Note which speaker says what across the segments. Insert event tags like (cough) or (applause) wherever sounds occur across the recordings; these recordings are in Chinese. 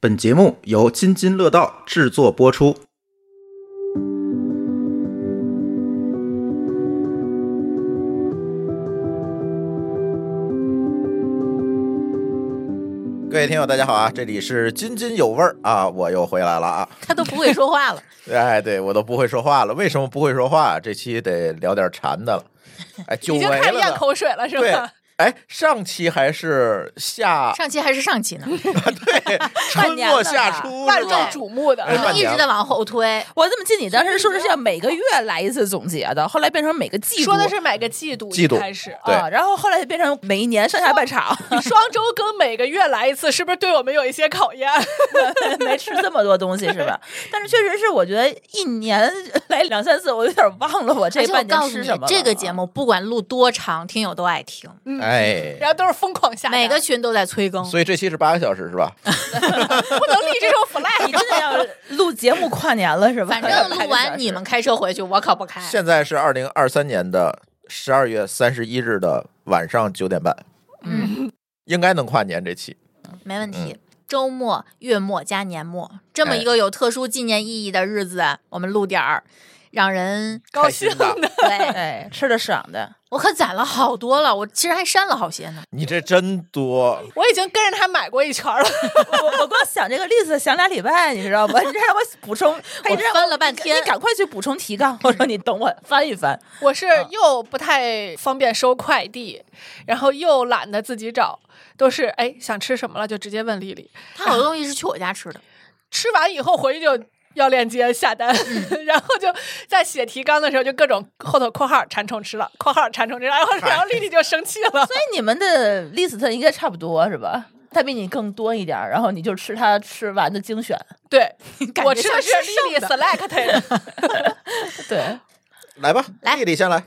Speaker 1: 本节目由津津乐道制作播出。各位听友，大家好啊！这里是津津有味儿啊，我又回来了啊！
Speaker 2: 他都不会说话了。
Speaker 1: 哎，对我都不会说话了，为什么不会说话？啊这期得聊点馋的了。哎，久
Speaker 2: 已经
Speaker 1: 违
Speaker 2: 开始
Speaker 1: 了
Speaker 2: 咽
Speaker 1: 呢。
Speaker 2: 口水了，是
Speaker 1: 对
Speaker 2: 吧？，
Speaker 1: 哎，上期还是夏
Speaker 2: 上期还是上期呢，
Speaker 1: 对春
Speaker 3: 半年
Speaker 1: 末
Speaker 3: 了
Speaker 1: 夏
Speaker 3: 吧
Speaker 1: 初
Speaker 2: 万
Speaker 1: 是
Speaker 2: 众
Speaker 1: 吧？
Speaker 2: 瞩目
Speaker 1: 哎
Speaker 3: 我
Speaker 2: 的。
Speaker 1: 半
Speaker 3: 们一
Speaker 1: 年
Speaker 3: 直在往后推，
Speaker 4: (laughs) 我这么记你当时说的是要每个月来一次总结的，后来变成每个季度，
Speaker 2: 说的是每个季度
Speaker 1: 季度
Speaker 2: 一开始，
Speaker 1: 对
Speaker 4: 啊，然后后来就变成每一年上下半
Speaker 3: (laughs)
Speaker 4: 场，
Speaker 2: (laughs) 你双周更每个月来一次，是不是对我们有一些考验？
Speaker 4: 没吃这么多东西是吧？但是确实是，我觉得一年来两三次，我有点忘了我
Speaker 3: 而
Speaker 4: 这
Speaker 3: 且我
Speaker 4: 半年
Speaker 3: 告诉
Speaker 4: 吃
Speaker 3: 你
Speaker 4: 什么，了啊
Speaker 3: 这个节目不管录多长，听友都爱听，
Speaker 1: 哎，
Speaker 2: 嗯然后都是疯狂下单
Speaker 3: 每个群都在催更。
Speaker 1: 所以这期是八个小时是吧？
Speaker 2: 不能立这种 flag。
Speaker 4: 你
Speaker 2: (laughs)
Speaker 4: 真的要录节目跨年了是吧？
Speaker 3: 反正录完你们开车回去，我可不开。
Speaker 1: 现在是二零二三年的十二月三十一日的晚上九点半，
Speaker 3: 嗯，
Speaker 1: (laughs) 应该能跨年这期。
Speaker 3: 没问
Speaker 4: 嗯
Speaker 3: 题。周末、月末加年末，这
Speaker 4: 哎
Speaker 3: 么一个有特殊纪念意义的日子，我们录点儿，让人
Speaker 1: 高兴的，
Speaker 3: 对 (laughs)
Speaker 4: 哎吃的爽的，
Speaker 3: 我可攒了好多了，我其实还删了好些呢。
Speaker 1: 你这真多，
Speaker 2: 我已经跟着他买过一圈了，
Speaker 4: 我我光想这个例子想俩礼拜，你知道吗？你这让我补充，我
Speaker 3: 我翻了半天
Speaker 4: 你赶快去补充提纲。我说你等我翻一翻，
Speaker 2: (laughs) 我是
Speaker 1: 嗯
Speaker 2: 又不太方便收快递，然后又懒得自己找，都是哎想吃什么了就直接问丽丽，
Speaker 3: 他好多东西是去我家吃的，
Speaker 2: 吃完以后回去就。要链接下单，
Speaker 1: 嗯
Speaker 2: (laughs) 然后就在写提纲的时候，就各种后头括号馋虫吃了，括号馋虫吃了，然后然后丽丽就生气了，
Speaker 4: 所以你们的 list 应该差不多是吧？它比你更多一点儿，然后你就吃它吃完的精选。
Speaker 2: 对
Speaker 3: 感，
Speaker 2: 我
Speaker 3: 觉
Speaker 2: 吃的
Speaker 3: 像
Speaker 2: 是
Speaker 3: 吃
Speaker 2: 丽丽 (laughs)
Speaker 3: 剩
Speaker 2: select，
Speaker 4: 对，
Speaker 1: 来吧，
Speaker 3: 来
Speaker 1: 丽丽先来，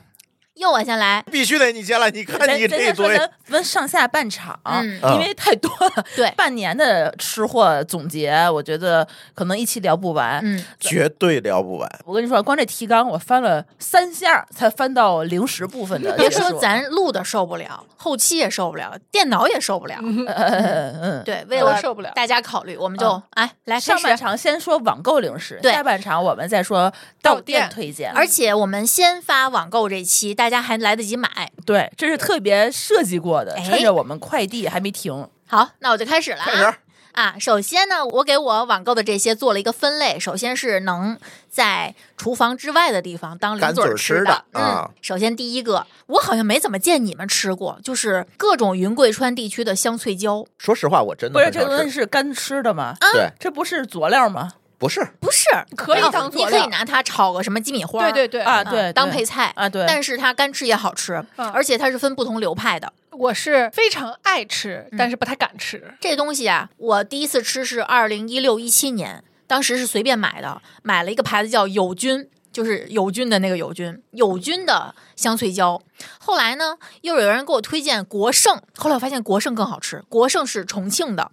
Speaker 3: 又我先来，
Speaker 1: 必须得你先来。你看你
Speaker 4: 咱咱
Speaker 1: 这
Speaker 4: 先说
Speaker 1: 堆，
Speaker 4: 咱分上下半场，
Speaker 3: 嗯
Speaker 4: 因为太多了。
Speaker 3: 对
Speaker 4: 半年的吃货总结，我觉得可能一期聊不完。
Speaker 3: 嗯，
Speaker 1: 绝对聊不完。
Speaker 4: 我跟你说，光这提纲我翻了三下儿，才翻到零食部分的结
Speaker 3: 别
Speaker 4: 束。
Speaker 3: 说咱录的受不了，后期也受不了，电脑也受不了。
Speaker 4: 呃，嗯，
Speaker 3: 对，为
Speaker 2: 都
Speaker 3: 了
Speaker 2: 受不了
Speaker 3: 大家考虑，我们就
Speaker 4: 嗯
Speaker 3: 哎来开
Speaker 4: 上半
Speaker 3: 始。
Speaker 4: 场先说网购零食，
Speaker 3: 对
Speaker 4: 下半场我们再说
Speaker 2: 到
Speaker 4: 到店
Speaker 2: 店
Speaker 4: 推荐。
Speaker 1: 嗯
Speaker 3: 而且我们先发网购这期，大家还来得及买。
Speaker 4: 对，这是特别设计过的，
Speaker 3: 哎
Speaker 4: 趁着我们快递还没停，
Speaker 3: 好，那我就开始了
Speaker 1: 开始
Speaker 3: 啊。啊，首先呢，我给我网购的这些做了一个分类。首先是能在厨房之外的地方当零
Speaker 1: 干嘴
Speaker 3: 嘴
Speaker 1: 儿吃
Speaker 3: 吃
Speaker 1: 的
Speaker 3: 嗯
Speaker 1: 啊，
Speaker 3: 首先第一个，我好像没怎么见你们吃过，就是各种云贵川地区的香脆椒。
Speaker 1: 说实话，我真的
Speaker 4: 不是
Speaker 1: 很
Speaker 4: 这
Speaker 1: 少
Speaker 4: 东西
Speaker 1: 吃
Speaker 4: 是干吃的吗？
Speaker 1: 对，
Speaker 4: 这不是佐料吗？
Speaker 1: 不是
Speaker 3: 不是，
Speaker 2: 可以
Speaker 3: 哦
Speaker 2: 当
Speaker 3: 你
Speaker 2: 佐
Speaker 3: 可以
Speaker 2: 料
Speaker 3: 拿它炒个什么鸡米花儿，
Speaker 2: 对对对
Speaker 4: 啊，
Speaker 3: 啊
Speaker 4: 对，
Speaker 3: 当
Speaker 4: 对
Speaker 3: 配菜
Speaker 4: 啊对
Speaker 3: 但是它干吃也好吃，
Speaker 2: 嗯
Speaker 3: 而且它是分不同流派的。
Speaker 2: 我是非常爱吃，但是不太敢吃。
Speaker 3: 这东西啊，我第一次吃是二零一六一七年，当时是随便买的，买了一个牌子叫友军。就是友军的那个友军，友军的香脆椒。后来呢，又有人给我推荐国盛，后来我发现国盛更好吃。国盛是重庆的，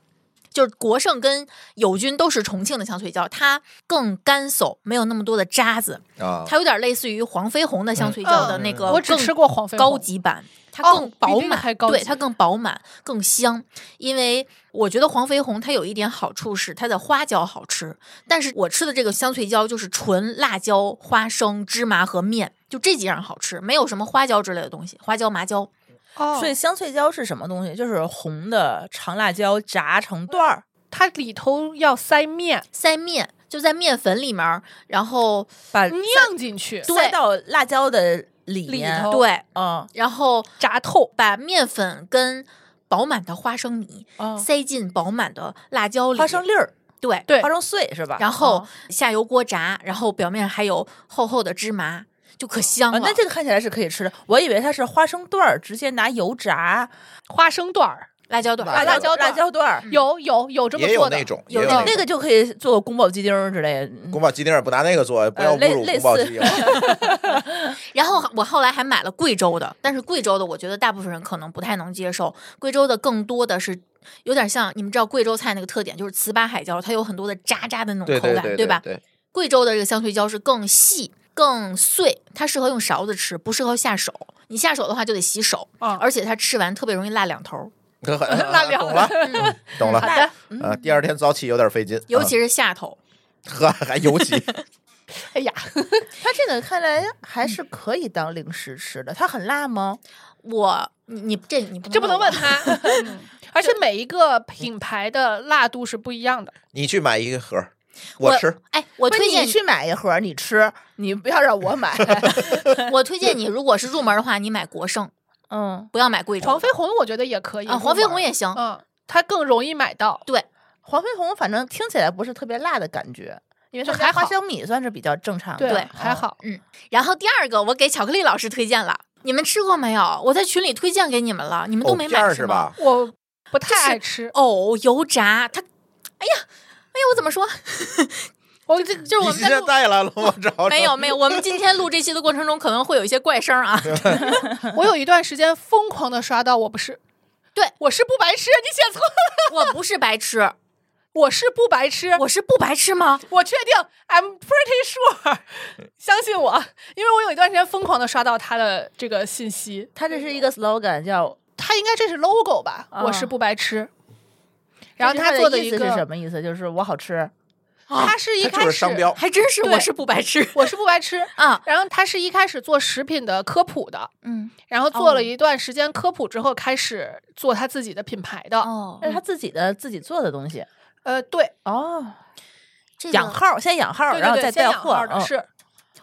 Speaker 3: 就是国盛跟友军都是重庆的香脆椒，它更干嗖，没有那么多的渣子，
Speaker 1: 啊，
Speaker 3: 它有点类似于黄飞鸿的香脆椒的那个
Speaker 1: 嗯
Speaker 3: 呃更，
Speaker 2: 我只吃过黄飞鸿
Speaker 3: 高级版，它
Speaker 2: 哦
Speaker 3: 更
Speaker 2: 比
Speaker 3: 饱
Speaker 2: 这个
Speaker 3: 满，
Speaker 2: 还高
Speaker 3: 对
Speaker 2: 级
Speaker 3: 它更饱满更香。因为我觉得黄飞鸿它有一点好处是它的花椒好吃，但是我吃的这个香脆椒就是纯辣椒、花生、芝麻和面，就这几样好吃，没有什么花椒之类的东西，花椒、麻椒。
Speaker 2: 哦
Speaker 4: 所以香脆椒是什么东西？就是红的长辣椒炸成段儿，
Speaker 2: 它里头要塞面
Speaker 3: 塞面就在面粉里面儿，然后
Speaker 4: 把
Speaker 3: 嗯
Speaker 2: 酿进去，
Speaker 4: 呃塞到辣椒的里
Speaker 2: 里
Speaker 4: 面。
Speaker 2: 头
Speaker 3: 对，
Speaker 4: 嗯，
Speaker 3: 然后
Speaker 2: 炸透。
Speaker 3: 把面粉跟饱满的花生米
Speaker 4: 哦
Speaker 3: 塞进饱满的辣椒里，
Speaker 4: 花生粒儿、
Speaker 3: 对
Speaker 2: 对
Speaker 4: 花生碎是吧？
Speaker 3: 然后
Speaker 4: 哦
Speaker 3: 下油锅炸，然后表面还有厚厚的芝麻，就可香
Speaker 4: 啊，
Speaker 3: 了。
Speaker 4: 那这个看起来是可以吃的。我以为它是花生段儿，直接拿油炸
Speaker 2: 花生段儿
Speaker 3: 辣椒段儿，嗯
Speaker 1: 辣
Speaker 4: 辣
Speaker 2: 椒
Speaker 4: 辣
Speaker 2: 段儿
Speaker 4: 椒段儿，
Speaker 2: 有有有这么
Speaker 1: 也有
Speaker 2: 做的
Speaker 1: 那，种，
Speaker 3: 有
Speaker 1: 也
Speaker 3: 那
Speaker 1: 那
Speaker 3: 种
Speaker 4: 那个就可以做宫保鸡丁儿之类
Speaker 3: 嗯
Speaker 4: 的。嗯
Speaker 1: 宫保鸡丁儿不拿那个做，不要
Speaker 4: 类
Speaker 1: 侮辱
Speaker 4: 类
Speaker 1: 宫保
Speaker 4: 似
Speaker 1: 鸡丁。
Speaker 3: 然后我后来还买了贵州的，但是贵州的我觉得大部分人可能不太能接受，贵州的更多的是。有点像你们知道贵州菜那个特点，就是糍粑海椒，它有很多的渣渣的那种
Speaker 1: 对
Speaker 3: 口
Speaker 1: 对
Speaker 3: 感，
Speaker 1: 对
Speaker 3: 吧？
Speaker 1: 对，
Speaker 3: 贵州的这个香脆椒是更细、更碎，它适合用勺子吃，不适合下手。你下手的话就得洗手，
Speaker 2: 啊
Speaker 3: 而且它吃完特别容易辣两头儿， (laughs)
Speaker 1: 可很
Speaker 2: 辣椒
Speaker 1: 啊懂了，
Speaker 3: 嗯
Speaker 1: 嗯懂了。
Speaker 2: 好的，
Speaker 1: 啊，第二天早起有点费劲，
Speaker 3: 尤其
Speaker 1: 是
Speaker 3: 是下头。
Speaker 1: 呵，还尤其
Speaker 2: 哎呀，
Speaker 4: 它这个看来还
Speaker 3: 嗯
Speaker 4: 是可以当零食吃的。它很辣吗？
Speaker 3: 我你你这你
Speaker 2: 这不能问
Speaker 3: 我啊
Speaker 2: 他。 (laughs) 嗯而且每一个品牌的辣度是不一样的，
Speaker 1: 你去买一个盒儿，
Speaker 3: 我
Speaker 1: 吃。
Speaker 3: 哎，我
Speaker 4: 不是
Speaker 3: 推荐
Speaker 4: 你去买一盒儿你吃，你不要让我
Speaker 3: (laughs)
Speaker 4: 买。
Speaker 3: 我推荐你，如果是入门的话，你买国盛，
Speaker 4: 嗯，
Speaker 3: 不要买贵州的。
Speaker 2: 黄飞鸿我觉得也可以
Speaker 3: 啊，黄飞鸿
Speaker 2: 也
Speaker 3: 也行。
Speaker 2: 嗯，它更容易买到。
Speaker 3: 对，
Speaker 4: 黄飞鸿反正听起来不是特别辣的感觉，因为它
Speaker 2: 就
Speaker 4: 加
Speaker 2: 还
Speaker 4: 花
Speaker 2: 好
Speaker 4: 生米算是比较正常的。
Speaker 2: 对，
Speaker 4: 嗯
Speaker 2: 还。好。
Speaker 3: 然后第二个，我给巧克力老师推荐了，你们吃过没有？我在群里推荐给你们了，你们都
Speaker 1: 藕
Speaker 3: 没
Speaker 1: 片
Speaker 3: 买
Speaker 1: 儿是
Speaker 3: 吗？
Speaker 1: 吧？
Speaker 2: 我不太爱吃，
Speaker 3: 藕油炸，它，哎呀，哎呀，我怎么说？
Speaker 2: 我这
Speaker 3: 就是我
Speaker 1: 你
Speaker 3: 们
Speaker 1: 今
Speaker 3: 在
Speaker 1: 天
Speaker 3: 录。
Speaker 1: 带来了
Speaker 3: (laughs)
Speaker 1: 吗？找找 (laughs)
Speaker 3: 没有没有，我们今天录这期的过程中可能会有一些怪声啊。
Speaker 2: 我有一段时间疯狂的刷到，我不是，
Speaker 3: 对
Speaker 2: 我是不白痴，你写错了，
Speaker 3: 我不是白痴，
Speaker 2: 我是不白痴，
Speaker 3: 我是不白痴吗？
Speaker 2: 我确定，I'm pretty sure，相 (laughs) 信我，因为我有一段时间疯狂的刷到他的这个信息，
Speaker 4: 它这是一个 slogan 叫，
Speaker 2: 他应该这是 logo 吧？
Speaker 4: 啊
Speaker 2: 我是不白痴。然后
Speaker 4: 这
Speaker 2: 他
Speaker 4: 句话
Speaker 2: 做
Speaker 4: 的
Speaker 2: 一
Speaker 4: 意思是什
Speaker 2: 个，
Speaker 4: 么意思？就是我好吃。
Speaker 2: 他是一
Speaker 1: 它
Speaker 2: 开
Speaker 1: 就是
Speaker 2: 始
Speaker 1: 商标，
Speaker 3: 还真是，
Speaker 2: 对
Speaker 3: 我是不白痴
Speaker 2: 我是不白痴。
Speaker 3: (laughs) 啊。
Speaker 2: 然后他是一开始做食品的科普的，
Speaker 3: 嗯，
Speaker 2: 然后做
Speaker 3: 哦
Speaker 2: 了一段时间科普之后，开始做他自己的品牌的。
Speaker 3: 哦
Speaker 4: 那是他自己的自己做的东西
Speaker 2: 呃，对，
Speaker 4: 哦，
Speaker 3: 这
Speaker 4: 养
Speaker 3: 个
Speaker 4: 号儿先养号儿，
Speaker 2: 对
Speaker 4: 然
Speaker 2: 对
Speaker 4: 后
Speaker 2: 对，
Speaker 4: 再
Speaker 2: 先
Speaker 4: 带
Speaker 2: 养
Speaker 4: 货
Speaker 2: 号。的
Speaker 4: 嗯
Speaker 2: 是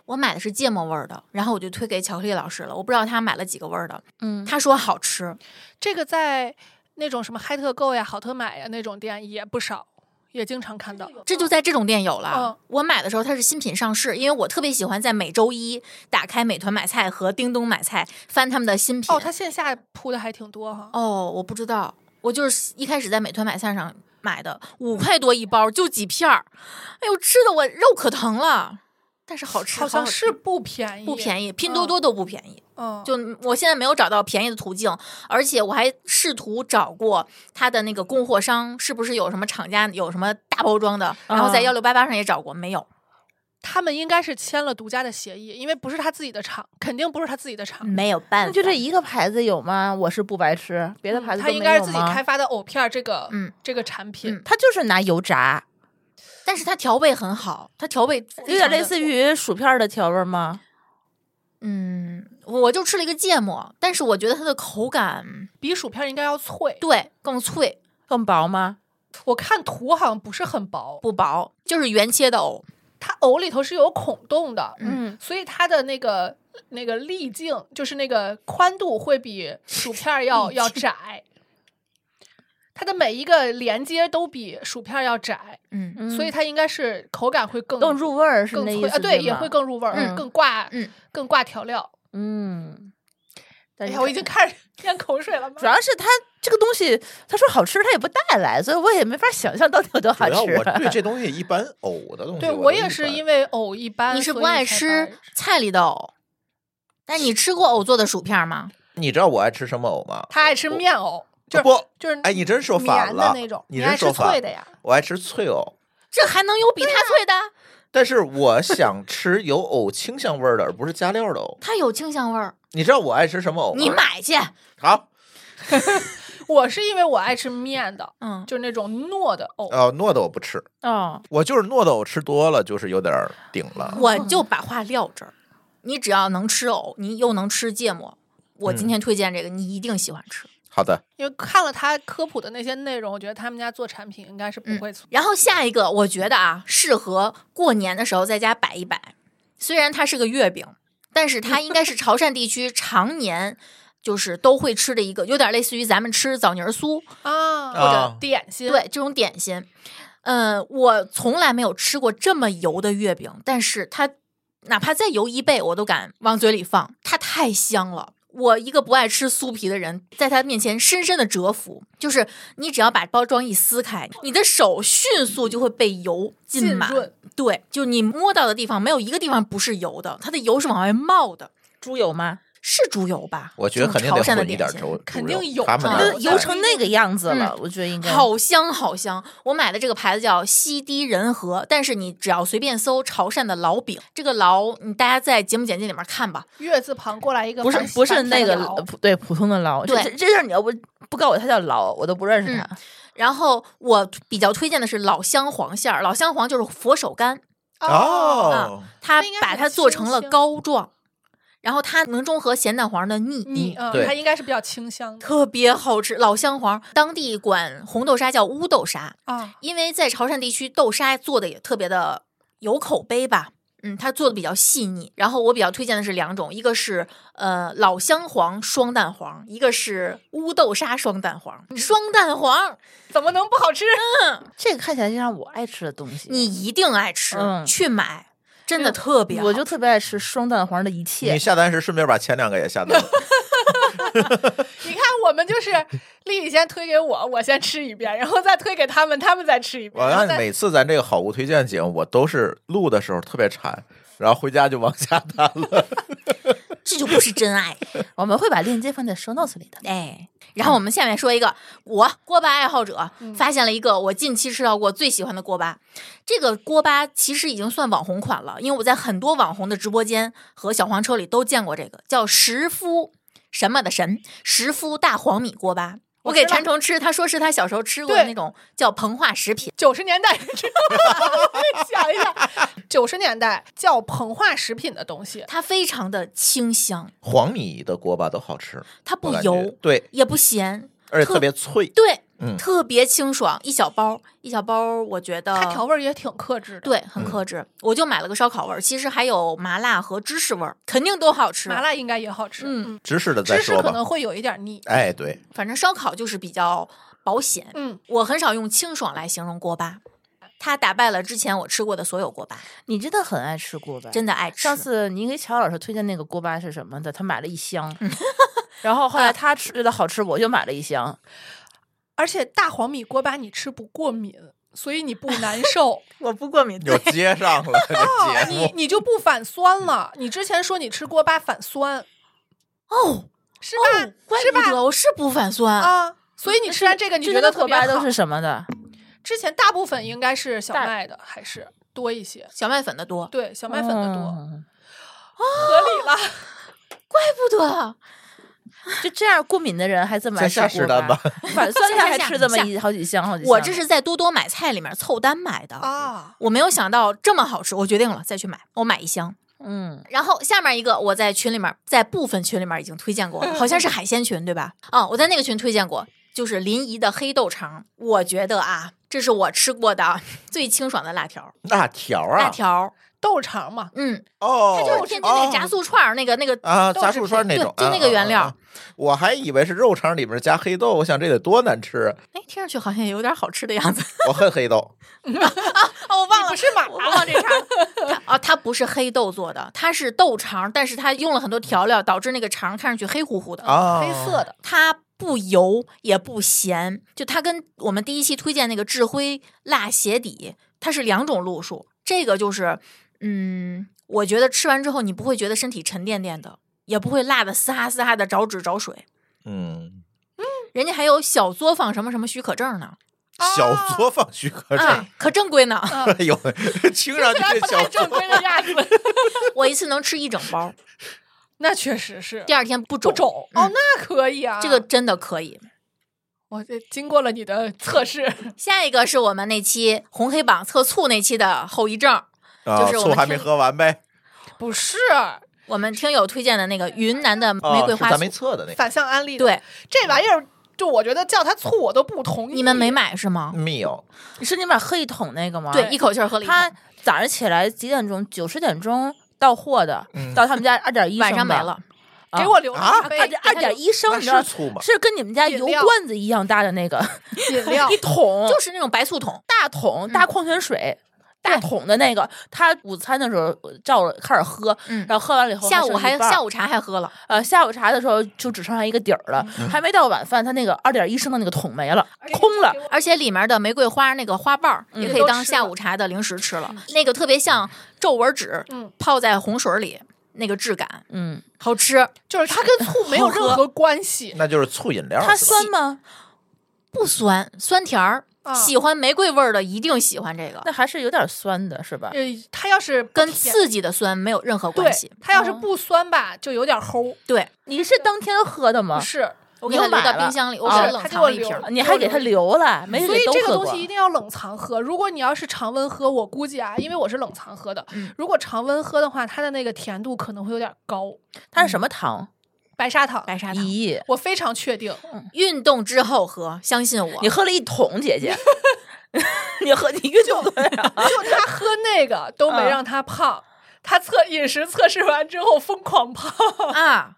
Speaker 3: 我买的是芥末味儿的，然后我就推给巧克力老师了。我不知道他买了几个味儿的，嗯，他说好吃，
Speaker 2: 这个在那种什么嗨特购呀、好特买呀那种店也不少，也经常看到。
Speaker 3: 这就在这种店有了
Speaker 2: 嗯。
Speaker 3: 我买的时候它是新品上市，因为我特别喜欢在每周一打开美团买菜和叮咚买菜翻他们的新品。
Speaker 2: 哦，他线下铺的还挺多哈。
Speaker 3: 哦，我不知道，我就是一开始在美团买菜上买的，五块多一包，就几片儿，哎呦，吃的我肉可疼了，但是好吃，
Speaker 2: 好像是
Speaker 3: 吃
Speaker 2: 不便宜，
Speaker 3: 不便
Speaker 2: 宜。
Speaker 3: 宜，拼多多都不便宜。
Speaker 2: 嗯，
Speaker 3: 就我现在没有找到便宜的途径，而且我还试图找过它的那个供货商是不是有什么厂家有什么大包装的，然后
Speaker 2: 嗯
Speaker 3: 在
Speaker 4: 啊
Speaker 3: 幺六八八上也找过，没有，
Speaker 2: 他们应该是签了独家的协议，因为不是他自己的厂，肯定不是他自己的厂。
Speaker 3: 没有办
Speaker 4: 那
Speaker 3: 法。
Speaker 4: 就这一个牌子有吗？我是不白吃，别的牌子
Speaker 2: 他
Speaker 4: 都
Speaker 2: 嗯应
Speaker 4: 没
Speaker 2: 该
Speaker 4: 有
Speaker 2: 是自己
Speaker 4: 吗
Speaker 2: 开，发的藕片儿这个，
Speaker 3: 嗯，
Speaker 2: 这个产品
Speaker 3: 嗯，
Speaker 4: 它就是拿油炸，
Speaker 3: 但是它调味很好，它调味非
Speaker 4: 有点
Speaker 3: 常
Speaker 4: 类
Speaker 3: 的
Speaker 4: 似于薯片儿的调味儿吗？
Speaker 3: 嗯，我就吃了一个芥末，但是我觉得它的口感
Speaker 2: 比薯片儿应该要脆。
Speaker 3: 对更脆
Speaker 4: 更薄吗？
Speaker 2: 我看图好像不是很薄，
Speaker 3: 不薄，就是原切的藕，
Speaker 2: 它藕里头是有孔洞的，
Speaker 4: 嗯，
Speaker 2: 所以它的那个那个粒径，就是那个宽度会比薯片儿要要窄，它的每一个连接都比薯片儿要窄，
Speaker 3: 嗯
Speaker 4: 嗯
Speaker 2: 所以它应该是口感会更
Speaker 4: 更入味儿是
Speaker 2: 更
Speaker 4: 那意
Speaker 2: 脆
Speaker 4: 思
Speaker 2: 啊，对，也
Speaker 4: 吗
Speaker 2: 会更入味儿，
Speaker 3: 嗯
Speaker 2: 更挂，
Speaker 3: 嗯
Speaker 2: 更挂调料。
Speaker 4: 嗯。
Speaker 2: 哎
Speaker 4: 但是
Speaker 2: 呀，我已经开始 (laughs) 咽口水了。
Speaker 4: 主要是它这个东西，他说好吃，他也不带来，所以我也没法想象到底有多
Speaker 1: 主
Speaker 4: 好
Speaker 1: 要
Speaker 3: (laughs)
Speaker 1: 我对
Speaker 4: 吃。哦
Speaker 1: 这东西一般，藕的东西
Speaker 2: 对
Speaker 1: 我
Speaker 2: 我也是因
Speaker 1: 为
Speaker 2: 为藕一般，
Speaker 3: 你是不
Speaker 2: 所以
Speaker 3: 爱
Speaker 2: 才
Speaker 3: 吃菜里的藕，但你吃过藕做的薯片吗？
Speaker 1: 你知道我爱吃什么藕吗？
Speaker 2: 他爱吃面藕，就是
Speaker 1: 不
Speaker 2: 就是
Speaker 1: 哎，你真说反
Speaker 2: 绵的
Speaker 1: 了
Speaker 2: 那种，，
Speaker 1: 你
Speaker 2: 爱
Speaker 1: 真
Speaker 2: 吃
Speaker 1: 说
Speaker 2: 脆
Speaker 1: 反
Speaker 2: 的呀？
Speaker 1: 我爱吃脆藕，
Speaker 3: 这还能有比它脆的？
Speaker 1: 但是我想吃有藕清香味儿的，而不是加料的藕。
Speaker 3: 它有清香味儿，
Speaker 1: 你知道我爱吃什么藕吗？
Speaker 3: 你买去。
Speaker 1: 好
Speaker 2: 我是因为我爱吃面的，
Speaker 3: 嗯，
Speaker 2: 就是那种糯的藕。
Speaker 1: 哦，糯的我不吃，
Speaker 4: 哦，
Speaker 1: 我就是糯的藕吃多了就是有点儿顶了。
Speaker 3: 我就把话撂这儿。你只要能吃藕，你又能吃芥末，我今天推荐这个，你一定喜欢吃。
Speaker 1: 好的，
Speaker 2: 因为看了他科普的那些内容，我觉得他们家做产品应该是
Speaker 4: 嗯
Speaker 2: 不会错。
Speaker 3: 然后下一个，我觉得啊，适合过年的时候在家摆一摆。虽然它是个月饼，但是它应该是潮汕地区常年就是都会吃的一个，有点类似于咱们吃枣泥儿酥，
Speaker 2: 啊，
Speaker 1: 或者
Speaker 2: 或者点心，
Speaker 3: 对，这种点心。嗯，我从来没有吃过这么油的月饼，但是它哪怕再油一倍，我都敢往嘴里放，它太香了。我一个不爱吃酥皮的人，在它面前深深的折服。就是你只要把包装一撕开，你的手迅速就会被油浸
Speaker 2: 浸
Speaker 3: 满。
Speaker 2: 润
Speaker 3: 对，就你摸到的地方，没有一个地方不是油的，它的油是往外冒的，
Speaker 4: 猪油吗？
Speaker 3: 是猪油吧？
Speaker 1: 我觉得
Speaker 3: 这种
Speaker 1: 肯定
Speaker 3: 潮
Speaker 1: 得
Speaker 3: 汕的
Speaker 1: 混一
Speaker 3: 点
Speaker 1: 点
Speaker 3: 心
Speaker 1: 粥，
Speaker 2: 肯
Speaker 1: 猪
Speaker 2: 定
Speaker 1: 肉
Speaker 2: 有
Speaker 1: 他们
Speaker 2: 啊
Speaker 1: 那儿
Speaker 4: 都
Speaker 2: 我
Speaker 1: 有
Speaker 4: 油
Speaker 1: 菜
Speaker 4: 成那个样子了，我觉得应该
Speaker 3: 好香好香！我买的这个牌子叫西堤仁和，但是你只要随便搜潮汕的老饼，这个老你大家在节目简介里面看吧。
Speaker 2: 月字旁过来一个
Speaker 4: 不是
Speaker 2: 反
Speaker 4: 不是那个
Speaker 2: 反反摇
Speaker 4: 呃普对普通的牢，这
Speaker 3: 对嗯
Speaker 4: 这这事儿你要
Speaker 2: 嗯
Speaker 4: 不不告诉我，他叫牢，我都不认识他。
Speaker 3: 然后我比较推荐的是老香黄馅儿，老香黄就是佛手柑，
Speaker 2: 啊
Speaker 1: 哦，
Speaker 3: 它
Speaker 2: 那应该
Speaker 3: 把
Speaker 2: 很
Speaker 3: 它做成了
Speaker 2: 清香
Speaker 3: 膏状，然后它能中和咸蛋黄的腻
Speaker 2: 你嗯，
Speaker 1: 对
Speaker 2: 它应该是比较清香的
Speaker 3: 特别好吃。老香黄当地管红豆沙叫乌豆沙，
Speaker 2: 啊，
Speaker 3: 因为在潮汕地区豆沙做的也特别的有口碑吧。嗯，它做的比较细腻，然后我比较推荐的是两种，一个是呃老香黄双蛋黄，一个是乌豆沙双蛋黄。
Speaker 4: 嗯
Speaker 3: 双蛋黄
Speaker 2: 怎么能不好吃？
Speaker 4: 这个看起来就像我爱吃的东西，
Speaker 3: 你一定爱吃，
Speaker 4: 嗯
Speaker 3: 去买，真的
Speaker 2: 嗯
Speaker 3: 特别好。
Speaker 4: 我就特别爱吃双蛋黄的一切
Speaker 1: 你。下单时顺便把前两个也下单了。
Speaker 2: 你看，我
Speaker 1: (laughs)
Speaker 2: 们就是丽丽先推给我，我先吃一遍，然后再推给他们，他们再吃一遍。
Speaker 1: 我
Speaker 2: 然后
Speaker 1: 让
Speaker 2: 再
Speaker 1: 每次咱这个好物推荐节目，我都是录的时候特别馋，然后回家就往下单了。
Speaker 3: 这就不是
Speaker 4: (laughs)
Speaker 3: 真爱，
Speaker 4: 我们会把链接放在 show notes 里的。
Speaker 3: 哎。然后
Speaker 2: 嗯
Speaker 3: 我们下面说一个，我锅巴爱好者发现了一个我近期吃到过最喜欢的锅巴。这个锅巴其实已经算网红款了，因为我在很多网红的直播间和小黄车里都见过这个，叫石夫什么的神石夫大黄米锅巴。我给
Speaker 2: 知道
Speaker 3: 馋虫吃，他说是他小时候吃过的
Speaker 2: 对
Speaker 3: 那种叫膨化食品。
Speaker 2: 九十年代， (laughs) 我想一下，九十年代叫膨化食品的东西，
Speaker 3: 它非常的清香，
Speaker 1: 黄米的锅巴都好吃，
Speaker 3: 它
Speaker 1: 我
Speaker 3: 不
Speaker 1: 感觉
Speaker 3: 油
Speaker 1: 对，
Speaker 3: 也不咸，
Speaker 1: 而且
Speaker 3: 特
Speaker 1: 特别脆。
Speaker 3: 对，
Speaker 1: 嗯
Speaker 3: 特别清爽，一小包一小包，我觉得
Speaker 2: 它调味儿也挺克制的。，
Speaker 3: 对，很克制。我就买了个烧烤味儿，其实还有麻辣和芝士味儿，肯定都好吃。
Speaker 2: 麻，辣应该也好吃。
Speaker 3: 嗯，
Speaker 1: 芝士的再
Speaker 2: 芝士
Speaker 1: 说
Speaker 2: 可
Speaker 1: 吧。
Speaker 2: 能会有一点腻。
Speaker 1: 哎，
Speaker 3: (laughs)
Speaker 1: 对，
Speaker 3: 反正烧烤就是比较保险。
Speaker 2: 嗯，
Speaker 3: 我很少用清爽来形容锅巴，它打败了之前我吃过的所有锅巴，
Speaker 4: 你真的很爱吃锅巴，
Speaker 3: 真的爱吃。
Speaker 4: 上次你给乔老师推荐那个锅巴是什么的，他买了一箱，
Speaker 3: 嗯
Speaker 4: 然后
Speaker 3: 啊
Speaker 4: 后来他吃觉得好吃，我就买了一箱。
Speaker 2: 而且大黄米锅巴你吃不过敏，所以你不难受，
Speaker 3: 我不过敏，
Speaker 1: 又接上了这
Speaker 2: 哦
Speaker 1: 节
Speaker 2: 你
Speaker 1: 目。
Speaker 2: 你就不反酸了。你之前说你吃锅巴反酸，
Speaker 3: 哦，
Speaker 2: 是吧？
Speaker 3: 怪
Speaker 2: 是
Speaker 3: 不
Speaker 2: 吧？
Speaker 3: 得我是不反酸。
Speaker 2: 啊，所以你吃完这个，你觉得特
Speaker 4: 锅
Speaker 2: 别好
Speaker 4: 巴。都是什么的？
Speaker 2: 之前大部分应该是小
Speaker 4: 大
Speaker 2: 麦的，还是多一些？
Speaker 3: 小麦粉的多，
Speaker 2: 对，小麦粉的多，
Speaker 4: 哦
Speaker 2: 合理了。
Speaker 3: 怪不得
Speaker 4: 就这样过敏的人还这么爱吃
Speaker 1: 再下
Speaker 4: 锅
Speaker 1: 十单
Speaker 4: (laughs) 巴
Speaker 1: 吧，
Speaker 4: 反酸他还
Speaker 3: 下下
Speaker 4: 吃这么
Speaker 3: 下
Speaker 4: 一好几箱好几箱。
Speaker 3: 我这是在多多买菜里面凑单买的。
Speaker 2: 啊，
Speaker 3: 我没有想到这么好吃，我决定了再去买，我买一箱。
Speaker 4: 嗯，
Speaker 3: 然后下面一个我在群里面，在部分群里面已经推荐过了，好像是海鲜群对吧？啊，我在那个群推荐过，就是临沂的黑豆肠，我觉得啊，这是我吃过的最清爽的辣条，
Speaker 1: 辣条啊，
Speaker 3: 辣条，
Speaker 2: 豆肠嘛，
Speaker 3: 嗯，
Speaker 1: 哦，
Speaker 3: 它就是天津那炸
Speaker 1: 哦
Speaker 3: 素串儿那个那个
Speaker 1: 啊，
Speaker 3: 豆
Speaker 1: 炸
Speaker 3: 制
Speaker 1: 素串
Speaker 3: 品
Speaker 1: 那种，
Speaker 3: 对，就
Speaker 1: 啊
Speaker 3: 那个原料。
Speaker 1: 啊啊我还以为是肉肠里面加黑豆，我想这得多难吃。啊
Speaker 3: 哎，听上去好像有点好吃的样子。
Speaker 1: 我恨黑豆，
Speaker 3: (laughs) 哦，我忘 (laughs) 了，
Speaker 2: 不是马
Speaker 3: 我忘这茬儿。 (laughs) 它啊，它不是黑豆做的，它是豆肠，但是它用了很多调料，导致那个肠看上去嗯黑乎乎的
Speaker 1: 啊
Speaker 2: 黑色的，
Speaker 3: 它不油也不咸，就它跟我们第一期推荐那个智辉辣鞋底，它是两种路数。这个就是，嗯，我觉得吃完之后你不会觉得身体沉甸甸的，也不会辣的嘶哈嘶哈的着纸着水。
Speaker 1: 嗯，
Speaker 3: 人家还有小作坊什么什么许可证呢，
Speaker 1: 小作坊许可证，
Speaker 3: 啊，可正规呢。 (laughs)
Speaker 1: 哎呦，听上去
Speaker 2: 虽然
Speaker 1: 这
Speaker 2: (laughs) 不
Speaker 1: 小
Speaker 2: 太
Speaker 1: 作
Speaker 2: 正规的样子，
Speaker 3: 我一次能吃一整包，
Speaker 2: 那确实是
Speaker 3: (laughs) 第二天不
Speaker 2: 不
Speaker 3: 肿。
Speaker 2: 肿哦，那可以啊。
Speaker 3: 这个真的可以。
Speaker 2: 我这经过了你的测试，
Speaker 3: 下一个是我们那期红黑榜测醋那期的后遗症，
Speaker 1: 啊，
Speaker 3: 就是我
Speaker 1: 醋
Speaker 3: 们
Speaker 1: 还没
Speaker 3: 听
Speaker 1: 喝完呗？
Speaker 2: (laughs) 不是
Speaker 3: 我们听友推荐的那个云南的玫
Speaker 1: 啊，
Speaker 3: 瑰
Speaker 1: 是
Speaker 3: 花
Speaker 1: 咱
Speaker 3: 醋
Speaker 1: 没，测的那个
Speaker 2: 反向安利。，
Speaker 3: 对，
Speaker 2: 这玩意儿就我觉得叫它醋我都不同意。
Speaker 3: 你们没买是吗？
Speaker 1: meal，
Speaker 4: 你是你买喝一桶那个吗？
Speaker 3: 对，一口气儿喝了一
Speaker 4: 他
Speaker 3: 桶，
Speaker 4: 早上起来几点钟？九十点钟到货的，
Speaker 1: 嗯
Speaker 4: 到他们家二点一
Speaker 3: 晚上没了。
Speaker 4: 啊
Speaker 2: 给我留了一
Speaker 1: 啊
Speaker 2: 杯
Speaker 4: 二点二点一升，
Speaker 1: 那
Speaker 4: 你知道
Speaker 1: 是醋吗？
Speaker 4: 是跟你们家
Speaker 2: 饮
Speaker 4: 油
Speaker 2: 料
Speaker 4: 罐子一样大的那个
Speaker 2: 饮料
Speaker 4: 一，桶，
Speaker 3: 哦就是嗯那种白醋桶，
Speaker 4: 大桶大矿泉水。大桶的那个，他午餐的时候照了开始喝，
Speaker 3: 嗯
Speaker 4: 然后喝完了以后
Speaker 3: 下午还下
Speaker 4: 午
Speaker 3: 午茶还喝了，
Speaker 4: 呃下午茶的时候就只剩下一个底儿了， (laughs) 还没到晚饭，他那个二点一升的那个桶没了，空了。
Speaker 3: 而且里面的玫瑰花那个花瓣儿也可以
Speaker 2: 都
Speaker 3: 当
Speaker 2: 吃
Speaker 3: 下
Speaker 2: 了
Speaker 3: 午茶的零食吃了，那个特别像皱纹纸
Speaker 2: 嗯，
Speaker 3: 泡在红水里那个质感，
Speaker 4: 嗯，
Speaker 3: 好吃。
Speaker 2: 就是它跟醋没有任何关系。
Speaker 1: 那就是醋饮料
Speaker 4: 它
Speaker 1: 是吧？
Speaker 4: 酸吗？
Speaker 3: 不酸，酸甜儿。
Speaker 2: 啊
Speaker 3: 喜欢玫瑰味儿的一定喜欢这个，
Speaker 4: 那还是有点酸的，是吧？
Speaker 2: 呃，它要是不
Speaker 3: 跟
Speaker 2: 甜
Speaker 3: 刺激的酸没有任何
Speaker 2: 对
Speaker 3: 关系。，
Speaker 2: 它要是不酸吧，就有点齁。
Speaker 3: 对，
Speaker 4: 你是当天喝的吗
Speaker 2: 不？是，
Speaker 3: 我
Speaker 4: 你
Speaker 3: 给它
Speaker 4: 又
Speaker 3: 留
Speaker 4: 买
Speaker 3: 到
Speaker 4: 了
Speaker 3: 冰箱里，我
Speaker 4: 哦
Speaker 3: 给它冷
Speaker 2: 它给
Speaker 3: 藏
Speaker 2: 我
Speaker 3: 了一
Speaker 2: 留
Speaker 3: 瓶儿。
Speaker 2: 了
Speaker 4: 你还给它留了，没
Speaker 2: 所
Speaker 4: 准
Speaker 2: 以
Speaker 4: 都
Speaker 2: 这个
Speaker 4: 喝
Speaker 2: 东
Speaker 4: 过
Speaker 2: 西一定要冷藏喝。如果你要是常温喝，我估计啊，因为我是冷藏喝的，
Speaker 3: 嗯
Speaker 2: 如果常温喝的话，它的那个甜度可能会有点高。
Speaker 4: 它是什么糖？
Speaker 2: 白砂糖，
Speaker 3: 白砂糖，
Speaker 4: 咦，
Speaker 2: 我非常确定，
Speaker 3: 运动之后喝，相信我
Speaker 4: 你。喝了一桶，姐 (laughs) 姐，你喝你运动了呀？
Speaker 2: 就他喝那个都没
Speaker 4: 嗯
Speaker 2: 让他胖。他测饮食测试完之后疯狂胖，
Speaker 3: 啊，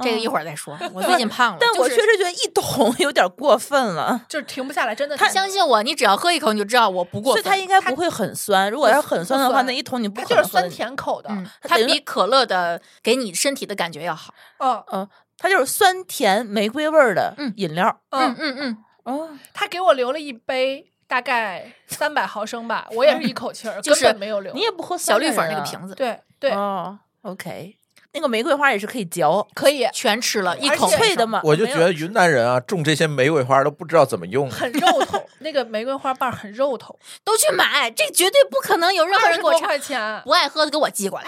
Speaker 3: 这个一会儿再说。我最近胖了，
Speaker 4: (laughs) 但我
Speaker 3: 就
Speaker 4: 确
Speaker 3: 是
Speaker 4: 实觉得一桶有点过分 (laughs) 了。
Speaker 2: 就是停不下来，真的。
Speaker 3: 相信我，你只要喝一口你就知道我不过
Speaker 4: 所以
Speaker 3: 分。
Speaker 4: 它应该不会很酸，如果要是很酸的
Speaker 2: 不
Speaker 4: 话，
Speaker 2: 酸
Speaker 4: 那一桶你不
Speaker 2: 它
Speaker 4: 可
Speaker 2: 就
Speaker 4: 能
Speaker 2: 是
Speaker 4: 喝得
Speaker 2: 酸。甜口的，
Speaker 3: 嗯
Speaker 2: 嗯，
Speaker 3: 它比可乐的给你身体的感觉要好。
Speaker 2: 嗯
Speaker 4: 嗯，它就是酸甜玫瑰味儿的
Speaker 3: 嗯
Speaker 4: 饮料。
Speaker 3: 嗯嗯嗯，
Speaker 4: 哦，
Speaker 2: 他给我留了一杯，大概三百毫升吧，我也是一口气儿，
Speaker 3: 就
Speaker 2: 根
Speaker 3: 是
Speaker 2: 本没有留
Speaker 4: 你。也不喝
Speaker 3: 小
Speaker 4: 酸的呀
Speaker 3: 绿粉那个瓶子，
Speaker 2: 对对，
Speaker 4: 哦，OK，那个玫瑰花也是可以嚼，
Speaker 2: 可以，
Speaker 3: 全吃了一
Speaker 2: 而
Speaker 3: 口
Speaker 2: 且
Speaker 4: 脆的？嘛。
Speaker 1: 我就
Speaker 4: 没有
Speaker 1: 觉得云南人啊，种这些玫瑰花都不知道怎么用。
Speaker 2: 很肉头，那个玫瑰花瓣儿很肉头，
Speaker 3: 都去买，这绝对不可能有任何
Speaker 2: 二
Speaker 3: 人
Speaker 2: 十
Speaker 3: 给我
Speaker 2: 多
Speaker 3: 查
Speaker 2: 块钱
Speaker 3: 不。爱喝的给我寄过来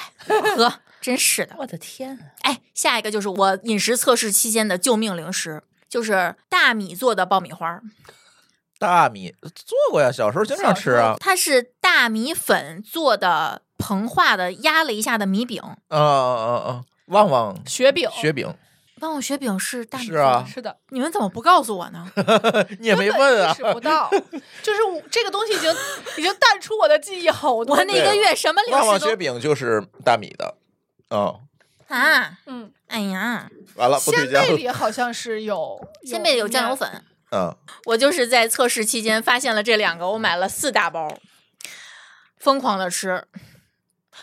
Speaker 3: 喝，真是的。
Speaker 4: 我的天啊，
Speaker 3: 哎，下一个就是我饮食测试期间的救命零食，就是大米做的爆米花儿。
Speaker 1: 大米做过呀，小时候经常吃啊。
Speaker 3: 它是大米粉做的膨化的，压了一下的米饼。
Speaker 1: 嗯嗯嗯嗯，旺旺
Speaker 2: 雪饼
Speaker 1: 雪饼
Speaker 3: 旺旺雪饼是大米
Speaker 1: 是
Speaker 3: 做的
Speaker 1: 啊，
Speaker 2: 是的，
Speaker 3: 你们怎么不告诉我呢？
Speaker 1: 你也没
Speaker 2: 根本
Speaker 1: 问
Speaker 2: 意
Speaker 1: 啊
Speaker 2: 识。
Speaker 1: (laughs)
Speaker 2: 不到，就是我这个东西已经已经淡出我的记忆好多
Speaker 3: 我
Speaker 2: 年。
Speaker 1: 啊
Speaker 3: 那个月什么零
Speaker 1: 旺旺
Speaker 3: 食
Speaker 1: 雪
Speaker 3: 都
Speaker 1: 饼就是大米的，嗯，
Speaker 3: 啊！
Speaker 2: 嗯，
Speaker 3: 哎呀，
Speaker 1: 完了不
Speaker 2: 鲜
Speaker 1: 对劲儿
Speaker 2: 贝里好像是有
Speaker 3: (laughs) 鲜贝里有酱油，粉，
Speaker 1: 嗯，
Speaker 3: 我就是在测试期间发现了这两个，我买了四大包，疯狂的吃，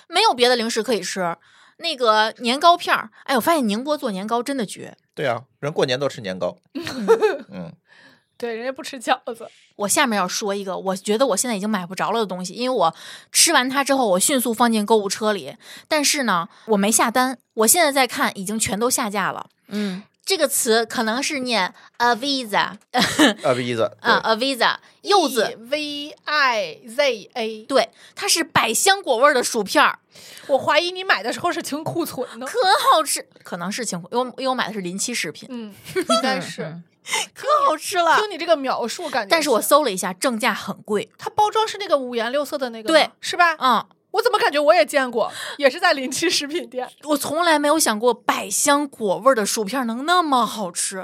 Speaker 3: 没有别的零食可以吃。那个年糕片儿，哎，我发现宁波做年糕真的绝。
Speaker 1: 对啊，人过年都吃年糕，嗯，
Speaker 2: 对，人家不吃饺子，
Speaker 3: 我下面要说一个，我觉得我现在已经买不着了的东西，因为我吃完它之后，我迅速放进购物车里，但是呢，我没下单，我现在在看，已经全都下架了。
Speaker 4: 嗯，
Speaker 3: 这个词可能是念 aviza (laughs)
Speaker 1: 啊鼻子，对
Speaker 3: 啊 aviza 柚子，
Speaker 2: ，E V I Z A。
Speaker 3: 对，它是百香果味儿的薯片儿，
Speaker 2: 我怀疑你买的时候是清库存的，
Speaker 3: 可好吃，可能是情况，因为我因为我买的是临期食品，
Speaker 2: 嗯，应该是
Speaker 4: 嗯。
Speaker 3: 可好吃了
Speaker 2: 听你这个描述，感觉
Speaker 3: 但是我
Speaker 2: 搜
Speaker 3: 搜了一下，正价很贵，
Speaker 2: 它包装是那个五颜六色的那个吗，
Speaker 3: 对
Speaker 2: 是吧？
Speaker 3: 嗯，
Speaker 2: 我怎么感觉我也见过，也是在临期食品店。
Speaker 3: 我从来没有想过百香果味儿的薯片能那么好吃，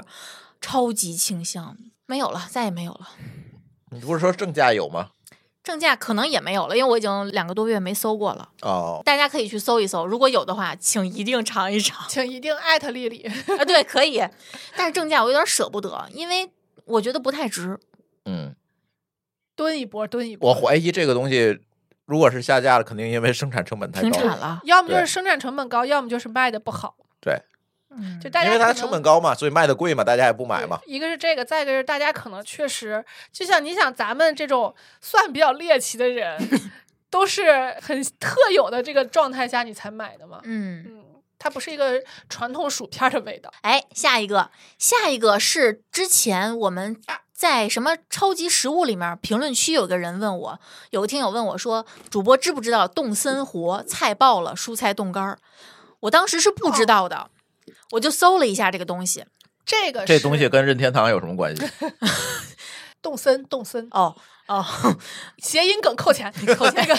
Speaker 3: 超级清香。没有了，再也没有了。
Speaker 1: 你不是说正价有吗？
Speaker 3: 正价可能也没有了，因为我已经两个多月没搜过了。
Speaker 1: 哦，
Speaker 3: 大家可以去搜一搜，如果有的话，请一定尝一尝
Speaker 2: 请一定艾特丽丽，
Speaker 3: 啊！对，可以。但是正价我有点舍不得，因为我觉得不太值。
Speaker 1: 嗯，
Speaker 2: 蹲一波，蹲一波。
Speaker 1: 我怀疑这个东西如果是下架了，肯定因为生产成本太
Speaker 3: 停
Speaker 1: 高
Speaker 3: 产，了，
Speaker 2: 要么就是
Speaker 1: 对
Speaker 2: 生产成本高，要么就是卖的不好。
Speaker 1: 对，
Speaker 3: 嗯
Speaker 2: 就大家
Speaker 1: 因为它
Speaker 2: 可能
Speaker 1: 成本高嘛，所以卖的贵嘛，大家也不买嘛。
Speaker 2: 一个是这个，再一个是大家可能确实，就像你想咱们这种算比较猎奇
Speaker 1: (laughs)
Speaker 2: 的人，都是很特有的这个状态下你才买的嘛。
Speaker 3: 嗯，
Speaker 2: 嗯，它不是一个传统薯片的味道。
Speaker 3: 哎，下一个，下一个是之前我们在什么超级食物里面评论区有个人问我，有个听友问我说，主播知不知道冻森活菜爆了蔬菜冻干儿？我当时是不知道的，我就搜了一下这个东西。
Speaker 2: 这个
Speaker 1: 这
Speaker 2: 是
Speaker 1: 东西跟任天堂有什么关系？
Speaker 2: 动森动森
Speaker 3: 哦哦，
Speaker 2: (laughs) 谐音梗
Speaker 1: (laughs)
Speaker 2: 扣钱扣钱。那个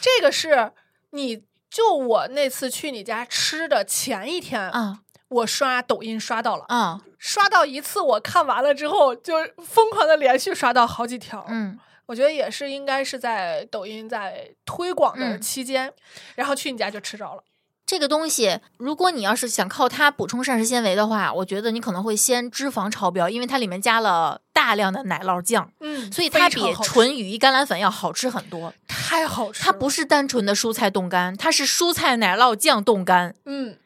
Speaker 2: 这个是你就我那次去你家吃的前一天，
Speaker 3: 啊
Speaker 2: 我刷抖音刷到了，
Speaker 3: 啊
Speaker 2: 刷到一次我看完了之后就疯狂的连续刷到好几条，
Speaker 3: 嗯
Speaker 2: 我觉得也是应该是在抖音在推广的
Speaker 3: 嗯
Speaker 2: 期间，然后去你家就吃着了。
Speaker 3: 这个东西，如果你要是想靠它补充膳食纤维的话，我觉得你可能会先脂肪超标，因为它里面加了大量的奶酪酱，
Speaker 2: 嗯，
Speaker 3: 所以
Speaker 2: 非
Speaker 3: 它
Speaker 2: 常
Speaker 3: 比
Speaker 2: 好吃
Speaker 3: 纯羽衣甘蓝粉要好吃很多。
Speaker 2: 太好吃了，
Speaker 3: 它不是单纯的蔬菜冻干，它是蔬菜奶酪酱冻干。
Speaker 2: 嗯，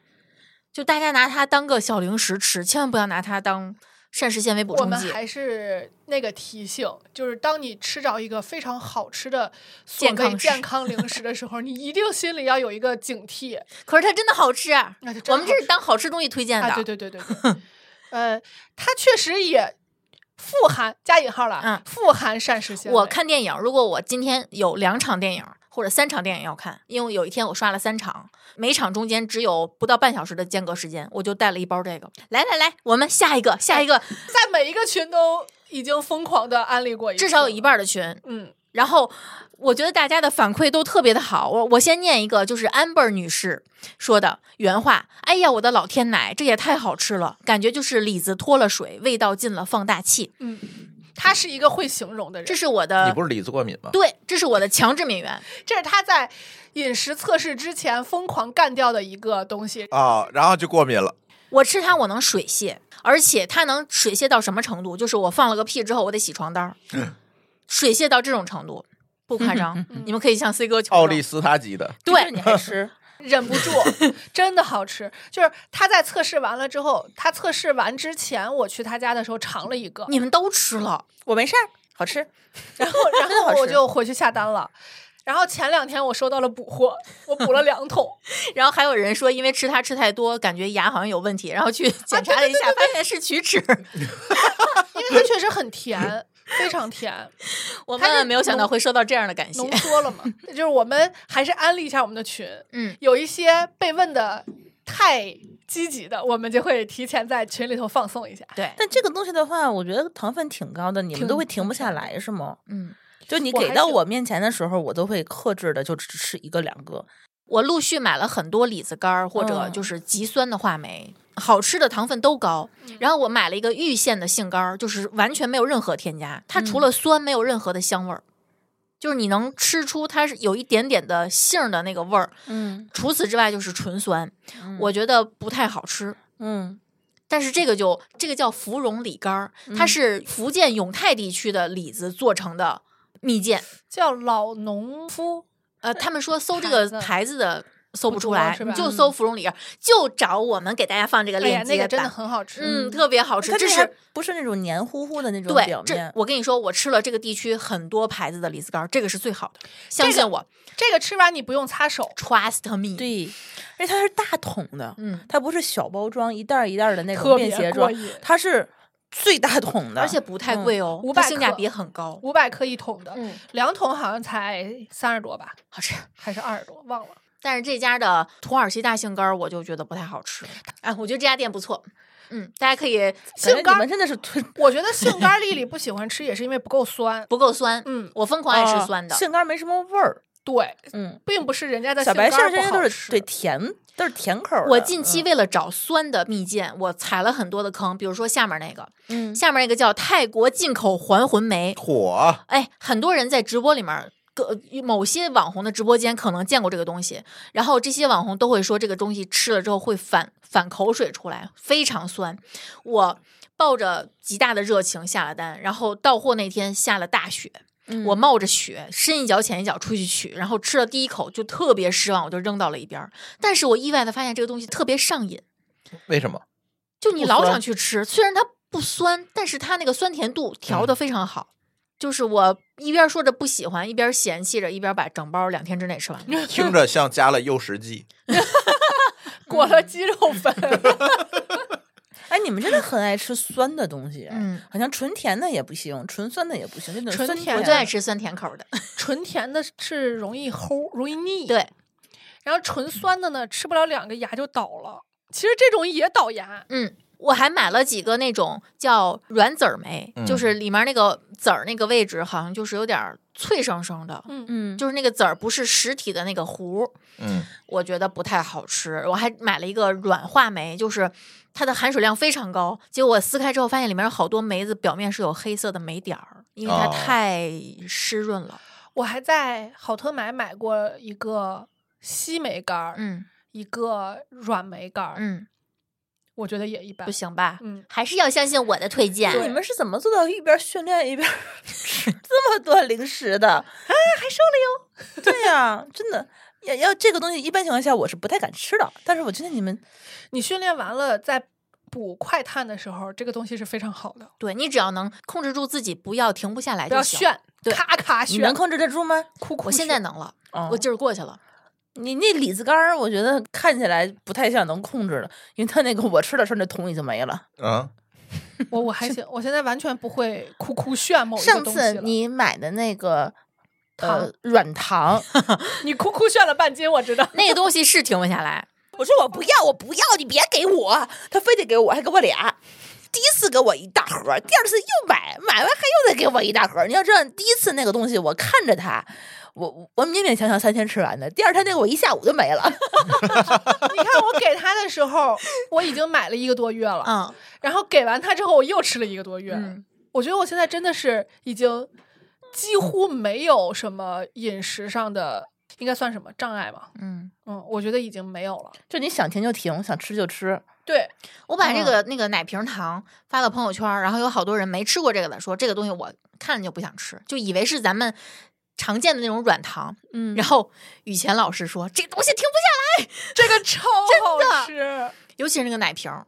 Speaker 3: 就大家拿它当个小零食吃，千万不要拿它当膳食纤维补
Speaker 2: 我
Speaker 3: 充
Speaker 2: 们
Speaker 3: 剂。
Speaker 2: 还是那个提醒，就是当你吃着一个非常好吃的所
Speaker 3: 健康
Speaker 2: 谓
Speaker 3: 食
Speaker 2: 健康零食的时候，你一定心里要有一个警惕。
Speaker 3: 可是它真的好吃，啊
Speaker 2: 那就嗯真
Speaker 3: 我们
Speaker 2: 好
Speaker 3: 这
Speaker 2: 吃
Speaker 3: 是当好吃东西推荐的。
Speaker 2: 啊，对对对对对，
Speaker 3: (laughs)
Speaker 2: 呃，它确实也富含加引号了，
Speaker 3: 嗯
Speaker 2: 富含膳食纤维。
Speaker 3: 我看电影，如果我今天有两场电影或者三场电影要看，因为有一天我刷了三场，每场中间只有不到半小时的间隔时间，我就带了一包这个。来来来，我们下一个，下一个，
Speaker 2: 在每一个群都已经疯狂的安利过一次
Speaker 3: 至
Speaker 2: 了，
Speaker 3: 少有一半的群
Speaker 2: 嗯，
Speaker 3: 然后我觉得大家的反馈都特别的好，我我先念一个，就是 Amber 女士说的原话：“哎呀，我的老天奶，这也太好吃了，感觉就是李子脱了水，味道进了放大器。
Speaker 2: 嗯他是一个会形容的”人，
Speaker 3: 这
Speaker 2: 这
Speaker 3: 是我
Speaker 1: 你
Speaker 3: 的
Speaker 1: 不是李子过敏吗？
Speaker 3: 嗯对，这是我的强制敏源。
Speaker 2: 这是他在饮食测试之前疯狂干掉的一个东西。
Speaker 1: 啊，然后就过敏了。
Speaker 3: 我吃它，我能水泻，而且它能水泻到什么程度？就是我放了个屁之后，我得洗床单儿，
Speaker 1: 嗯
Speaker 3: 水泻到这种程度，不夸
Speaker 1: (laughs)
Speaker 3: 张，你们可以向 C 哥求
Speaker 1: 奥
Speaker 3: 证。
Speaker 1: 利司他吉的，
Speaker 4: 就是
Speaker 3: 对
Speaker 4: 你还吃，
Speaker 2: 忍不住，真的好吃。就是他在测试完了之后，他测试完之前，我去他家的时候尝了一个，
Speaker 3: 你们都吃了，
Speaker 4: (laughs) 我没事儿，好吃。
Speaker 2: 然后然
Speaker 4: 真的好
Speaker 2: 后
Speaker 4: 吃
Speaker 2: 我就回去下单了。然后前两天我收到了补货，我补了两桶，
Speaker 3: 然后还有人说，因为吃它吃太多，感觉牙好像有问题，然后去
Speaker 2: 啊
Speaker 3: 检查了一下，发现是龋齿。
Speaker 2: 因为它确实很甜，非常甜，
Speaker 3: 我
Speaker 2: 它
Speaker 3: 万万
Speaker 2: 是
Speaker 3: 没有想到
Speaker 2: 浓
Speaker 3: 会收到这样的感谢
Speaker 2: 浓。缩
Speaker 3: (laughs)
Speaker 2: 了嘛。就是我们还是安利一下我们的群，
Speaker 3: 嗯，
Speaker 2: 有一些被问的太积极的，我们就会提前在群里头放送一下。
Speaker 3: 对，
Speaker 4: 但这个东西的话，我觉得糖分挺高的，你们
Speaker 2: 挺
Speaker 4: 都会停不下来是吗？
Speaker 3: 嗯，
Speaker 4: 就你
Speaker 2: 我
Speaker 4: 给
Speaker 2: 还
Speaker 4: 到
Speaker 2: 是
Speaker 4: 我面前的时候，我都会克制的，就只吃一个两个。
Speaker 3: 我陆续买了很多李子干儿或者
Speaker 4: 嗯
Speaker 3: 就是极酸的话梅，好吃的糖分都高。
Speaker 2: 嗯
Speaker 3: 然后我买了一个玉县的杏干儿，就是完全没有任何添加，它
Speaker 2: 嗯
Speaker 3: 除了酸没有任何的香味儿。就是你能吃出它是有一点点的杏儿的那个味儿，
Speaker 4: 嗯
Speaker 3: 除此之外就是纯酸，
Speaker 4: 嗯
Speaker 3: 我觉得不太好吃。
Speaker 4: 嗯，
Speaker 3: 但是这个就这个叫芙蓉李干儿，
Speaker 2: 嗯
Speaker 3: 它是福建永泰地区的李子做成的蜜饯。
Speaker 2: 叫老农夫，
Speaker 3: 呃，他们说搜这
Speaker 2: 牌
Speaker 3: 个
Speaker 2: 子
Speaker 3: 牌子的搜不
Speaker 2: 不
Speaker 3: 出
Speaker 2: 多
Speaker 3: 来，
Speaker 2: 是
Speaker 3: 你
Speaker 2: 吧
Speaker 3: 就
Speaker 2: 嗯
Speaker 3: 搜芙蓉李干儿，就找我们给大家放这个
Speaker 2: 哎呀
Speaker 3: 链，接
Speaker 2: 那
Speaker 3: 吧。
Speaker 2: 个真的很好吃，
Speaker 3: 嗯，特别好吃，
Speaker 4: 它
Speaker 3: 这
Speaker 4: 这还
Speaker 3: 是。
Speaker 4: 不是那种黏糊糊的那种
Speaker 3: 对
Speaker 4: 表，
Speaker 3: 这
Speaker 4: 面？
Speaker 3: 我跟你说，我吃了这个地区很多牌子的李子干儿，这个是最好的，相
Speaker 2: 这
Speaker 3: 信
Speaker 2: 个
Speaker 3: 我
Speaker 2: 这个吃完你不用擦手，
Speaker 3: ，trust me。，
Speaker 4: 对，而且它是大桶的，
Speaker 3: 嗯，
Speaker 4: 它不是小包装一袋儿一袋儿的那种
Speaker 2: 特别
Speaker 4: 便携
Speaker 2: 过
Speaker 4: 装
Speaker 2: 瘾，
Speaker 4: 它是最大桶的，
Speaker 3: 而且不太
Speaker 4: 嗯
Speaker 3: 贵哦，
Speaker 2: 500
Speaker 3: 它性价
Speaker 2: 克
Speaker 3: 比很高，
Speaker 2: 五百克一桶的，
Speaker 3: 嗯
Speaker 2: 两桶好像才三十多吧，
Speaker 3: 好吃。
Speaker 2: 还是二十多，忘了。
Speaker 3: 但是这家的土耳其大杏干儿，我就觉得不太好吃。哎，我觉得这家店不错，嗯，大家可以
Speaker 4: 感觉
Speaker 2: 性干
Speaker 4: 你
Speaker 2: 儿
Speaker 4: 们真的是推
Speaker 2: 我觉得杏干儿粒粒不喜欢吃，也是因为不够
Speaker 3: (laughs)
Speaker 2: 酸。
Speaker 3: 不够酸，
Speaker 2: 嗯，
Speaker 3: 我疯狂爱吃
Speaker 4: 啊
Speaker 3: 酸的，呃
Speaker 4: 杏干儿没什么味儿。
Speaker 2: 对，
Speaker 4: 嗯，
Speaker 2: 并不是人家的
Speaker 4: 小白
Speaker 2: 杏
Speaker 4: 杏儿
Speaker 2: 干儿
Speaker 4: 这
Speaker 2: 不
Speaker 4: 些
Speaker 2: 好
Speaker 4: 都
Speaker 2: 吃
Speaker 4: 是对甜，都是甜口儿的。
Speaker 3: 我近期
Speaker 4: 嗯
Speaker 3: 为了找酸的蜜饯，我踩了很多的坑，比如说下面那个，
Speaker 4: 嗯
Speaker 3: 下面那个叫泰国进口还魂梅，
Speaker 1: 火
Speaker 3: 哎，很多人在直播里面。个某些网红的直播间可能见过这个东西，然后这些网红都会说这个东西吃了之后会反反口水出来，非常酸。我抱着极大的热情下了单，然后到货那天下了大雪，
Speaker 4: 嗯
Speaker 3: 我冒着雪深一脚浅一脚出去取，然后吃了第一口就特别失望，我就扔到了一边儿。但是我意外的发现这个东西特别上瘾，
Speaker 1: 为什么？
Speaker 3: 就你
Speaker 4: 不
Speaker 3: 老
Speaker 4: 酸
Speaker 3: 想去吃，虽然它不酸，但是它那个酸甜度调
Speaker 4: 嗯
Speaker 3: 的非常好。就是我一边说着不喜欢，一边嫌弃着，一边把整包两天之内吃完了。
Speaker 1: 听着像加了诱食剂，
Speaker 2: (laughs) 裹了鸡肉粉，
Speaker 4: 哎，你们真的很爱吃酸的东西，
Speaker 3: 嗯，
Speaker 4: 好像纯甜的也不行，纯酸的也不行，就那种
Speaker 2: 纯
Speaker 4: 酸
Speaker 2: 甜
Speaker 3: 我
Speaker 4: 甜
Speaker 3: 最爱吃酸甜
Speaker 4: (laughs)
Speaker 3: 口的，
Speaker 2: 纯甜的是容易齁，容易腻。
Speaker 3: 对，
Speaker 2: 然后纯酸的呢，吃不了两个牙就倒了。其实这种也倒牙，
Speaker 3: 嗯。我还买了几个那种叫软籽儿梅，
Speaker 1: 嗯
Speaker 3: 就是里面那个籽儿那个位置好像就是有点儿脆生生的，
Speaker 2: 嗯，
Speaker 4: 嗯，
Speaker 3: 就是那个籽儿不是实体的那个核儿，
Speaker 1: 嗯，
Speaker 3: 我觉得不太好吃。我还买了一个软话梅，就是它的含水量非常高，结果我撕开之后发现里面有好多梅子表面是有黑色的霉点儿，因为它
Speaker 1: 哦
Speaker 3: 太湿润了。
Speaker 2: 我还在好特买买过一个西梅干儿，
Speaker 3: 嗯
Speaker 2: 一个软梅干儿，
Speaker 3: 嗯，
Speaker 2: 我觉得也一般
Speaker 3: 不。行吧？
Speaker 2: 嗯，
Speaker 3: 还是要相信我的推荐。
Speaker 4: 你们是怎么做到一边训练一边吃 (laughs) 这么多零食的啊？还瘦了哟！ (laughs) 对呀、真的要要这个东西，一般情况下我是不太敢吃的。但是我觉得你们
Speaker 2: 你训练完了再补快碳的时候，这个东西是非常好的，
Speaker 3: 对你只要能控制住自己，不要停不下来
Speaker 2: 不
Speaker 3: 哎就
Speaker 2: 要
Speaker 3: 行。
Speaker 2: 炫，
Speaker 3: 对
Speaker 2: 咔咔
Speaker 4: 你
Speaker 2: 炫
Speaker 4: 能，控制得住吗？
Speaker 2: 酷酷
Speaker 3: 我现
Speaker 2: 炫
Speaker 3: 在能了，嗯
Speaker 4: 哦
Speaker 3: 我劲儿过去了。
Speaker 4: 你那李子干儿，我觉得看起来不太像能控制的，因为他那个我吃的时候，那桶已经没了。
Speaker 1: 啊，
Speaker 2: 我我还行，我现在完全不会酷酷炫哦某一个
Speaker 4: 上
Speaker 2: 东西
Speaker 4: 次
Speaker 2: 了
Speaker 4: 你买的那个
Speaker 2: 糖
Speaker 4: 呃软糖，
Speaker 2: 你酷酷炫了半斤，我知道。
Speaker 3: 那个东西是停不下来，
Speaker 4: 我说我哦不要，我不要，你别给我，他非得给我，还给我俩。第一次给我一大盒，第二次又买，买完还又再给我一大盒。你要知道，第一次那个东西我看着它，我我勉勉强强三天吃完的，第二天那个我一下午就没了。 (laughs)
Speaker 2: 你看我给他的时候， (laughs) 我已经买了一个多月了，
Speaker 3: 嗯
Speaker 2: 然后给完他之后，我又吃了一个多月。
Speaker 3: 嗯，
Speaker 2: 我觉得我现在真的是已经几乎没有什么饮食上的，应该算什么障碍吧？
Speaker 3: 嗯，
Speaker 2: 嗯，我觉得已经没有了。
Speaker 4: 就你想停就停，想吃就吃。
Speaker 2: 对，
Speaker 3: 我把这
Speaker 2: 嗯
Speaker 3: 个、那个奶瓶糖发到朋友圈儿，然后有好多人没吃过这个的，说这个东西我看着就不想吃，就以为是咱们常见的那种软糖。
Speaker 4: 嗯
Speaker 3: 然后雨前老师说这东西停不下来，
Speaker 2: (laughs) 这个超好吃，
Speaker 3: 尤其是那个奶瓶儿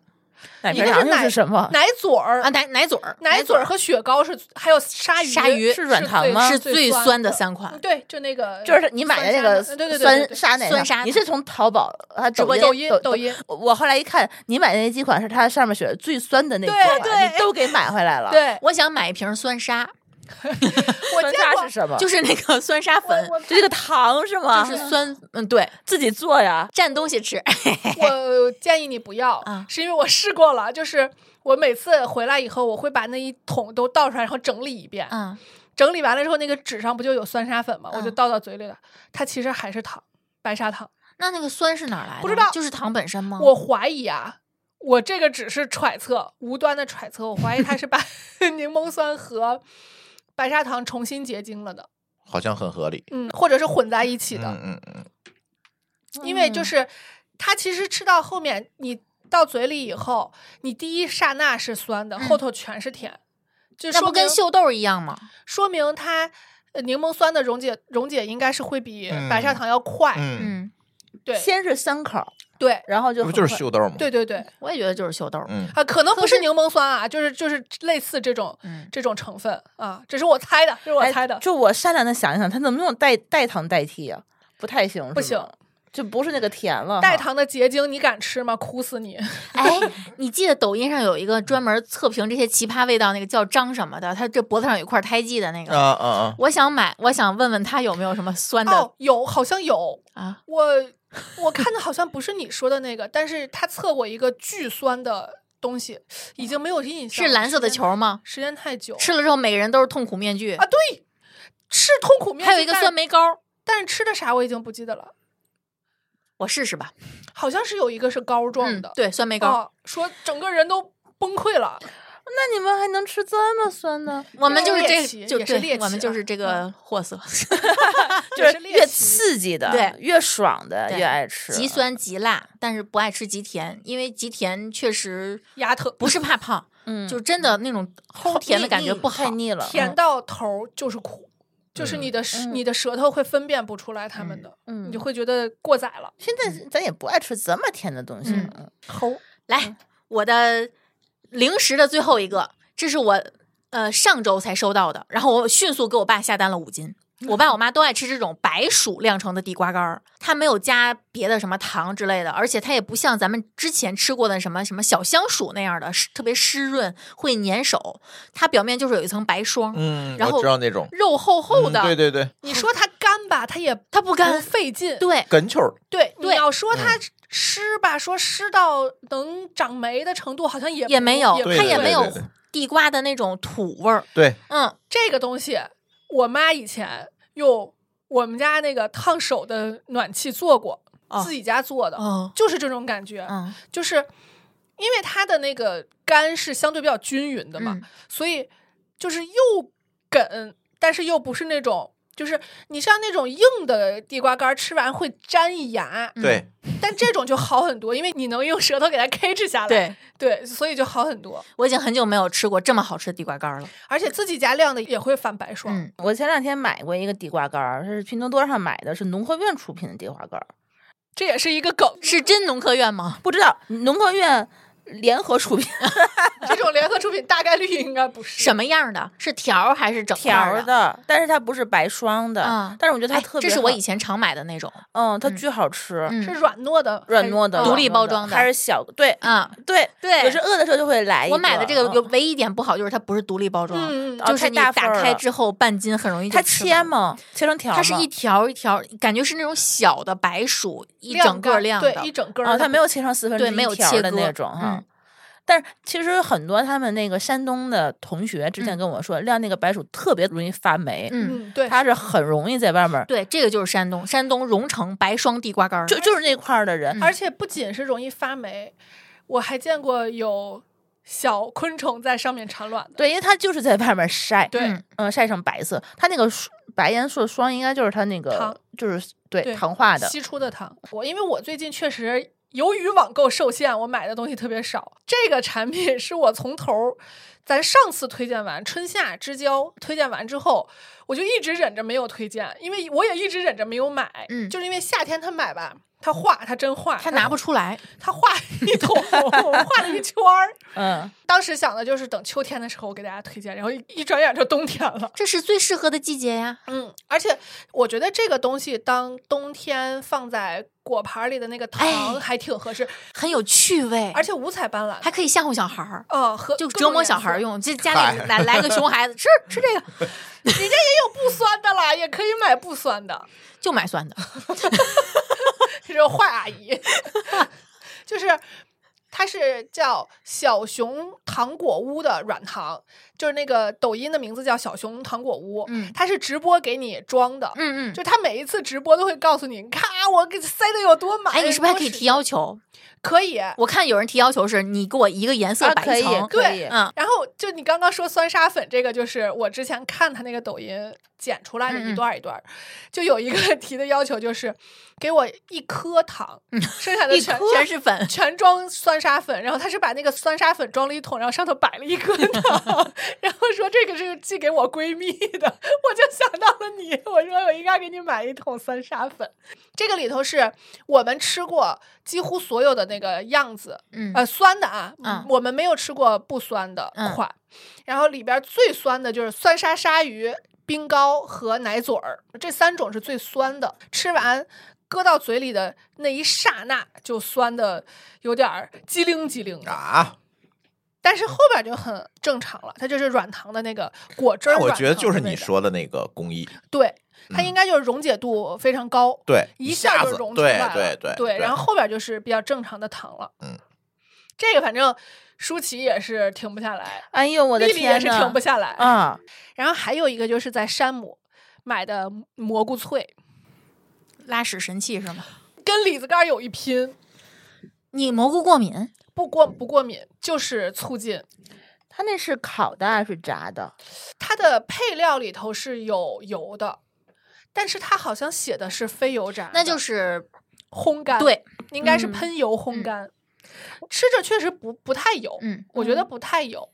Speaker 4: 奶
Speaker 2: 一
Speaker 4: 瓶
Speaker 2: 个
Speaker 4: 糖
Speaker 2: 是
Speaker 4: 又
Speaker 2: 奶
Speaker 4: 是什么？
Speaker 2: 奶嘴儿
Speaker 3: 啊，奶奶嘴儿，
Speaker 2: 嗯奶嘴儿和雪糕是，还有鲨鱼，
Speaker 3: 鲨鱼
Speaker 2: 是
Speaker 4: 是软
Speaker 2: 最
Speaker 4: 糖吗
Speaker 3: 是最
Speaker 2: 最
Speaker 3: 酸的
Speaker 2: 的
Speaker 3: 三款
Speaker 2: 嗯对，就那个
Speaker 4: 就是你买的那个
Speaker 2: 酸沙奶对对对对
Speaker 4: 酸
Speaker 2: 对
Speaker 4: 沙奶
Speaker 3: 酸
Speaker 4: 糖
Speaker 3: 沙
Speaker 4: 你
Speaker 3: 糖
Speaker 4: 是从淘宝啊
Speaker 2: 直播间
Speaker 4: 抖音
Speaker 2: 抖音
Speaker 4: 我我后来一看，你买的那几款是它上面写的最酸的那几
Speaker 2: 对
Speaker 4: 款，
Speaker 2: 对
Speaker 4: 你都给买回来了。，
Speaker 2: 对，
Speaker 3: 我想买一瓶酸沙，
Speaker 2: 我
Speaker 4: 酸
Speaker 2: 见
Speaker 4: 沙
Speaker 2: 过
Speaker 4: 是什么？
Speaker 3: 就是那个酸沙粉，
Speaker 2: 啊我
Speaker 4: 就这个糖是吗？
Speaker 3: 就是酸，嗯，对，
Speaker 4: 自己做呀。
Speaker 3: 蘸东西吃，
Speaker 2: (laughs) 我建议你不要，
Speaker 3: 啊
Speaker 2: 是因为我试过了，就是我每次回来以后，我会把那一桶都倒出来，然后整理一遍。
Speaker 3: 嗯，
Speaker 2: 整理完了之后，那个纸上不就有酸沙粉吗？
Speaker 3: 嗯
Speaker 2: 我就倒到嘴里了。它其实还是糖，白砂糖。
Speaker 3: 那那个酸是哪儿来的？
Speaker 2: 不知道
Speaker 3: 就是糖本身吗？
Speaker 2: 我怀疑啊，我这个只是揣测，无端的揣测，我怀疑它
Speaker 3: (laughs)
Speaker 2: 是把柠檬酸和白砂糖重新结晶了的，
Speaker 1: 好像很合理。
Speaker 2: 嗯，或者是混在一起的。
Speaker 1: 嗯嗯嗯，
Speaker 2: 因为就是它其实吃到后面，你到嘴里以后，你第一刹那是酸的，后头全是甜，就
Speaker 3: 那
Speaker 2: 说
Speaker 3: 不跟
Speaker 2: 明
Speaker 3: 秀豆儿一样吗？
Speaker 2: 说明它呃柠檬酸的溶解溶解应该是会比
Speaker 1: 嗯
Speaker 2: 白砂糖要快，
Speaker 1: 嗯，
Speaker 3: 嗯，
Speaker 2: 对
Speaker 4: 先是酸口，
Speaker 2: 对
Speaker 4: 然后就
Speaker 1: 这不就是
Speaker 4: 很快
Speaker 1: 秀豆吗？
Speaker 2: 对对对
Speaker 3: 我也觉得就是秀豆儿，
Speaker 1: 嗯，
Speaker 2: 啊，可能不
Speaker 3: 嗯可是
Speaker 2: 是柠檬酸啊，就是就是类似这种
Speaker 3: 嗯
Speaker 2: 这种成分啊，这是我猜的，这是我
Speaker 4: 哎
Speaker 2: 猜的，
Speaker 4: 就我善良的想一想，它能不能用代代糖代替呀、不太行，
Speaker 2: 不
Speaker 4: 是吗
Speaker 2: 行，
Speaker 4: 就不是那个甜了哈。
Speaker 2: 代糖的结晶你敢吃吗？苦死你！
Speaker 3: 哎，你记得抖音上有一个专门测评这些奇葩味道，那个叫张什么的，他这脖子上有一块胎记的那个，
Speaker 1: 啊啊啊，
Speaker 3: 我想买，我想问问他有没有什么酸的、
Speaker 2: 哦，有好像有，
Speaker 3: 啊？
Speaker 2: 我我看的好像不是你说的那个，但是他测过一个巨酸的东西，已经没有印象
Speaker 3: 是
Speaker 2: 了。
Speaker 3: 蓝色的
Speaker 2: 时间
Speaker 3: 球吗？
Speaker 2: 时间太久
Speaker 3: 吃了之后，每个人都是痛苦面具，
Speaker 2: 啊，对，是痛苦面具，
Speaker 3: 还有一个酸
Speaker 2: 但，
Speaker 3: 梅膏，
Speaker 2: 但是吃的啥我已经不记得了，
Speaker 3: 我试试吧。好
Speaker 2: 好像是有一个是膏状的，
Speaker 3: 嗯，对，酸梅膏。
Speaker 2: 啊，说整个人都崩溃
Speaker 3: (laughs)
Speaker 2: 了，
Speaker 4: 那你们还能吃这么酸呢？
Speaker 3: 我们就是
Speaker 2: 猎
Speaker 3: 这
Speaker 2: 奇
Speaker 3: 就
Speaker 2: 也是
Speaker 3: 对，
Speaker 2: 猎
Speaker 3: 我们
Speaker 2: 奇啊嗯
Speaker 3: 就是
Speaker 2: 了
Speaker 3: 这个货色，
Speaker 4: 就
Speaker 2: 也
Speaker 4: 是
Speaker 2: 是猎
Speaker 4: 越
Speaker 2: 奇
Speaker 4: 刺激的，
Speaker 3: 对
Speaker 4: 越爽的
Speaker 3: 对
Speaker 4: 越爱吃，
Speaker 3: 极酸极辣，但是不爱吃极甜，因为极甜确实
Speaker 2: 牙疼，
Speaker 3: 不是怕胖，
Speaker 4: 嗯，
Speaker 3: 就真的那种齁甜的
Speaker 4: 腻
Speaker 3: 感觉
Speaker 4: 腻
Speaker 3: 不好
Speaker 4: 太。腻了，
Speaker 3: 嗯
Speaker 4: 嗯
Speaker 2: 甜到头儿就是苦。就是你的舌、你的舌头会分辨不出来它们的，
Speaker 4: 嗯
Speaker 2: 你就会觉得过载了。
Speaker 4: 现在咱也不爱吃这么甜的东西
Speaker 3: 嗯
Speaker 4: 了。
Speaker 2: 齁，
Speaker 3: 来，我的零食的最后一个，这是我呃上周才收到的，然后我迅速给我爸下单了五斤。我爸我妈都爱吃这种白薯晾成的地瓜干儿，它没有加别的什么糖之类的，而且它也不像咱们之前吃过的什么什么小香薯那样的湿特别湿润会粘手，它表面就是有一层白霜，
Speaker 1: 嗯，
Speaker 3: 然后
Speaker 1: 我知道那种
Speaker 3: 肉厚厚的，
Speaker 1: 嗯对对对，
Speaker 2: 你说它干吧，它也它不
Speaker 3: 干
Speaker 2: 费劲。
Speaker 3: 对
Speaker 1: 根球儿
Speaker 2: 对，你
Speaker 3: 对
Speaker 2: 要说
Speaker 1: 嗯
Speaker 2: 它湿吧，说湿到能长霉的程度，好像也
Speaker 3: 也
Speaker 2: 不
Speaker 3: 没有，
Speaker 2: 也
Speaker 1: 对
Speaker 3: 它
Speaker 2: 不
Speaker 3: 也
Speaker 2: 会
Speaker 3: 没有
Speaker 1: 对对
Speaker 3: 地瓜的那种土味儿，
Speaker 1: 对，
Speaker 3: 嗯，
Speaker 2: 这个东西，我妈以前用我们家那个烫手的暖气做过，
Speaker 3: 哦
Speaker 2: 自己家做的，
Speaker 3: 哦，
Speaker 2: 就是这种感觉，
Speaker 3: 嗯，
Speaker 2: 就是因为它的那个干是相对比较均匀的嘛，
Speaker 3: 嗯
Speaker 2: 所以就是又梗，但是又不是那种。就是你像那种硬的地瓜干儿，吃完会粘一牙，
Speaker 3: 嗯
Speaker 1: 对，
Speaker 2: 但这种就好很多，因为你能用舌头给它 (laughs) K 制下来。
Speaker 3: 对
Speaker 2: 对，所以就好很多。
Speaker 3: 我已经很久没有吃过这么好吃的地瓜干儿了，
Speaker 2: 而且自己家晾的也会反白霜。
Speaker 3: 嗯，
Speaker 4: 我前两天买过一个地瓜干儿，是拼多多上买的，是农科院出品的地瓜干儿，
Speaker 2: 这也是一个梗， (laughs)
Speaker 3: 是真农科院吗？
Speaker 4: 不知道农科院联合出品
Speaker 2: 这种联合出品大概率应该不是
Speaker 3: 什么样的？是条儿还是整块
Speaker 4: 条
Speaker 3: 儿
Speaker 4: 儿的， (laughs) 但是它不是白霜的，
Speaker 3: 嗯
Speaker 4: 但是我觉得它
Speaker 3: 哎
Speaker 4: 特别
Speaker 3: 这
Speaker 4: 好，
Speaker 3: 是我以前常买的那种，
Speaker 4: 嗯，它
Speaker 3: 嗯
Speaker 4: 巨好吃，
Speaker 3: 嗯
Speaker 2: 是软糯的，
Speaker 4: 软糯的，
Speaker 2: 还是
Speaker 3: 独立包装的
Speaker 4: 的，还是小对
Speaker 3: 啊，
Speaker 4: 对
Speaker 3: 对
Speaker 4: 有时饿的时候就会来一
Speaker 3: 我买的这个
Speaker 4: 嗯
Speaker 3: 有唯一一点不好就是它不是独立包装，
Speaker 2: 嗯，
Speaker 4: 哦
Speaker 3: 就是
Speaker 4: 太
Speaker 3: 你
Speaker 4: 大
Speaker 3: 打
Speaker 4: 份儿
Speaker 3: 开
Speaker 4: 了
Speaker 3: 之后半斤很容易就
Speaker 4: 它
Speaker 3: 吃
Speaker 4: 切
Speaker 3: 完？
Speaker 4: 吗？切成条吗？
Speaker 3: 它是一条一条，感觉是那种小的白薯，一整个
Speaker 2: 晾
Speaker 3: 晾
Speaker 2: 干
Speaker 3: 的。
Speaker 2: 对，一整个
Speaker 4: 啊，它没
Speaker 2: 有
Speaker 4: 有切成四分之
Speaker 3: 对
Speaker 4: 一
Speaker 3: 没有
Speaker 4: 条
Speaker 3: 切
Speaker 4: 的
Speaker 3: 割
Speaker 4: 那种哈。
Speaker 3: 嗯
Speaker 4: 但是其实很多他们那个山东的同学之前跟我说，晾那个白薯特别容易发霉，
Speaker 3: 嗯，
Speaker 2: 嗯，对，
Speaker 4: 他是很容易在外面儿，
Speaker 3: 对，这个就是山东，山东荣成白霜地瓜干儿。
Speaker 4: 就就是那块儿的人，
Speaker 3: 嗯
Speaker 2: 而且不仅是容易发霉，我还见过有小昆虫在上面产卵的。
Speaker 4: 对，因为他就是在外面儿晒，
Speaker 2: 对
Speaker 3: 嗯
Speaker 4: 嗯，晒成白色，他那个霜白岩树霜应该就是他那
Speaker 2: 糖
Speaker 4: 个就是对
Speaker 2: 对
Speaker 4: 糖化的，
Speaker 2: 析出的糖。我因为我最近确实由于网购受限，我买的东西特别少。这个产品是我从头儿，咱上次推荐完春夏之交推荐完之后，我就一直忍着没有推荐，因为我也一直忍着没有买。
Speaker 3: 嗯
Speaker 2: 就是因为夏天他买吧，他画他真画，
Speaker 3: 它拿不出来，
Speaker 2: 他画一
Speaker 3: (laughs)
Speaker 2: 桶，画了一圈儿。
Speaker 4: 嗯，
Speaker 2: 当时想的就是等秋天的时候我给大家推荐，然后一一转眼就冬天了。
Speaker 3: 这是最适合的季节呀。
Speaker 2: 嗯，而且我觉得这个东西当冬天放在果盘里的那个糖
Speaker 3: 哎
Speaker 2: 还挺合适，
Speaker 3: 很有趣味，
Speaker 2: 而且五彩斑斓，
Speaker 3: 还可以吓唬小孩儿，
Speaker 2: 呃和
Speaker 3: (laughs) 就
Speaker 2: 各
Speaker 3: 折
Speaker 2: 种
Speaker 3: 磨
Speaker 2: 颜
Speaker 3: 小孩儿
Speaker 2: 色，
Speaker 3: 用。这家里来来个熊孩子，吃吃这个，
Speaker 2: 有不酸的啦，也可以买不酸的，
Speaker 3: 就买酸的。
Speaker 2: 这种坏阿姨， (laughs) 就是。它是叫小熊糖果屋的软糖，就是那个抖音的名字叫小熊糖果屋，
Speaker 3: 嗯
Speaker 2: 它是直播给你装的，
Speaker 3: 嗯嗯。
Speaker 2: 就它每一次直播都会告诉你，咔，我给塞的有多满，
Speaker 3: 哎，你是不是还可以
Speaker 2: 多
Speaker 3: 提
Speaker 2: 实
Speaker 3: 要求？
Speaker 2: 可以，
Speaker 3: 我看有人提要求是，你给我一个颜色
Speaker 4: 啊
Speaker 3: 摆
Speaker 4: 可
Speaker 3: 一
Speaker 4: 以
Speaker 3: 层。
Speaker 4: 可
Speaker 2: 对
Speaker 4: 以，
Speaker 3: 嗯，
Speaker 2: 然后就你刚刚说酸沙粉这个，就是我之前看他那个抖音剪出来的
Speaker 3: 嗯嗯
Speaker 2: 一段儿一段儿，就有一个 (laughs) 提的要求，就是给我一颗糖，剩下的
Speaker 3: 嗯一
Speaker 2: 全
Speaker 3: 颗全
Speaker 2: 全
Speaker 3: 是粉，
Speaker 2: 全装酸沙粉。然后他是把那个酸沙粉装了一桶，然后上头摆了一颗糖， (laughs) 然后说这个是寄给我闺蜜的，我就想到了你，我说我应该给你买一桶酸沙粉。这个里头是我们吃过几乎所有的那个样子，
Speaker 3: 嗯
Speaker 2: 呃，酸的啊，
Speaker 3: 嗯
Speaker 2: 我们没有吃过不酸的
Speaker 3: 嗯
Speaker 2: 款。然后里边最酸的就是酸沙鲨鱼、冰糕和奶嘴儿，这三种是最酸的。吃完搁到嘴里的那一刹那，就酸的有点儿机灵机
Speaker 3: 嗯
Speaker 2: 灵的，
Speaker 1: 啊，
Speaker 2: 但是后边就很正常了。它就是软糖的那个果汁儿
Speaker 1: 那
Speaker 2: 软
Speaker 1: 我
Speaker 2: 糖
Speaker 1: 觉
Speaker 2: 的味道，
Speaker 1: 得就是你说的那个工艺，
Speaker 2: 对，它
Speaker 1: 嗯
Speaker 2: 应该就是溶解度非常高。
Speaker 1: 对，
Speaker 2: 一
Speaker 1: 下
Speaker 2: 下就
Speaker 1: 子
Speaker 2: 融出
Speaker 1: 对
Speaker 2: 来了，
Speaker 1: 对对
Speaker 2: 然后后边就是比较正常的糖了。
Speaker 1: 嗯，
Speaker 2: 这个反正舒淇也是停不下来，
Speaker 4: 哎呦我的
Speaker 2: 丽丽也
Speaker 4: 天
Speaker 2: 是停
Speaker 4: 呐
Speaker 2: 不，下来。
Speaker 4: 啊，
Speaker 2: 然后还有一个就是在山姆买的蘑菇脆，
Speaker 3: 拉屎神器是吗？
Speaker 2: 跟李子干儿有一拼，
Speaker 3: 你蘑菇过敏？
Speaker 2: 不过不过敏就是促进。
Speaker 4: 他那是烤的还是炸的？
Speaker 2: 它的配料里头是有油的。但是它好像写的是非油炸的，
Speaker 3: 那就是
Speaker 2: 烘干，，
Speaker 3: 对，
Speaker 2: 应该是
Speaker 3: 嗯
Speaker 2: 喷油烘
Speaker 3: 嗯
Speaker 2: 干。吃着确实不不太油，
Speaker 3: 嗯，
Speaker 2: 我觉得不太油，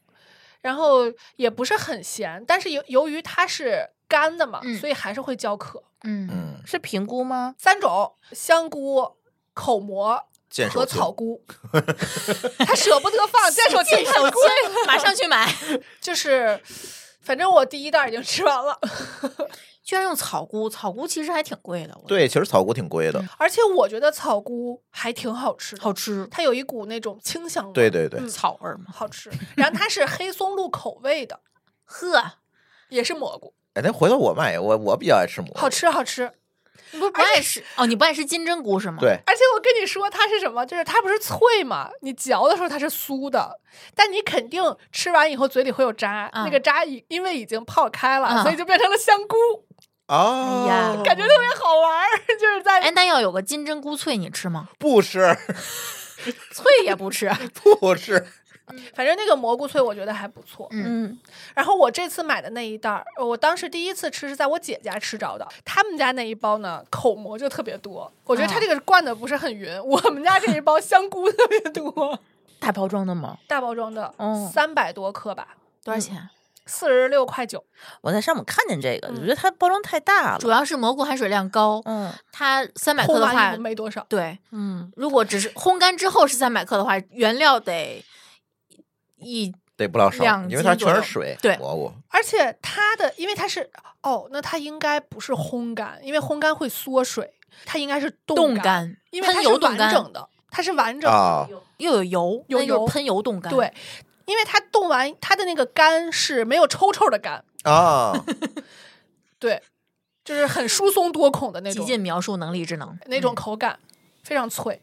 Speaker 2: 然后也不是很咸，但是由由于它是干的嘛，
Speaker 3: 嗯
Speaker 2: 所以还是会焦渴。
Speaker 3: 嗯，
Speaker 1: 嗯，
Speaker 4: 是评估吗？
Speaker 2: 三种香菇、口蘑
Speaker 1: 见
Speaker 2: 和
Speaker 1: 手青
Speaker 2: 草菇， (laughs) 他舍不得放，见手青
Speaker 3: 见手
Speaker 2: 太贵了，
Speaker 3: 机，马上去买。
Speaker 2: 就是。反正我第一袋已经吃完了，
Speaker 3: 居然用草菇，草菇其实还挺贵的，我觉得
Speaker 1: 对，其实草菇挺贵的，
Speaker 2: 而且我觉得草菇还挺好吃的，
Speaker 3: 好吃，
Speaker 2: 它有一股那种清香味，
Speaker 1: 对对对
Speaker 2: 嗯
Speaker 3: 草味儿嘛。
Speaker 2: 好吃。然后它是黑松露口味的，
Speaker 3: 呵，
Speaker 2: 也是蘑菇，
Speaker 1: 哎，那回头我卖，我我比较爱吃蘑菇，
Speaker 2: 好吃好吃。你不
Speaker 3: 不爱吃哦，你不爱吃金针菇是吗？，
Speaker 1: 对，
Speaker 2: 而且我跟你说，它是什么？就是它不是脆嘛，你嚼的时候它是酥的，但你肯定吃完以后嘴里会有渣，
Speaker 3: 嗯
Speaker 2: 那个渣已因为已经泡开了，
Speaker 3: 嗯
Speaker 2: 所以就变成了香菇， (laughs)
Speaker 1: 哦，
Speaker 3: 哎呀
Speaker 2: 感觉特别好玩儿。 (laughs) 就是在、
Speaker 3: 哎，那要有个金针菇脆，你吃吗？
Speaker 1: 不吃
Speaker 3: 脆也不吃。
Speaker 1: 不吃，
Speaker 2: 反正那个蘑菇脆，我觉得还不错。
Speaker 4: 嗯，
Speaker 2: 然后我这次买的那一袋儿，我当时第一次吃是在我姐家吃着的，他们家那一包呢口蘑就特别多，我
Speaker 3: 啊
Speaker 2: 觉得它这个灌的不是很匀， (laughs) 我们家这一包香菇特别多，
Speaker 3: 大包装的吗？
Speaker 2: 大包装的
Speaker 3: 哦，
Speaker 2: 三百多克吧，
Speaker 3: 多少钱？啊
Speaker 2: 四十六块九。
Speaker 4: 我在上面看见这个，我
Speaker 2: 嗯
Speaker 4: 觉得它包装太大
Speaker 3: 主
Speaker 4: 了。
Speaker 3: 要是蘑菇含水量高，
Speaker 4: 嗯，
Speaker 3: 它三百克
Speaker 2: 烘
Speaker 3: 的
Speaker 2: 完
Speaker 3: 话
Speaker 2: 以后，没多少，
Speaker 3: 对，
Speaker 4: 嗯，
Speaker 3: 如果只是烘干之后是三百克的话，原料得一
Speaker 1: 得不老少
Speaker 3: 两，
Speaker 1: 因为它
Speaker 3: 斤左
Speaker 1: 全是
Speaker 3: 右
Speaker 1: 水，
Speaker 3: 对
Speaker 1: 蘑菇，
Speaker 2: 而且它的因为它是哦，那它应该不是烘干，因为烘干会缩水，它应该是
Speaker 3: 冻
Speaker 2: 干，
Speaker 3: 干，
Speaker 2: 因为它
Speaker 3: 喷
Speaker 2: 是
Speaker 3: 油冻
Speaker 2: 完
Speaker 3: 干，
Speaker 2: 整的，它是完整的。
Speaker 1: 啊
Speaker 3: 又有油，
Speaker 2: 有
Speaker 3: 那就是
Speaker 2: 油
Speaker 3: 喷油冻干。
Speaker 2: 对，因为它冻完，它的那个干是没有抽抽的干，
Speaker 1: 啊，
Speaker 2: 对，就是很疏松多孔的那
Speaker 3: 极
Speaker 2: 种
Speaker 3: 尽描述能力之能。
Speaker 2: 那种口感，非常脆，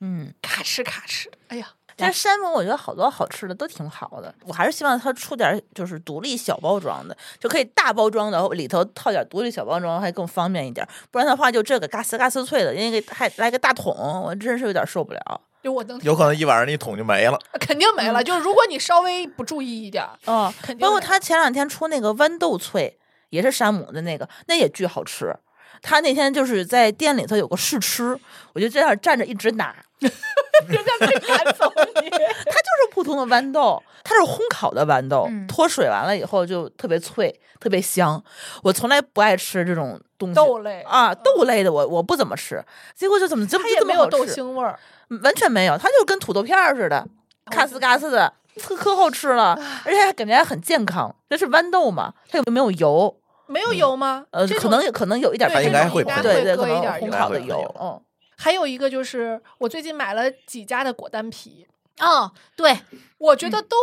Speaker 4: 嗯，
Speaker 2: 咔哧咔哧的。哎呀，
Speaker 4: 但是山姆我觉得好多好吃的都挺好的，我还是希望它出点就是独立小包装的，就可以大包装的里头套点独立小包装还更方便一点，不然的话就这个嘎吱嘎吱脆的，那个还来个大桶，我真是有点受不
Speaker 2: (laughs)
Speaker 4: 了。
Speaker 2: 就我能
Speaker 1: 有可能一晚上一桶就没了，
Speaker 2: 肯定没了，就是如果你稍微不注意一点儿，
Speaker 4: 嗯，
Speaker 2: 哦肯定
Speaker 4: 包括
Speaker 2: 的
Speaker 4: 他前两天出那个豌豆脆，也是山姆的那个，那也巨好吃。他那天就是在店里头有个试吃，我就在那儿站着一直拿，
Speaker 2: 人家没赶走
Speaker 4: 它
Speaker 2: 你。
Speaker 4: 就是普通的豌豆，它是烘烤的豌豆
Speaker 3: 嗯，
Speaker 4: 脱水完了以后就特别脆，特别香。我从来不爱吃这种东西，
Speaker 2: (laughs) 豆类嗯
Speaker 4: 啊，豆类的我我不怎么吃，结果就怎么这么
Speaker 2: 它
Speaker 4: 就
Speaker 2: 也
Speaker 4: 这
Speaker 2: 没
Speaker 4: 么
Speaker 2: 有
Speaker 4: 好
Speaker 2: 豆
Speaker 4: 吃，
Speaker 2: 腥味儿，
Speaker 4: 完全没有，它就跟土豆片儿似的，咔呲嘎呲的，特可好吃了，而且还感觉还很健康。这是豌豆嘛，它又没有油，
Speaker 2: 没有油吗？
Speaker 4: 呃，
Speaker 2: 这
Speaker 4: 可
Speaker 2: 种
Speaker 4: 能有可能有一点
Speaker 2: 对
Speaker 4: 白
Speaker 1: 它应
Speaker 4: 糖
Speaker 1: 该会
Speaker 4: 对
Speaker 1: 喷
Speaker 4: 对可
Speaker 2: 会搁一
Speaker 4: 能
Speaker 2: 点
Speaker 4: 烘
Speaker 1: 油
Speaker 4: 烤的
Speaker 1: 应该会
Speaker 4: 油，嗯，
Speaker 2: 还有一个就是，我最近买了几家的果丹皮，
Speaker 3: 哦，对，
Speaker 2: 我觉
Speaker 4: 嗯
Speaker 2: 得都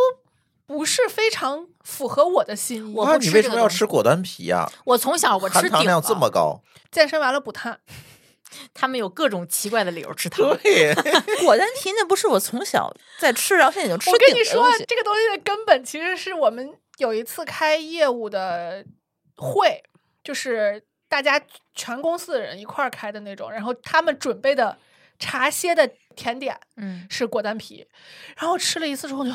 Speaker 2: 不是非常符合我的心意。
Speaker 3: 我
Speaker 1: 那啊
Speaker 3: 不
Speaker 1: 你
Speaker 3: 吃
Speaker 1: 为什
Speaker 3: 这个
Speaker 1: 么要
Speaker 3: 东西
Speaker 1: 吃果丹皮呀？
Speaker 3: 我从小我吃
Speaker 1: 含糖
Speaker 3: 顶
Speaker 1: 量这
Speaker 3: 了
Speaker 1: 么高，
Speaker 2: 健身完了补碳，
Speaker 3: 他们有各种奇怪的理由吃糖。
Speaker 1: 对， (laughs)
Speaker 4: 果丹皮那不是我从小在吃，然后现在已经吃
Speaker 2: 我跟
Speaker 4: 顶
Speaker 2: 你
Speaker 4: 的
Speaker 2: 说
Speaker 4: 东，西。
Speaker 2: 这个东西的根本其实是我们有一次开业务的会，就是大家全公司的人一块儿开的那种，然后他们准备的茶歇的甜点
Speaker 3: 嗯，
Speaker 2: 是果丹皮，然后吃了一次之后就，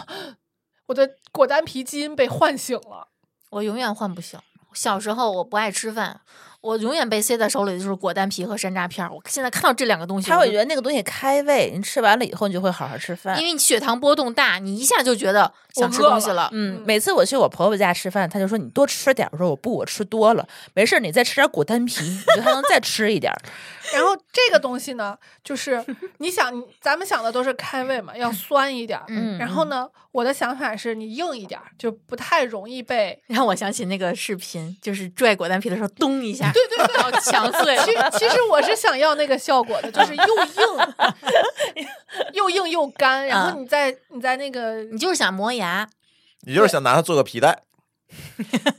Speaker 2: (gasps) 我的果丹皮基因被唤醒了。
Speaker 3: 我永远换不醒。小时候我不爱吃饭，我永远被塞在手里的就是果丹皮和山楂片儿。我现在看到这两个东西，
Speaker 4: 他
Speaker 3: 我
Speaker 4: 会
Speaker 3: 就
Speaker 4: 觉得那个东西开胃，你吃完了以后你就会好好吃饭。嗯
Speaker 3: 因为你血糖波动大，你一下就觉得想吃东
Speaker 2: 我饿
Speaker 3: 西
Speaker 2: 了
Speaker 3: 了。
Speaker 4: 嗯
Speaker 2: 嗯，
Speaker 4: 每次我去我婆婆家吃饭，她就说你多吃点儿。我说我不，我吃多了，没事儿，你再吃点果丹皮，你就还能再吃一
Speaker 2: (laughs)
Speaker 4: 点儿。
Speaker 2: 然后这个东西呢，就是你想，你咱们想的都是开胃嘛，要酸一点儿。
Speaker 3: 嗯
Speaker 2: 然后呢，我的想法是你硬一点儿，就不太容易被。
Speaker 3: 让我想起那个视频，就是拽果丹皮的时候，咚一下，
Speaker 2: 对对 (laughs) 对，
Speaker 3: 然后强碎了
Speaker 2: 其。其实我是想要那个效果的，就是又硬又硬又干，然后
Speaker 3: 嗯
Speaker 2: 你在你在那个
Speaker 3: 你就是想磨牙，
Speaker 1: 你就是想拿它做个皮带，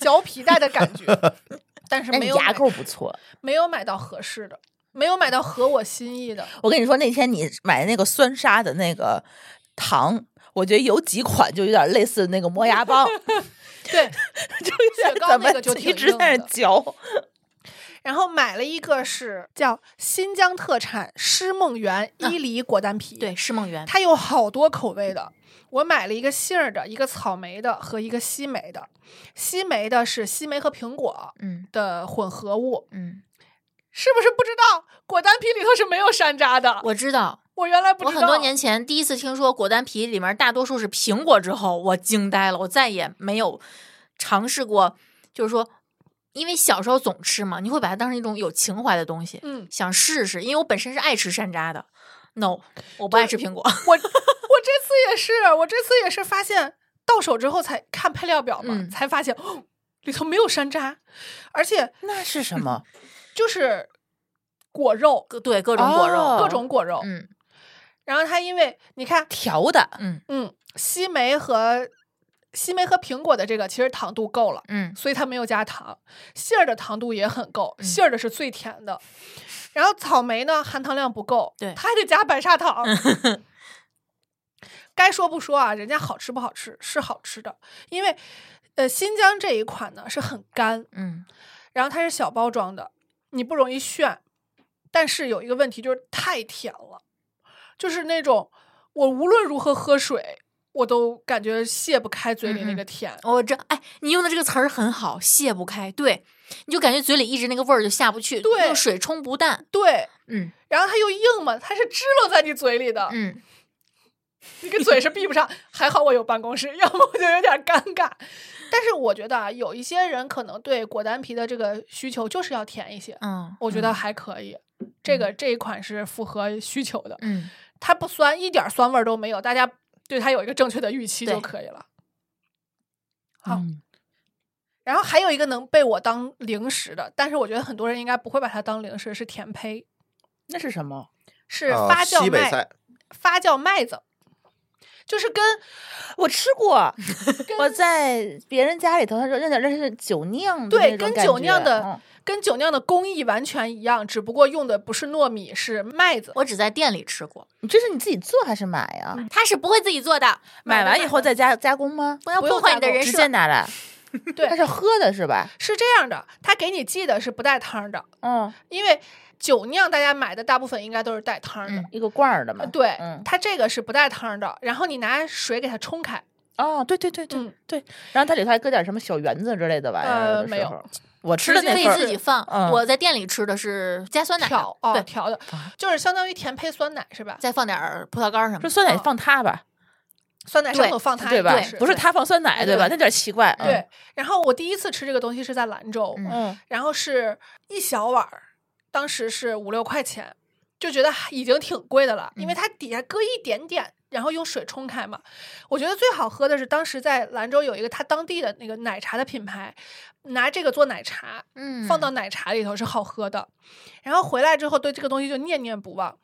Speaker 2: 嚼皮带的感觉，但是
Speaker 4: 但
Speaker 2: 没
Speaker 4: 你
Speaker 2: 有
Speaker 4: 牙
Speaker 2: 买
Speaker 4: 口不错。
Speaker 2: 没有买到合适的，没有买到合我心意的。
Speaker 4: 我跟你说，那天你买那个酸沙的那个糖，我觉得有几款就有点类似那个磨牙棒，
Speaker 2: (laughs)
Speaker 4: (laughs)
Speaker 2: 对，
Speaker 4: 就有
Speaker 2: 雪
Speaker 4: 点
Speaker 2: 糕
Speaker 4: 怎
Speaker 2: 那
Speaker 4: 么
Speaker 2: 个就挺
Speaker 4: 一直在
Speaker 2: 硬
Speaker 4: 那
Speaker 2: 的 (laughs)
Speaker 4: 嚼。
Speaker 2: 然后买了一个是叫新疆特产诗梦园伊犁果丹皮，
Speaker 3: 嗯对，，释梦园，
Speaker 2: 它有好多口味的。我买了一个杏儿的，一个草莓的和一个西梅的。西梅的是西梅和苹果
Speaker 3: 嗯
Speaker 2: 的混合物，
Speaker 3: 嗯，
Speaker 2: 是不是不知道？果丹皮里头是没有山楂的。我
Speaker 3: 我知道，
Speaker 2: 原啊来不
Speaker 3: 我
Speaker 2: 知道。
Speaker 3: 很多年前第一次听说果丹皮里面大多数是苹果之后，我惊呆了，我再也没有尝试过，就是说，因为小时候总吃嘛，你会把它当成一种有情怀的东西，
Speaker 2: 嗯，
Speaker 3: 想试试，因为我本身是爱吃山楂的。No，我不爱吃苹果。
Speaker 2: 我我这次也是，我这次也是发现到手之后才看配料表嘛，
Speaker 3: 嗯
Speaker 2: 才发现哦里头没有山楂，而且
Speaker 4: 那是什 (laughs) 么？
Speaker 2: 就是果肉，
Speaker 3: 各对各种果肉，
Speaker 4: 哦
Speaker 2: 各种果肉。
Speaker 3: 嗯
Speaker 2: 然后它因为你看，
Speaker 4: 调的，
Speaker 3: 嗯
Speaker 2: 嗯，西梅和西梅和苹果的这个其实糖度够了，
Speaker 3: 嗯
Speaker 2: 所以它没有加糖。杏儿的糖度也很够，
Speaker 3: 嗯
Speaker 2: 杏儿的是最甜
Speaker 3: (laughs)
Speaker 2: 的。然后草莓呢，含糖量不够，
Speaker 3: 对
Speaker 2: 它还得加白砂
Speaker 3: (laughs)
Speaker 2: 糖。该说不说啊，人家好吃不好吃是好吃的，因为呃新疆这一款呢是很干，
Speaker 3: 嗯
Speaker 2: 然后它是小包装的，你不容易炫。但是有一个问题就是太甜了，就是那种我无论如何喝水，我都感觉卸不开
Speaker 3: 嗯
Speaker 2: 嘴里那个甜。
Speaker 3: 我这哎，你用的这个词儿很好，卸不开，对，你就感觉嘴里一直那个味儿就下不去，
Speaker 2: 对
Speaker 3: 用水冲不淡，
Speaker 2: 对，
Speaker 3: 嗯
Speaker 2: 然后它又硬嘛，它是支棱在你嘴
Speaker 4: 呃
Speaker 2: 里的，
Speaker 3: 嗯
Speaker 2: 你个嘴是闭
Speaker 3: (laughs)
Speaker 2: 不上。还好我有办公室，要不我就有点尴尬。但是我觉得啊，有一些人可能对果丹皮的这个需求就是要甜一些，
Speaker 3: 嗯，
Speaker 2: 我觉得还可以。这个这一款是符合需求的，
Speaker 3: 嗯，
Speaker 2: 它不酸，一点酸味儿都没有，大家对它有一个正确的预期
Speaker 3: 对
Speaker 2: 就可以了。好
Speaker 3: 嗯
Speaker 2: 然后还有一个能被我当零食的，但是我觉得很多人应该不会把它当零食，是甜胚，
Speaker 4: 那是什么？
Speaker 2: 是
Speaker 1: 啊
Speaker 2: 发酵
Speaker 1: 西北
Speaker 2: 麦，
Speaker 1: 菜
Speaker 2: 发酵麦子，就是跟
Speaker 4: 我吃
Speaker 2: (laughs)
Speaker 4: 过，我在别人家里头，他说那点那是酒酿的
Speaker 2: 对
Speaker 4: 那种
Speaker 2: 跟
Speaker 4: 感
Speaker 2: 酒
Speaker 4: 觉
Speaker 2: 酿的
Speaker 4: 嗯
Speaker 2: 跟酒酿的工艺完全一样，只不过用的不是糯米，是麦子。
Speaker 3: 我只在店里吃过，
Speaker 4: 你这是你自己做还是买呀？
Speaker 3: 他是不会自己做的，
Speaker 4: 买
Speaker 2: 买的
Speaker 4: 完以后再加加工吗？
Speaker 3: 不要
Speaker 2: 不用
Speaker 3: 破坏
Speaker 2: 加
Speaker 3: 你的
Speaker 2: 工
Speaker 3: 人
Speaker 4: 直接
Speaker 3: 设。
Speaker 4: 拿 (laughs) 来，
Speaker 2: 对
Speaker 4: 它是喝的是吧？
Speaker 2: 是这样的，他给你寄的是不带汤的，
Speaker 4: 嗯，
Speaker 2: 因为酒酿大家买的大部分应该都是带汤的。呃
Speaker 3: 嗯
Speaker 4: 一个罐儿的嘛。
Speaker 2: 对，
Speaker 4: 嗯，
Speaker 2: 它这个是不带汤的，然后你拿水给它冲开，
Speaker 4: 哦，对对对对
Speaker 2: 嗯
Speaker 4: 对，然后它里头还搁点什么小圆子之类的玩意儿。
Speaker 2: 呃
Speaker 4: 的时
Speaker 2: 没有
Speaker 4: 候，我吃
Speaker 3: 直
Speaker 4: 的
Speaker 3: 接
Speaker 4: 那份
Speaker 3: 可以
Speaker 4: 儿
Speaker 3: 自己放
Speaker 4: 嗯，
Speaker 3: 我在店里吃的是加酸奶的
Speaker 2: 调，哦
Speaker 3: 对，
Speaker 2: 调的，就是相当于甜配酸奶是吧？
Speaker 3: 再放点儿葡萄干儿什么
Speaker 4: 说
Speaker 3: 的。
Speaker 4: 酸奶
Speaker 2: 嗯
Speaker 4: 放它吧，
Speaker 2: 酸奶上头放它
Speaker 4: 对吧
Speaker 2: 也？
Speaker 4: 不是
Speaker 2: 对
Speaker 4: 它放酸奶对吧？
Speaker 3: 对
Speaker 4: 那点儿奇怪。嗯
Speaker 2: 对，然后我第一次吃这个东西是在兰州，
Speaker 3: 嗯
Speaker 4: 嗯，
Speaker 2: 然后是一小碗儿，当时是五六块钱，就觉得已经挺贵的了，因
Speaker 4: 嗯
Speaker 2: 为它底下搁一点点，然后用水冲开嘛。我觉得最好喝的是当时在兰州有一个它当地的那个奶茶的品牌，拿这个做奶茶，
Speaker 3: 嗯，
Speaker 2: 放到奶茶里头是好喝的。然后回来之后对这个东西就念念不忘，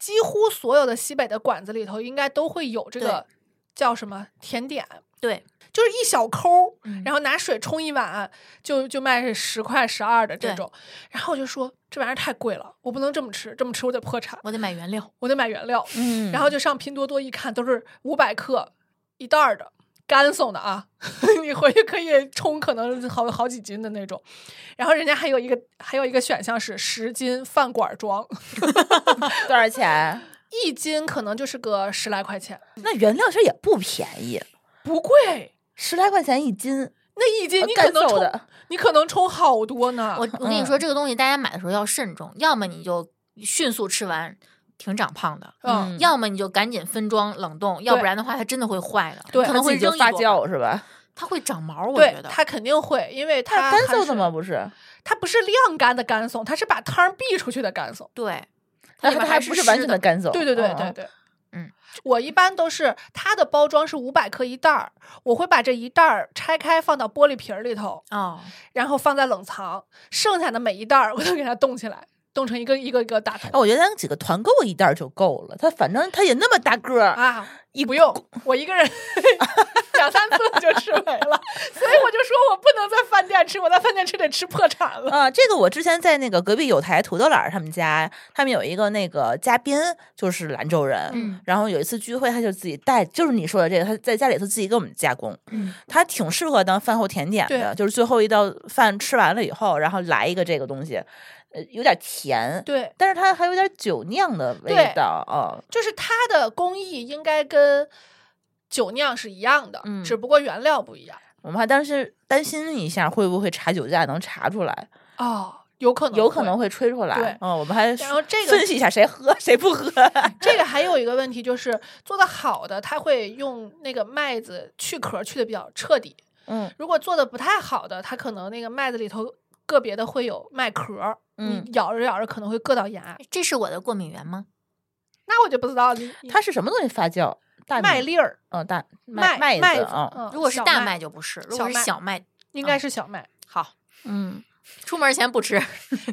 Speaker 2: 几乎所有的西北的馆子里头应该都会有这个叫什么甜点，
Speaker 3: 对，
Speaker 2: 就是一小抠儿，
Speaker 3: 嗯
Speaker 2: 然后拿水冲一碗，就就卖十块十二的这
Speaker 3: 对
Speaker 2: 种。然后我就说这玩意儿太贵了，我不能这么吃，这么吃我得破产，
Speaker 3: 我得买原料。
Speaker 2: 我得买原料。
Speaker 4: 嗯
Speaker 2: 然后就上拼多多一看，都是五百克一袋儿的。干送的啊， (laughs) 你回去可以冲，可能好好几斤的那种。然后人家还有一个还有一个选项是十斤饭馆装， (laughs)
Speaker 4: 多少钱？啊
Speaker 2: 一斤可能就是个十来块钱，
Speaker 4: 那原料其实也不便宜，
Speaker 2: 不贵。
Speaker 4: 十来块钱一斤，呃
Speaker 2: 那一斤你可
Speaker 4: 干
Speaker 2: 能
Speaker 4: 瘦
Speaker 2: 冲，
Speaker 4: 的。
Speaker 2: 你可能冲好多
Speaker 4: 啊
Speaker 2: 呢。嗯
Speaker 3: 我我跟你
Speaker 4: 嗯
Speaker 3: 说，这个东西大家买的时候要慎重，要么你就迅速吃完，挺长胖的；
Speaker 2: 嗯，
Speaker 4: 嗯
Speaker 3: 要么你就赶紧分装冷冻，要不然的话它真的会坏的，
Speaker 2: 对
Speaker 3: 可能
Speaker 4: 自
Speaker 3: 会
Speaker 4: 己就
Speaker 3: 扔一
Speaker 4: 发
Speaker 3: 锅
Speaker 4: 酵，是吧？
Speaker 3: 它会长毛。我
Speaker 2: 对
Speaker 3: 觉得，
Speaker 2: 它肯定会，因为它
Speaker 4: 它干
Speaker 2: 还
Speaker 4: 瘦的
Speaker 2: 是
Speaker 4: 吗？？不是，
Speaker 2: 它不是晾干的干松，它是把汤儿避出去的干松。
Speaker 3: 对，
Speaker 4: 它
Speaker 3: 里面
Speaker 4: 还
Speaker 3: 是
Speaker 4: 不是完
Speaker 3: 湿
Speaker 4: 全
Speaker 3: 的
Speaker 4: 的干走。
Speaker 2: 对对对
Speaker 4: 嗯
Speaker 2: 对
Speaker 4: 嗯
Speaker 2: 对，
Speaker 3: 嗯，
Speaker 2: 我一般都是它的包装是五百克一袋儿，我会把这一袋儿拆开放到玻璃瓶儿里头，
Speaker 3: 哦，
Speaker 2: 然后放在冷藏，剩下的每一袋儿我 (laughs) 都给它冻起来，冻成一个一个一个大
Speaker 4: 哎，
Speaker 2: 桶。
Speaker 4: 我觉得咱几个团购一袋儿就够了。它反正它也那么大个儿，
Speaker 2: 啊，你不用，我一个人 (laughs) 两三次就吃没了，所以我就说我不能在饭店吃，我在饭店吃得吃破产了。
Speaker 4: 啊，这个我之前在那个隔壁有台土豆老师他们家，他们有一个那个嘉宾就是兰州人，
Speaker 3: 嗯
Speaker 4: 然后有一次聚会他就自己带，就是你说的这个，他在家里头自己给我们加工，
Speaker 3: 嗯
Speaker 4: 他挺适合当饭后甜点的，
Speaker 2: 对
Speaker 4: 就是最后一道饭吃完了以后，然后来一个这个东西，呃，有点甜，
Speaker 2: (laughs) 对，
Speaker 4: 但是它还有点酒酿的味
Speaker 2: 对
Speaker 4: 道哦，
Speaker 2: 就是它的工艺应该跟酒酿是一样的，
Speaker 4: 嗯
Speaker 2: 只不过原料不一样。
Speaker 4: 我们还当时担心一下会不会查酒驾能查出来，
Speaker 2: 哦，有可能
Speaker 4: 有可
Speaker 2: 会
Speaker 4: 能会吹出
Speaker 2: 对
Speaker 4: 来，嗯，我们还
Speaker 2: 然后这个
Speaker 4: 分析一下谁喝谁不喝，
Speaker 2: (laughs) 这个还有一个问题就是，做的好的，它会用那个麦子去壳去的比较彻底；
Speaker 4: 嗯
Speaker 2: 如果做的不太好的，它可能那个麦子里头个别的会有麦壳儿，
Speaker 4: 嗯
Speaker 2: 你咬着咬着可能会硌到牙。
Speaker 3: 这是我的过敏源吗？
Speaker 2: 那我就不知道你
Speaker 4: 它是什么东西发酵？大米
Speaker 2: 麦粒儿、
Speaker 4: 嗯，大
Speaker 2: 麦
Speaker 4: 麦
Speaker 2: 麦
Speaker 4: 子
Speaker 2: 子
Speaker 4: 啊，
Speaker 2: 嗯
Speaker 3: 如果是
Speaker 2: 小
Speaker 3: 大
Speaker 2: 麦
Speaker 3: 麦就不是，如
Speaker 2: 小
Speaker 3: 果是
Speaker 2: 麦
Speaker 3: 小麦，
Speaker 2: 应该是小麦。
Speaker 3: 好，嗯，出门前
Speaker 4: (laughs)
Speaker 3: 不吃，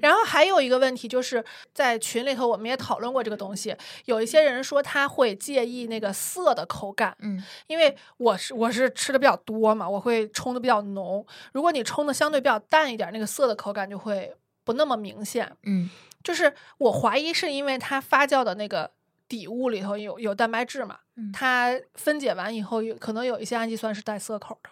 Speaker 2: 然后还有一个问题，就是在群里头我们也讨论过这个东西，有一些人说他会介意那个涩的口感，
Speaker 3: 嗯，
Speaker 2: 因为我是我是吃的比较多嘛，我会冲的比较浓，如果你冲的相对比较淡一点，那个涩的口感就会不那么明显。
Speaker 3: 嗯
Speaker 2: 就是我怀疑是因为它发酵的那个底物里头有有蛋白质嘛，
Speaker 3: 嗯
Speaker 2: 它分解完以后有可能有一些氨基酸是带涩口的。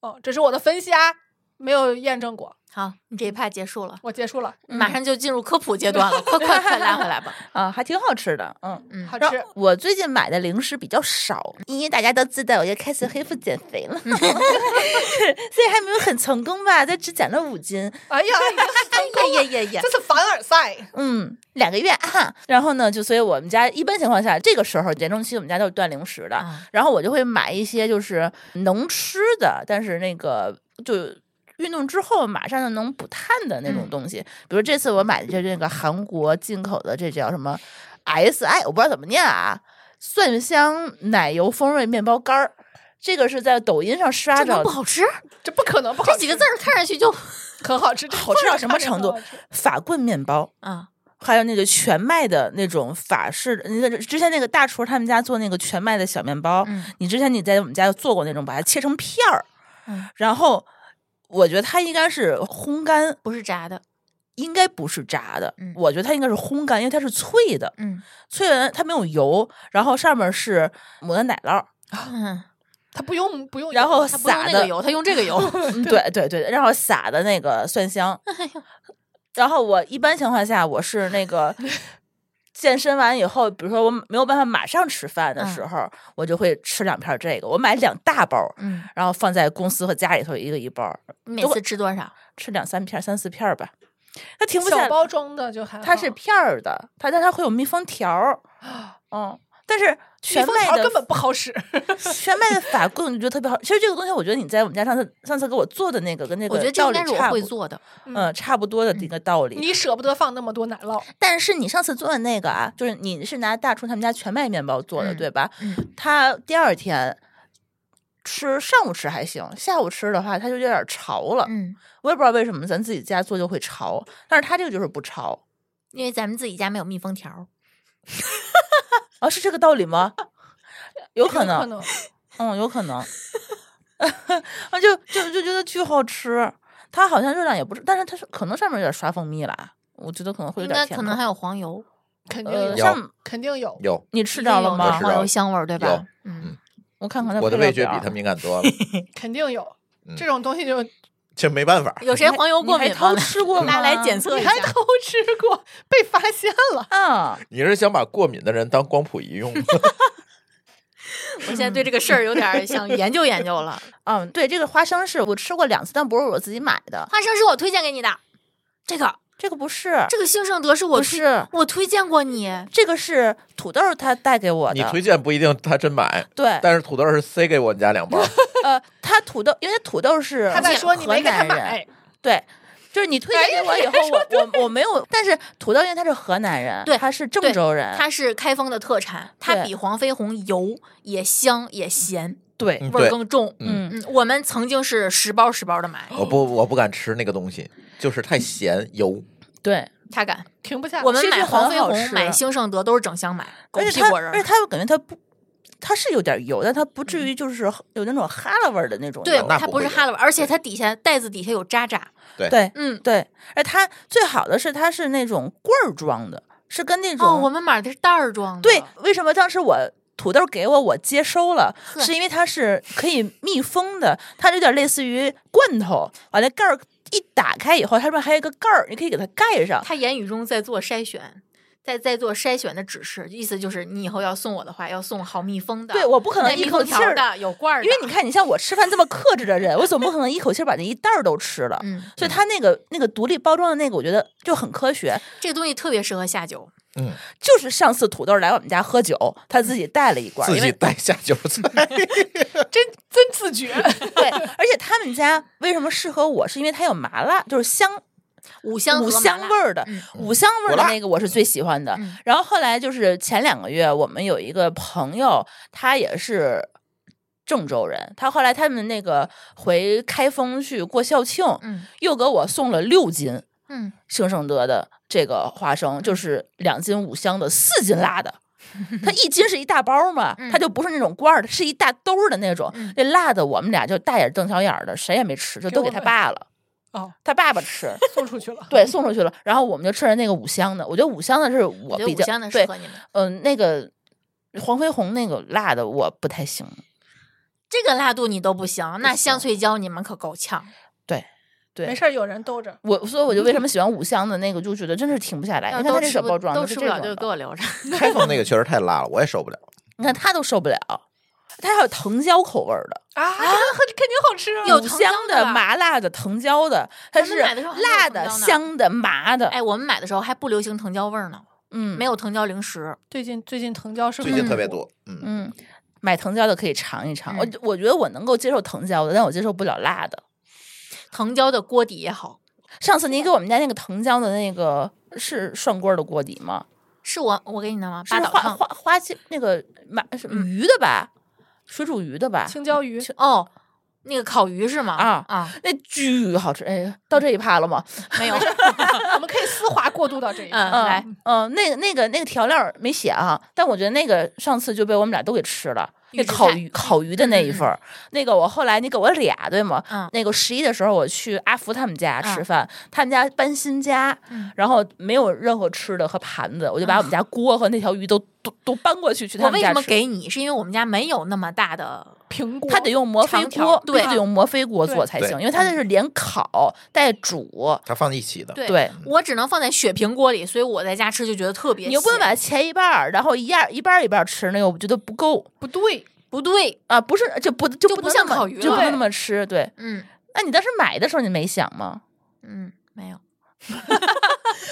Speaker 2: 哦，这是我的分析啊，没有验证过。
Speaker 3: 好，你这一趴结束了，
Speaker 2: 我结束了，
Speaker 4: 嗯
Speaker 3: 马上就进入科普阶段了，快快快拉回
Speaker 4: (laughs)
Speaker 3: 来吧。
Speaker 4: 啊，还挺好吃的，嗯。
Speaker 3: 嗯，
Speaker 2: 好
Speaker 4: 然
Speaker 2: 吃
Speaker 4: 后。我最近买的零食比较少，因为大家都知道我又开始恢复减肥了，(laughs)
Speaker 2: 嗯
Speaker 4: 所以还没有很成功吧，但只减了五斤。
Speaker 2: (laughs)
Speaker 4: (laughs)
Speaker 2: 哎呀，已经是成功
Speaker 4: 哎
Speaker 3: 呀
Speaker 2: 了，
Speaker 3: 呀呀呀
Speaker 2: 这，是凡尔赛。
Speaker 4: 嗯，两个月啊。然后呢，就所以我们家一般情况下，这个时候严重期我们家都是断零食的，
Speaker 3: 啊
Speaker 4: 然后我就会买一些就是能吃的，但是那个就。运动之后马上就能补碳的那种
Speaker 3: 嗯
Speaker 4: 东西，比如这次我买的这这个韩国进口的，这叫什么 SI，我不知道怎么念啊，蒜香奶油风味面包干儿，这个是在抖音上刷
Speaker 3: 这能
Speaker 4: 着
Speaker 3: 不，好吃？
Speaker 2: 这不可能不好
Speaker 3: 这
Speaker 2: 吃，
Speaker 3: 几个字儿看
Speaker 4: (laughs)
Speaker 3: 上去就
Speaker 2: 很好吃，
Speaker 4: 好吃到什么程度？法棍面包，
Speaker 3: 啊，
Speaker 4: 还有那个全麦的那种法式的，那个之前那个大厨他们家做那个全麦的小面包，
Speaker 3: 嗯
Speaker 4: 你之前你在我们家做过那种，把它切成片儿，
Speaker 3: 嗯
Speaker 4: 然后我觉得它应该是烘干，
Speaker 3: 不是炸的，
Speaker 4: 应该不是炸的，
Speaker 3: 嗯
Speaker 4: 我觉得它应该是烘干，因为它是脆的，
Speaker 3: 嗯
Speaker 4: 脆完它没有油，然后上面是抹的奶
Speaker 3: (laughs)
Speaker 4: 酪，
Speaker 3: 嗯，
Speaker 2: 他不用不用，
Speaker 4: 然后
Speaker 3: 他不用
Speaker 4: 撒
Speaker 3: 那个
Speaker 4: 的
Speaker 3: 油，他用这个油，
Speaker 4: 嗯对对对，然后撒的那个蒜香。
Speaker 3: 哎
Speaker 4: 然后我一般情况下我是那
Speaker 3: (laughs)
Speaker 4: 个健身完以后，比如说我没有办法马上吃饭的时
Speaker 3: 嗯
Speaker 4: 候，我就会吃两片这个，我买两大包，
Speaker 3: 嗯，
Speaker 4: 然后放在公司和家里头一个一包，
Speaker 3: 你每次吃多少？
Speaker 4: 吃两三片儿、三四片儿吧。它 (laughs) 停不下
Speaker 2: 小，
Speaker 3: 啊
Speaker 2: 包装的就还好
Speaker 4: 它是片儿的，它但它会有蜜蜂条儿，
Speaker 3: 啊
Speaker 4: 嗯，但是
Speaker 2: 蜜
Speaker 4: 全
Speaker 2: 蜂
Speaker 4: 麦
Speaker 2: 条
Speaker 4: 的
Speaker 2: 根本不
Speaker 4: (laughs)
Speaker 2: 好使，
Speaker 4: 全麦的法棍，我觉得特别好。其实这个东西，我觉得你在我们家上次上次给我做的那个跟那个
Speaker 3: 我觉得这
Speaker 4: 道
Speaker 3: 应
Speaker 4: 理
Speaker 3: 该是我
Speaker 4: 差
Speaker 3: 会
Speaker 4: 不
Speaker 3: 做的，
Speaker 4: 嗯，差不多的一个道理。
Speaker 2: 你舍不得放那么多奶酪，
Speaker 4: 但是你上次做的那个啊，就是你是拿大厨他们家全麦面包做的，
Speaker 3: 嗯
Speaker 4: 对吧？
Speaker 3: 嗯
Speaker 4: 他第二天吃上午吃还行，下午吃的话它就有点潮了。
Speaker 3: 嗯，
Speaker 4: 我也不知道为什么，咱自己家做就会潮，但是他这个就是不潮
Speaker 3: 因为咱们自己家没有密封条儿，
Speaker 4: 啊，是这个道理吗？ (laughs) 有可能，
Speaker 2: 可能
Speaker 4: 嗯，有可能。 (laughs) 啊，就就就觉得巨好吃，它好像热量也不是，但是它是可能上面有点刷蜂蜜了啊，我觉得可能会有
Speaker 3: 应
Speaker 4: 点
Speaker 3: 该
Speaker 4: 甜口。
Speaker 3: 可能还有黄油，
Speaker 2: 肯定
Speaker 4: 呃，
Speaker 1: 有
Speaker 2: 有，
Speaker 4: 上
Speaker 2: 肯定有。
Speaker 1: 有，
Speaker 4: 你吃
Speaker 3: 一定
Speaker 4: 着了
Speaker 3: 有
Speaker 4: 吗
Speaker 1: 我吃？
Speaker 3: 黄
Speaker 1: 着
Speaker 3: 油
Speaker 1: 了
Speaker 3: 香味儿对吧
Speaker 1: 有？
Speaker 3: 嗯
Speaker 1: 嗯，
Speaker 4: 我看看它
Speaker 1: 我的
Speaker 4: 配料
Speaker 1: 味觉
Speaker 4: 表
Speaker 1: 比他敏感多了， (laughs)
Speaker 2: 肯定有、
Speaker 1: 嗯
Speaker 2: 这种东西就，
Speaker 1: 这没办法。
Speaker 3: 有谁哎黄油
Speaker 4: 你
Speaker 3: 过
Speaker 4: 还
Speaker 3: 敏吗
Speaker 4: 偷？吃过
Speaker 3: 大家
Speaker 4: 吗？
Speaker 3: 来检测
Speaker 2: 你
Speaker 3: 一下
Speaker 2: 还。偷 (laughs) 吃过，被发现了。
Speaker 4: 啊！
Speaker 1: 你是想把过敏的人当光谱仪 (laughs) 用吗？
Speaker 3: 我现在对这个事儿有点儿想研究研究了。
Speaker 4: 嗯，对，这个花生是我吃过两次，但不是我自己买的，
Speaker 3: 花生是我推荐给你的，这个
Speaker 4: 这个不是，
Speaker 3: 这个兴盛德是呃我
Speaker 4: 不
Speaker 3: 推
Speaker 4: 是，
Speaker 3: 我推荐过你，
Speaker 4: 这个是土豆他带给我的。
Speaker 1: 你推荐不一定他真买，
Speaker 4: 对，
Speaker 1: (laughs) 但是土豆是塞给我们家两 (laughs) 包，
Speaker 4: 呃，他土豆，因为土豆是
Speaker 2: 他在说你
Speaker 4: 河
Speaker 2: 没给他
Speaker 4: 南人，
Speaker 2: 买，
Speaker 4: 对。就是你推荐给我以后，我我我没有，但是土豆因为他是河南人，
Speaker 3: 对
Speaker 4: 他是郑
Speaker 3: 对
Speaker 4: 州人，
Speaker 3: 它是开封的特产，它
Speaker 4: 对
Speaker 3: 比黄飞鸿油也香也咸，
Speaker 4: 对，
Speaker 3: 味儿
Speaker 1: 嗯对
Speaker 3: 更重。
Speaker 4: 嗯
Speaker 3: 嗯，我们曾经是十包十包的买，
Speaker 1: 我哦不我不敢吃那个东西，就是太咸油。
Speaker 4: 对，
Speaker 3: 他敢。
Speaker 2: 停不下来。
Speaker 3: 我们
Speaker 4: 其实
Speaker 3: 买
Speaker 4: 很
Speaker 3: 黄飞
Speaker 4: 好
Speaker 3: 鸿、
Speaker 4: 吃
Speaker 3: 买兴盛德都是整箱买，狗
Speaker 4: 而
Speaker 3: 屁
Speaker 4: 且他
Speaker 3: 果仁
Speaker 4: 而且
Speaker 3: 儿。啊
Speaker 4: 他我感觉他不，他是有点油，但他不至于就是有那种哈喇味儿的那种
Speaker 3: 对
Speaker 4: 油，
Speaker 1: 那
Speaker 3: 它
Speaker 1: 不
Speaker 3: 不
Speaker 1: 会
Speaker 3: 是
Speaker 1: 有
Speaker 3: 哈喇味儿，而且它底下袋子底下有渣渣。
Speaker 4: 对
Speaker 3: 嗯，
Speaker 4: 对，而它最好的是它是那种棍儿装的，是跟那种、
Speaker 3: 哦，我们买的是袋儿装的。
Speaker 4: 对，为什么当时我土豆给我我接收了，
Speaker 3: 呵
Speaker 4: 是因为它是可以密封的，它有点类似于罐头，把那盖儿一打开以后，它上面还有一个盖儿，你可以给它盖上。
Speaker 3: 他言语中在做筛选，在在做筛选的指示，意思就是你以后要送我的话，要送好密封的，
Speaker 4: 对，我不可能
Speaker 3: 带
Speaker 4: 一
Speaker 3: 密
Speaker 4: 口
Speaker 3: 封
Speaker 4: 气
Speaker 3: 条
Speaker 4: 儿，
Speaker 3: 的，有罐儿的，
Speaker 4: 因为你看，你像我吃饭这么克制的人，我总不可能一口气儿把那一袋儿都吃了。
Speaker 3: 嗯，
Speaker 4: 所以它那个那个独立包装的那个，我觉得就很科学。
Speaker 3: 这个东西特别适合下酒，
Speaker 1: 嗯，
Speaker 4: 就是上次土豆来我们家喝酒，他自己带了一罐儿，
Speaker 1: 自
Speaker 4: 因
Speaker 1: 己
Speaker 4: 为
Speaker 1: 带下酒菜，
Speaker 2: 真真自
Speaker 4: (laughs)
Speaker 2: 觉，
Speaker 4: 对，而且他们家为什么适合我，是因为它有麻辣，就是香
Speaker 3: 五香
Speaker 4: 五
Speaker 3: 和麻
Speaker 4: 香
Speaker 3: 辣
Speaker 4: 味儿的
Speaker 3: 嗯，
Speaker 4: 五香味儿
Speaker 1: 火
Speaker 4: 的
Speaker 1: 辣
Speaker 4: 那个我是最喜欢的
Speaker 3: 嗯。
Speaker 4: 然后后来就是前两个月，我们有一个朋友，他也是。郑州人，他后来他们那个回开封去过校庆，
Speaker 3: 嗯
Speaker 4: 又给我送了六斤
Speaker 3: 嗯，
Speaker 4: 兴盛德的这个花生，就是两斤五香的四斤辣
Speaker 3: (laughs)
Speaker 4: 的。它一斤是一大包嘛，
Speaker 3: 嗯
Speaker 4: 它就不是那种罐儿的，是一大兜儿的那种
Speaker 3: 嗯。
Speaker 4: 那辣的我们俩就大眼瞪小眼儿的，谁也没吃，就都给
Speaker 2: 给我
Speaker 4: 他
Speaker 2: 们
Speaker 4: 爸了。
Speaker 2: 哦，
Speaker 4: 他爸爸吃，
Speaker 2: 送出去了。
Speaker 4: 对，送出去了。然后我们就吃了那个五香的，我觉得五香的是我
Speaker 3: 我觉得
Speaker 4: 比
Speaker 3: 五
Speaker 4: 较
Speaker 3: 香的
Speaker 4: 对
Speaker 3: 适，合你们。
Speaker 4: 嗯、那个黄飞鸿那个辣的我不太行。
Speaker 3: 这个辣度你都不行，那
Speaker 4: 行
Speaker 3: 香脆椒你们可够呛。
Speaker 4: 对，
Speaker 2: 没事儿，有人兜着。
Speaker 4: 我所以我就为什么喜欢五香的那个，就觉得真是停不下来。
Speaker 3: 要
Speaker 4: 哎你看
Speaker 3: 嗯都
Speaker 4: 它这
Speaker 3: 吃
Speaker 4: 小
Speaker 3: 不
Speaker 4: 包装
Speaker 3: 都
Speaker 4: 的是
Speaker 3: 吃
Speaker 4: 这
Speaker 3: 不了，就
Speaker 4: 种
Speaker 3: 给
Speaker 4: 的，
Speaker 3: 我
Speaker 4: (laughs)
Speaker 3: 留着。
Speaker 1: (laughs) 开封那个确实太辣了，我也受不 (laughs) 了。
Speaker 4: 你看它都受不了。它还有藤椒口味儿的，
Speaker 2: 啊，这个很肯定好吃啊！
Speaker 3: 嗯有
Speaker 4: 五
Speaker 3: 藤
Speaker 4: 香
Speaker 3: 椒的
Speaker 4: 的、
Speaker 3: 吧
Speaker 4: 麻辣的、藤椒的，它
Speaker 3: 咱们
Speaker 4: 是
Speaker 3: 买的时候还没有
Speaker 4: 辣
Speaker 3: 藤
Speaker 4: 的、
Speaker 3: 椒呢
Speaker 4: 香的、麻的。
Speaker 3: 哎，我们买的时候还不流行藤椒味儿呢，
Speaker 4: 嗯，
Speaker 3: 没有藤椒零食。
Speaker 2: 最近最近藤椒是不
Speaker 1: 最
Speaker 2: 是
Speaker 1: 近特别多，嗯，
Speaker 4: 嗯，买藤椒的可以尝一尝。我
Speaker 3: 嗯
Speaker 4: 我觉得我能够接受藤椒的，但我接受不了辣的。
Speaker 3: 藤椒的锅底也好，
Speaker 4: 上次你给我们家那个藤椒的那个是涮锅的锅底吗？
Speaker 3: 是我我给你的吗？
Speaker 4: 是
Speaker 3: 八岛
Speaker 4: 花
Speaker 3: 烫
Speaker 4: 花花青那个马是
Speaker 3: 嗯
Speaker 4: 鱼的吧？水煮鱼的吧？
Speaker 2: 青椒鱼，
Speaker 3: 哦，那个烤鱼是吗？
Speaker 4: 啊
Speaker 3: 啊，
Speaker 4: 那巨好吃！哎，到这一趴了吗？
Speaker 3: 没有，
Speaker 2: 我们可以丝滑过渡到这一
Speaker 3: 嗯，
Speaker 2: 趴。
Speaker 3: 来，
Speaker 4: 嗯、那个那个那个调料儿没写啊，但我觉得那个上次就被我们俩都给吃了。那
Speaker 3: 预制
Speaker 4: 烤
Speaker 3: 菜
Speaker 4: 鱼烤鱼的那一份儿， (laughs) 那个我后来你给我俩对吗？
Speaker 3: 嗯
Speaker 4: 那个十一的时候我去阿福他们家吃
Speaker 3: 嗯
Speaker 4: 饭，他们家搬新家，
Speaker 3: 嗯
Speaker 4: 然后没有任何吃的和盘子，我就把我们家锅和那条鱼都、都都搬过去去他
Speaker 3: 我
Speaker 4: 们
Speaker 3: 为
Speaker 4: 家吃。
Speaker 3: 什么给你？是因为我们家没有那么大的，
Speaker 2: 苹果，
Speaker 4: 他得用摩飞
Speaker 3: 长条
Speaker 4: 锅，
Speaker 3: 对嗯
Speaker 4: 必须得用摩飞锅做才
Speaker 1: 对
Speaker 4: 行，因为它这是连烤带煮，
Speaker 1: 它放在一起的，
Speaker 3: 对
Speaker 4: 对
Speaker 3: 我只能放在雪平锅里，所以我在家吃就觉得特别咸。
Speaker 4: 你又不能把它切一半儿，然后一样一半儿一半儿吃，那个我觉得不够
Speaker 2: 不对，
Speaker 3: 不对，
Speaker 4: 啊，不是就不就
Speaker 3: 就
Speaker 4: 不
Speaker 3: 不
Speaker 4: 能
Speaker 3: 像
Speaker 4: 那么
Speaker 3: 烤鱼
Speaker 4: 就不
Speaker 2: 了
Speaker 4: 能那么吃。对，
Speaker 3: 嗯
Speaker 4: 那你当时买的时候你没想吗？
Speaker 3: 嗯，没有。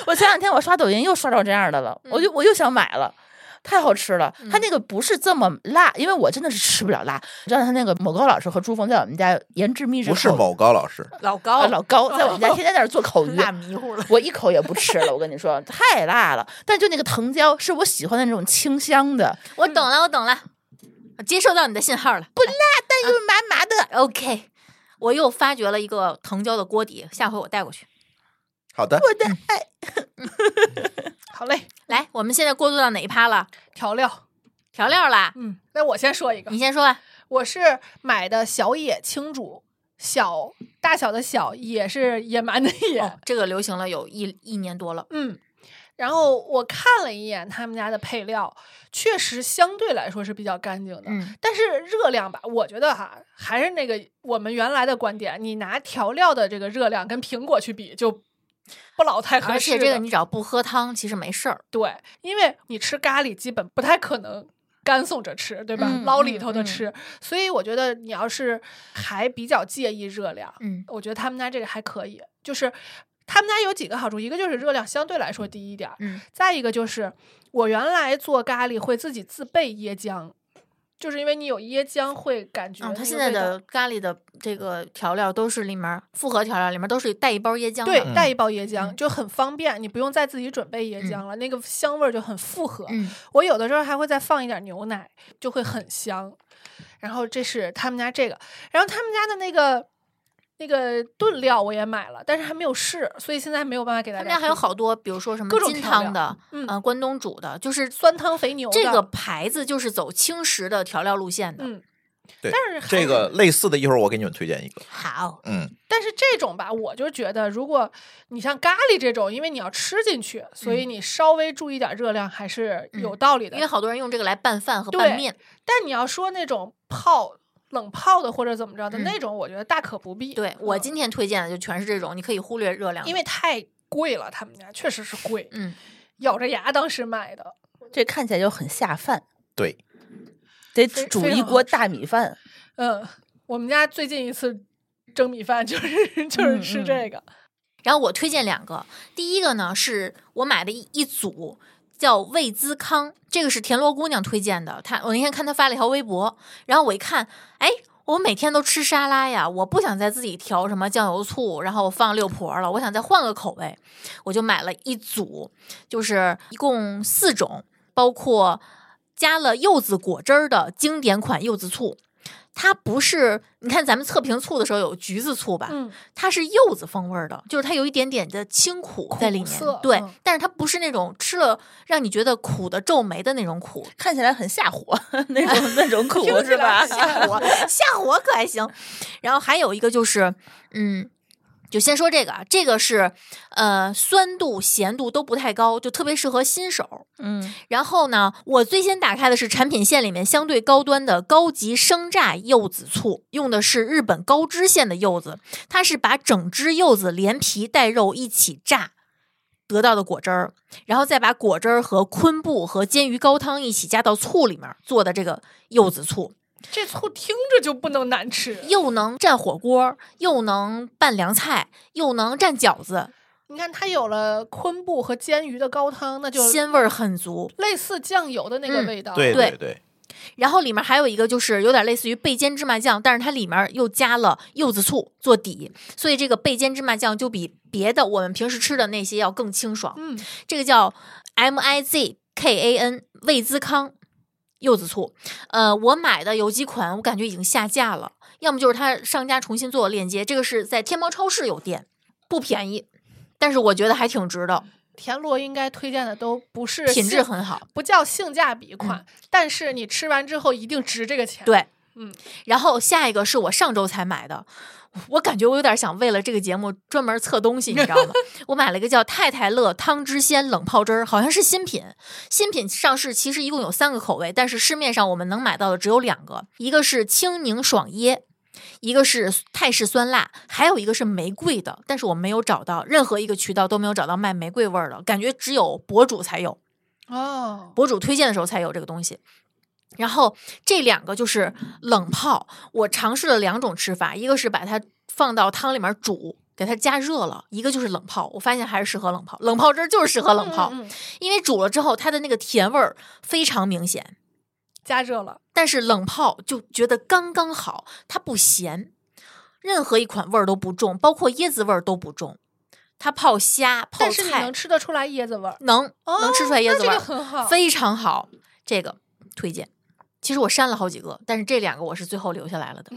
Speaker 4: 我嗯前两天我刷抖音又刷到这样的了，我就我又想买了。太好吃了，它那个不是这么辣，因为我真的是吃不了辣。你知道他那个某高老师和朱峰在我们家研制秘制
Speaker 1: 不是
Speaker 4: 口
Speaker 1: 某高老师，
Speaker 3: 老
Speaker 4: 啊
Speaker 3: 高
Speaker 4: 老高在我们家天天在那儿做口鱼，
Speaker 3: 辣迷糊了。
Speaker 4: 我一口也不吃了，我跟你说，太辣了。但就那个藤椒是我喜欢的那种清香的，
Speaker 3: (laughs) 我懂了，我懂了，我接收到你的信号了。不辣
Speaker 4: 但又麻麻的。
Speaker 3: ，OK。我又发掘了一个藤椒的锅底，下回我带过去。
Speaker 1: 好的，
Speaker 4: 我的爱，
Speaker 2: 好嘞，
Speaker 3: 来，我们现在过渡到哪一趴了？
Speaker 2: 调料。
Speaker 3: 调料啦，
Speaker 2: 嗯，那我先说一个
Speaker 3: 你，先说啊吧。
Speaker 2: 我是买的小野青竹，小大小的小，野是野蛮的野。
Speaker 3: 哦，这个流行了有一一年多了。
Speaker 2: 嗯，然后我看了一眼他们家的配料，确实相对来说是比较干净的。
Speaker 3: 嗯
Speaker 2: 但是热量吧，我觉得哈，还是那个我们原来的观点，你拿调料的这个热量跟苹果去比，就不老太合
Speaker 3: 而
Speaker 2: 适了。
Speaker 3: 且这个你只要不喝汤，其实没事儿。
Speaker 2: 对，因为你吃咖喱基本不太可能干送着吃，对吧？
Speaker 4: 嗯
Speaker 2: 捞
Speaker 3: 嗯
Speaker 2: 里头的
Speaker 3: 嗯
Speaker 2: 吃，所以我觉得你要是还比较介意热量，
Speaker 3: 嗯
Speaker 2: 我觉得他们家这个还可以，就是他们家有几个好处，一个就是热量相对来说低一点儿，
Speaker 3: 嗯
Speaker 2: 再一个就是我原来做咖喱会自己自备椰浆，就是因为你有椰浆会感觉、
Speaker 3: 嗯，它现在的。咖喱的这个调料都是里面儿复合调料里面都是带一包椰浆的。
Speaker 2: 对，
Speaker 1: 嗯
Speaker 2: 带一包椰浆、
Speaker 3: 嗯
Speaker 2: 就很方便，你不用再自己准备椰浆了，那个香味儿就很复合。
Speaker 3: 嗯
Speaker 2: 我有的时候还会再放一点牛奶，就会很香。然后这是他们家这个，然后他们家的那个那个炖料我也买了，但是还没有试，所以现在没有办法给大
Speaker 3: 他
Speaker 2: 家
Speaker 3: 们
Speaker 2: 推。
Speaker 3: 家还有好多，比如说什么
Speaker 2: 各种
Speaker 3: 金
Speaker 2: 调料
Speaker 3: 汤的，
Speaker 2: 嗯
Speaker 3: 呃，关东煮的，就是
Speaker 2: 酸汤肥牛的
Speaker 3: 这个牌子就是走轻食的调料路线的。
Speaker 2: 嗯，
Speaker 1: 对
Speaker 2: 但是还
Speaker 1: 这个类似的，一会儿我给你们推荐一个，
Speaker 3: 好，
Speaker 1: 嗯，
Speaker 2: 但是这种吧，我就觉得，如果你像咖喱这种，因为你要吃进去，所以你稍微注意点热量还是有道理的。
Speaker 3: 嗯因为好多人用这个来拌饭和
Speaker 2: 对
Speaker 3: 拌面。
Speaker 2: 但你要说那种泡冷泡的或者怎么着的、
Speaker 3: 嗯
Speaker 2: 那种，我觉得大可不必。
Speaker 3: 对我
Speaker 2: 嗯
Speaker 3: 今天推荐的就全是这种，你可以忽略热量的，
Speaker 2: 因为太贵了，他们家确实是贵，
Speaker 3: 嗯，
Speaker 2: 咬着牙当时买的。
Speaker 4: 这看起来就很下饭，
Speaker 1: 对，
Speaker 4: 得
Speaker 2: 非
Speaker 4: 煮
Speaker 2: 非
Speaker 4: 一
Speaker 2: 常
Speaker 4: 锅
Speaker 2: 好吃
Speaker 4: 大米饭。
Speaker 2: 嗯，我们家最近一次蒸米饭就是 (laughs) 就是
Speaker 3: 嗯
Speaker 2: 吃这个，
Speaker 3: 然后我推荐两个，第一个呢是我买的一一组。叫味滋康，这个是田螺姑娘推荐的。她我那天看她发了一条微博，然后我一看，哎，我每天都吃沙拉呀，我不想再自己调什么酱油醋，然后放六婆了，我想再换个口味，我就买了一组，就是一共四种，包括加了柚子果汁儿的经典款柚子醋，它不是你看咱们测评醋的时候有橘子醋吧， (laughs)
Speaker 2: 嗯，
Speaker 3: 它是柚子风味儿的，就是它有一点点的清苦在里
Speaker 2: 苦
Speaker 3: 面
Speaker 2: 涩，
Speaker 3: 对，
Speaker 2: 嗯
Speaker 3: 但是它不是那种吃了让你觉得苦的皱眉的那种苦， (laughs)
Speaker 4: 看起来很下火 (laughs) 那种那种 (laughs) 苦
Speaker 2: 听起
Speaker 4: 是吧
Speaker 2: 来？
Speaker 3: (laughs)
Speaker 2: 像我
Speaker 3: 下火可还行。然后还有一个就是，嗯，就先说这个啊，这个是呃酸度、咸度都不太高，就特别适合新手。
Speaker 4: 嗯，
Speaker 3: 然后呢，我最先打开的是产品线里面相对高端的高级生榨柚子醋，用的是日本高知县的柚子，它是把整只柚子连皮带肉一起榨。得到的果汁儿，然后再把果汁儿和昆布和煎鱼高汤一起加到醋里面做的这个柚子醋，
Speaker 2: 这醋听着就不能难吃。
Speaker 3: (laughs) 又能蘸火锅，又能拌凉菜，又能蘸饺子，
Speaker 2: 你看，它有了昆布和煎鱼的高汤，那就
Speaker 3: 鲜味儿很足。
Speaker 2: 类似酱油的那个
Speaker 3: 嗯
Speaker 2: 味道。
Speaker 1: 哦对
Speaker 3: 对
Speaker 1: 对，
Speaker 3: 然后里面还有一个就是有点类似于焙煎芝麻酱，但是它里面又加了柚子醋做底，所以这个焙煎芝麻酱就比别的我们平时吃的那些要更清爽。
Speaker 2: 嗯，
Speaker 3: 这个叫 M I Z K A N 味滋康柚子醋。呃，我买的有几款，我感觉已经下架了，要么就是它上架重新做的链接。这个是在天猫超市有店，不便宜，但是我觉得还挺值的，
Speaker 2: 田螺应该推荐的都不是
Speaker 3: 品质
Speaker 2: 性
Speaker 3: 很好。
Speaker 2: 不叫性价比款，但是你吃完之后一定值这个钱。
Speaker 3: 嗯对，
Speaker 2: 嗯。
Speaker 3: 然后下一个是我上周才买的，我感觉我有点想为了这个节目专门测东西，你知道吗？我买了一个叫太太乐汤汁鲜冷泡汁儿，好像是新品。新品上市其实一共有三个口味，但是市面上我们能买到的只有两个，一个是青柠爽椰。一个是泰式酸辣，还有一个是玫瑰的，但是我没有找到任何一个渠道都没有找到卖玫瑰味儿的，感觉只有博主才有。
Speaker 2: 哦，
Speaker 3: 博主推荐的时候才有这个东西。然后这两个就是冷泡，我尝试了两种吃法，一个是把它放到汤里面煮，给它加热了；一个就是冷泡，我发现还是适合冷泡。冷泡汁儿就是适合冷泡，
Speaker 2: 嗯嗯嗯
Speaker 3: 因为煮了之后它的那个甜味儿非常明显，
Speaker 2: 加热了，
Speaker 3: 但是冷泡就觉得刚刚好，它不咸，任何一款味儿都不重，包括椰子味儿都不重。它泡虾、泡
Speaker 2: 但是你能
Speaker 3: 菜
Speaker 2: 吃得出来椰子味儿，
Speaker 3: 能
Speaker 2: 哦
Speaker 3: 能吃出来椰
Speaker 2: 那
Speaker 3: 子
Speaker 2: 这
Speaker 3: 味儿，
Speaker 2: 个很好。
Speaker 3: 非常好，这个推荐。其实我删了好几个，但是这两个我是最后留下来了的。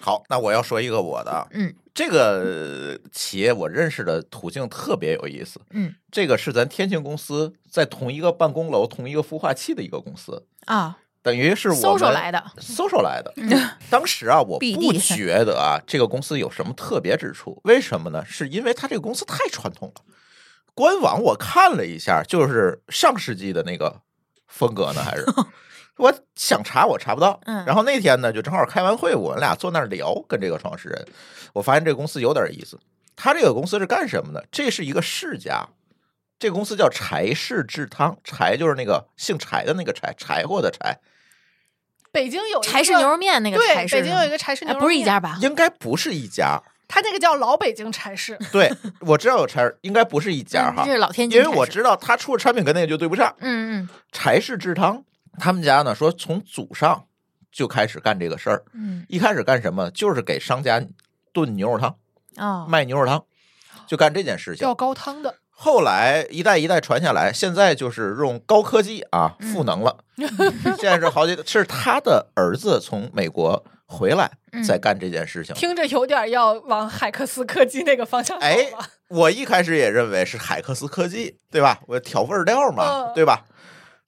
Speaker 1: 好，那我要说一个我的啊，
Speaker 3: 嗯
Speaker 1: 这个企业我认识的途径特别有意思，
Speaker 3: 嗯
Speaker 1: 这个是咱天庆公司在同一个办公楼、同一个孵化器的一个公司，
Speaker 3: 啊，
Speaker 1: 等于是我
Speaker 3: 搜索
Speaker 1: 们
Speaker 3: 来的，嗯
Speaker 1: 搜索来的。 (laughs) 当时啊，我
Speaker 4: 比
Speaker 1: 不
Speaker 4: 例
Speaker 1: 觉得啊，这个公司有什么特别之处？为什么呢？是因为它这个公司太传统了。官网我看了一下，就是上世纪的那个风格呢，还
Speaker 3: (laughs)
Speaker 1: 是我想查我查不到。
Speaker 3: 嗯
Speaker 1: 然后那天呢，就正好开完会，我们俩坐那儿聊，跟这个创始人，我发现这个公司有点意思。他这个公司是干什么的？这是一个世家，这个公司叫柴氏制汤，柴就是那个姓柴的那个柴，柴火的柴，
Speaker 2: 北京有一
Speaker 3: 哦柴
Speaker 2: 个
Speaker 3: 氏牛肉面那个柴
Speaker 2: 对，
Speaker 3: 氏
Speaker 2: 北
Speaker 3: 是
Speaker 2: 京
Speaker 3: 吗，
Speaker 2: 有一个柴氏
Speaker 3: 哎
Speaker 2: 牛肉面，
Speaker 3: 不是一家吧？
Speaker 1: 应该不是一家。
Speaker 2: 它那个叫老北京柴
Speaker 3: (laughs)
Speaker 2: 氏，
Speaker 1: 对，我知道有柴儿，应该不是一家
Speaker 3: 嗯
Speaker 1: 哈
Speaker 3: 这，是老天津
Speaker 1: 因
Speaker 3: 柴
Speaker 1: 为
Speaker 3: 氏，
Speaker 1: 我知道他出的产品跟那个就对不上。
Speaker 3: 嗯嗯
Speaker 1: 柴氏制汤，他们家呢说从祖上就开始干这个事儿，
Speaker 3: 嗯
Speaker 1: 一开始干什么？就是给商家炖牛肉汤，
Speaker 3: 哦，
Speaker 1: 卖牛肉汤，就干这件事情
Speaker 2: 要。高汤的，
Speaker 1: 后来一代一代传下来，现在就是用高科技啊
Speaker 3: 嗯
Speaker 1: 赋能
Speaker 3: (laughs)
Speaker 1: 了，现在是好几个，是他的儿子从美国回来
Speaker 3: 嗯
Speaker 1: 在干这件事情。
Speaker 2: 听着有点要往海克斯科技那个方向走
Speaker 1: 哎
Speaker 2: 了。
Speaker 1: 我一开始也认为是海克斯科技，对吧？我调味儿料嘛，
Speaker 2: 嗯
Speaker 1: 对吧？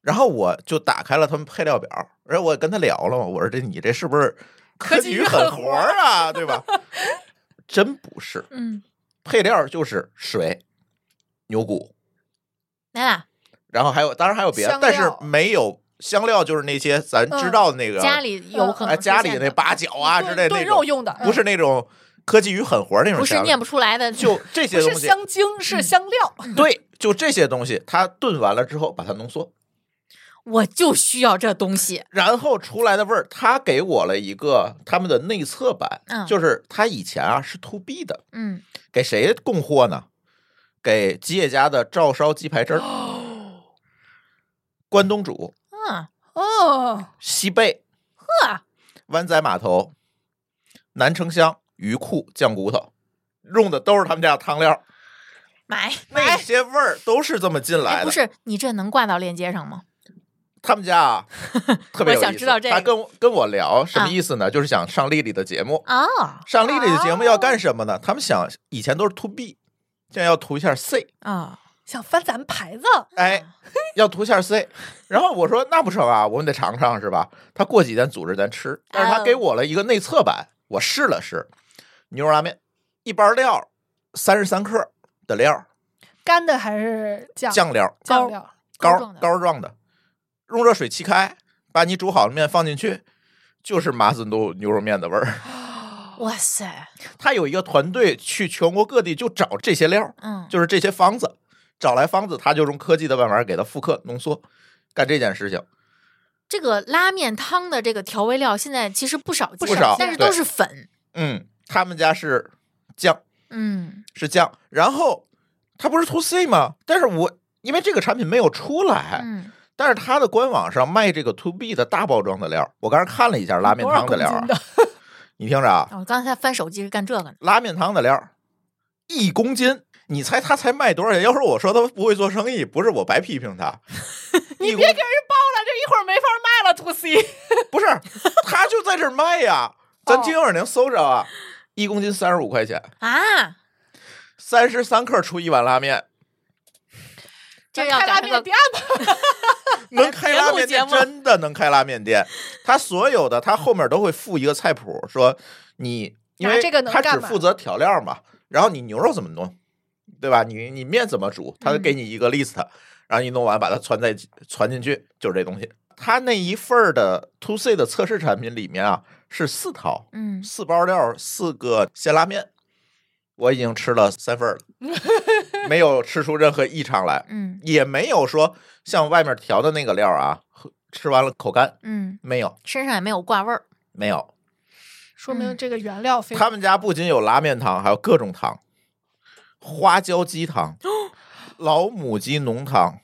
Speaker 1: 然后我就打开了他们配料表，然后我跟他聊了嘛，我说这你这是不是科技与狠活儿啊，对吧？真不是，
Speaker 3: 嗯，
Speaker 1: 配料就是水、牛骨，
Speaker 3: 来啦，
Speaker 1: 然后还有当然还有别的
Speaker 2: 香，料
Speaker 1: 但是没有香料，就是那些咱知道的那个、
Speaker 3: 家里有可能
Speaker 1: 哎家里
Speaker 3: 出现
Speaker 1: 那
Speaker 3: 的
Speaker 1: 八角啊之
Speaker 2: 炖
Speaker 1: 类的那
Speaker 2: 炖肉
Speaker 1: 种，
Speaker 2: 用的，嗯
Speaker 1: 不是那种科技与狠活儿那种
Speaker 3: 不是
Speaker 1: 香料
Speaker 3: 念不出来的，
Speaker 1: 就这
Speaker 2: 不
Speaker 1: 些东
Speaker 2: 是
Speaker 1: 西，嗯
Speaker 2: 香精，是香料。
Speaker 1: 对，就这些东西，它炖完了之后把它浓缩，
Speaker 3: (laughs) 我就需要这东西，
Speaker 1: 然后出来的味儿，它给我了一个他们的内测版，
Speaker 3: 嗯
Speaker 1: 就是它以前啊是 to B 的，
Speaker 3: 嗯，
Speaker 1: 给谁供货呢？给吉野家的照烧鸡排汁
Speaker 3: (gasps)
Speaker 1: 儿、关东煮、
Speaker 3: 啊，
Speaker 2: (laughs) 哦，
Speaker 1: 西贝、
Speaker 3: 呵，
Speaker 1: 湾仔码头、南城乡、鱼库、酱骨头，用的都是他们家的汤料，
Speaker 3: 买
Speaker 1: 那
Speaker 3: 买，
Speaker 1: 些味儿都是这么进来
Speaker 3: 哎，
Speaker 1: 的。
Speaker 3: 不是你这能挂到链接上吗？
Speaker 1: 他们家
Speaker 3: (laughs)
Speaker 1: 啊特别有意思。
Speaker 3: 想知道这
Speaker 1: 他
Speaker 3: 个
Speaker 1: 跟我跟我聊什么
Speaker 3: 啊
Speaker 1: 意思呢？就是想上丽丽的节目。
Speaker 3: 啊
Speaker 1: 上丽丽的节目要干什么呢？他们想以前都是 to B，现在要图一下 C。
Speaker 3: 啊，
Speaker 2: 想翻咱们牌子，
Speaker 1: 哎，要涂馅儿 C。然后我说那不成啊，我们得尝尝是吧？他过几天组织咱吃，但是他给我了一个内测版，我试了试，牛肉拉面一包料三十三克的料，
Speaker 2: 干的还是
Speaker 3: 啊
Speaker 2: 酱
Speaker 1: 酱料
Speaker 2: 酱料？
Speaker 3: 膏
Speaker 1: 膏
Speaker 3: 状的
Speaker 1: 膏状的，用热水沏开，把你煮好的面放进去。就是马子都牛肉面的味儿， (laughs)
Speaker 3: 哇塞，
Speaker 1: 他有一个团队去全国各地就找这些料，
Speaker 3: 嗯，
Speaker 1: 就是这些方子，找来方子，他就用科技的办法给它复刻浓缩，干这件事情。
Speaker 3: 这个拉面汤的这个调味料现在其实不少见，
Speaker 1: 不少
Speaker 3: 但是
Speaker 1: 对
Speaker 3: 都是粉，
Speaker 1: 嗯，他们家是酱，
Speaker 3: 嗯
Speaker 1: 是酱。然后它不是 to C 吗？但是我因为这个产品没有出来，
Speaker 3: 嗯，
Speaker 1: 但是它的官网上卖这个 to B 的大包装的料，我刚才看了一下拉面
Speaker 2: 多少
Speaker 1: 汤
Speaker 2: 公
Speaker 1: 料啊
Speaker 2: 斤，的？
Speaker 1: (laughs) 你听着啊，
Speaker 3: 我哦刚才翻手机是干这个呢，
Speaker 1: 拉面汤的料一公斤。你猜他才卖多少钱？要是我说他不会做生意，不是我白批评他。 (laughs) 你别给
Speaker 2: 了，这一会儿没法卖了，to C。
Speaker 1: 不是，他就在这儿卖呀，咱
Speaker 2: 哦
Speaker 1: 今晚能搜着啊，一公斤三十五块钱，
Speaker 3: 啊，
Speaker 1: 三十三克出一碗拉面，
Speaker 3: 这要
Speaker 2: 开拉
Speaker 3: 赶上
Speaker 2: 面
Speaker 3: 个
Speaker 2: 店吧， (laughs) 哎
Speaker 1: 能开拉面
Speaker 3: 别
Speaker 1: 店
Speaker 3: 录节目
Speaker 1: 真的能开拉面店，他所有的他后面都会附一个菜谱，说你因为
Speaker 2: 拿这个能
Speaker 1: 他只
Speaker 2: 干嘛
Speaker 1: 负责调料嘛，然后你牛肉怎么弄，对吧？你你面怎么煮，他就给
Speaker 2: 嗯
Speaker 1: 你一个 list，、然后你弄完把它传在传进去，就是这东西。他那一份儿的 to C 的测试产品里面啊，是四套，
Speaker 3: 嗯，
Speaker 1: 四包料，四个鲜拉面，我已经吃了三份儿了，
Speaker 2: (laughs)
Speaker 1: 没有吃出任何异常来。
Speaker 3: 嗯
Speaker 1: 也没有说像外面调的那个料啊，喝吃完了口干，
Speaker 3: 嗯，
Speaker 1: 没有，
Speaker 3: 身上也没有挂味儿，
Speaker 1: 没有。
Speaker 2: (laughs) 说明这个原料非
Speaker 1: 他们家不仅有拉面汤，还有各种汤，花椒鸡汤、
Speaker 3: 哦
Speaker 1: 老母鸡浓汤、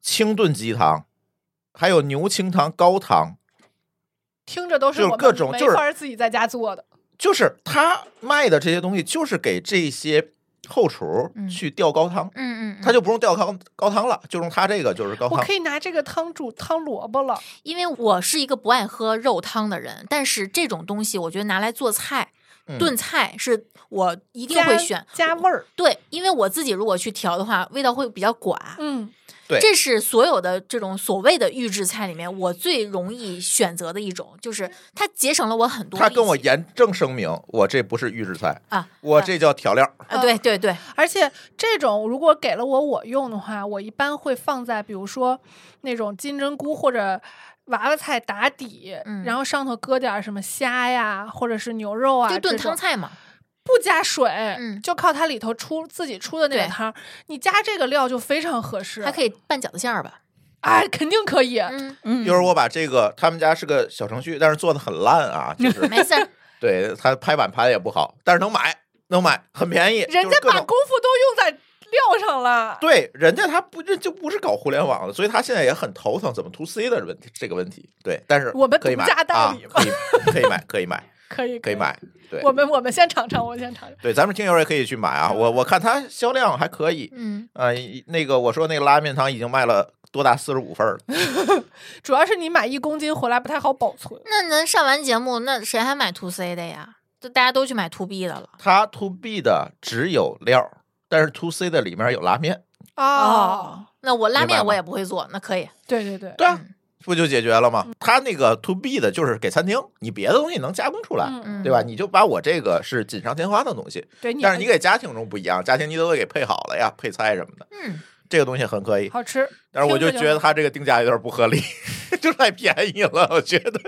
Speaker 1: 清炖鸡汤，还有牛清汤、高汤。
Speaker 2: 听着都是
Speaker 1: 就
Speaker 2: 我
Speaker 1: 是
Speaker 2: 们
Speaker 1: 各种
Speaker 2: 没
Speaker 1: 就是
Speaker 2: 法自己在家做的。
Speaker 1: 就是他卖的这些东西，就是给这些后厨
Speaker 3: 嗯
Speaker 1: 去吊高汤，
Speaker 3: 嗯嗯，
Speaker 1: 他就不用吊高高汤了，就用他这个就是高
Speaker 2: 我
Speaker 1: 汤
Speaker 2: 可。以拿这个汤煮汤萝卜了，
Speaker 3: 因为我是一个不爱喝肉汤的人，但是这种东西我觉得拿来做菜、
Speaker 1: 嗯
Speaker 3: 炖菜是我一
Speaker 2: 一
Speaker 3: 定会选。
Speaker 2: 加味儿。啊
Speaker 3: 对，因为我自己如果去调的话，味道会比较寡。
Speaker 2: 嗯，
Speaker 1: 对
Speaker 3: 这是所有的这种所谓的预制菜里面，我最容易选择的一种，就是它节省了我很多力气。
Speaker 1: 他跟我严正声明，我这不是预制菜
Speaker 3: 啊，
Speaker 1: 我这叫调料。
Speaker 3: 啊，对对对，
Speaker 2: 而且这种如果给了我我用的话，我一般会放在比如说那种金针菇或者娃娃菜打底，
Speaker 3: 嗯
Speaker 2: 然后上头搁点儿什么虾呀，或者是牛肉啊，
Speaker 3: 就炖汤
Speaker 2: 这种
Speaker 3: 菜嘛。
Speaker 2: 不加水，
Speaker 3: 嗯
Speaker 2: 就靠它里头出自己出的那个
Speaker 3: 对
Speaker 2: 汤儿，你加这个料就非常合适，
Speaker 3: 还可
Speaker 2: 以，
Speaker 3: 以拌饺子馅儿吧？
Speaker 2: 哎，肯定可以。
Speaker 3: 嗯，
Speaker 4: 嗯
Speaker 1: 一会儿我把这个他们家是个小程序，但是做的很烂啊，
Speaker 2: (laughs)
Speaker 1: 就是
Speaker 3: (laughs) 没事儿。
Speaker 1: 对他拍板拍的也不好，但是能买，能买，很便宜。
Speaker 2: 人
Speaker 1: 就
Speaker 2: 家
Speaker 1: 是各
Speaker 2: 把
Speaker 1: 种
Speaker 2: 功夫都用在料上了，
Speaker 1: 对人家他不这就不是搞互联网的，所以他现在也很头疼怎么 to C 的问题这个问题。对，但是
Speaker 2: 我们
Speaker 1: 可以买
Speaker 2: 独家代理
Speaker 1: 啊，可以可以买，可以买，
Speaker 2: 可以
Speaker 1: 可以。买。对
Speaker 2: 我们我们先尝尝，我先尝尝。
Speaker 1: 对，咱们听友也可以去买啊，我我看它销量还可以。
Speaker 3: (laughs) 嗯，
Speaker 1: 呃，那个我说那个拉面汤已经卖了多达四十五份儿了，
Speaker 2: 主要是你买一公斤回来不太好保存，
Speaker 3: 那咱上完节目，那谁还买 to C 的呀？就大家都去买 to B 的了。
Speaker 1: 它 to B 的只有料，但是 to C 的里面有拉面。
Speaker 2: 哦，
Speaker 3: 那我拉
Speaker 1: 明白
Speaker 3: 面我
Speaker 1: 吗
Speaker 3: 也不会做，那可以。
Speaker 2: 对对对，
Speaker 1: 对啊，不就解决了吗？他那个 to B 的就是给餐厅，你别的东西能加工出来，
Speaker 2: 嗯，
Speaker 3: 嗯
Speaker 1: 对吧？你就把我这个是锦上添花的东西，
Speaker 2: 对，你
Speaker 1: 但是你给家庭中不一样，家庭你都得给配好了呀，配菜什么的，
Speaker 3: 嗯，
Speaker 1: 这个东西很可以。
Speaker 2: 好吃，
Speaker 1: 但是我就
Speaker 2: 听着
Speaker 1: 觉得他这个定价有点不合理， (laughs) 就太便宜了，我觉得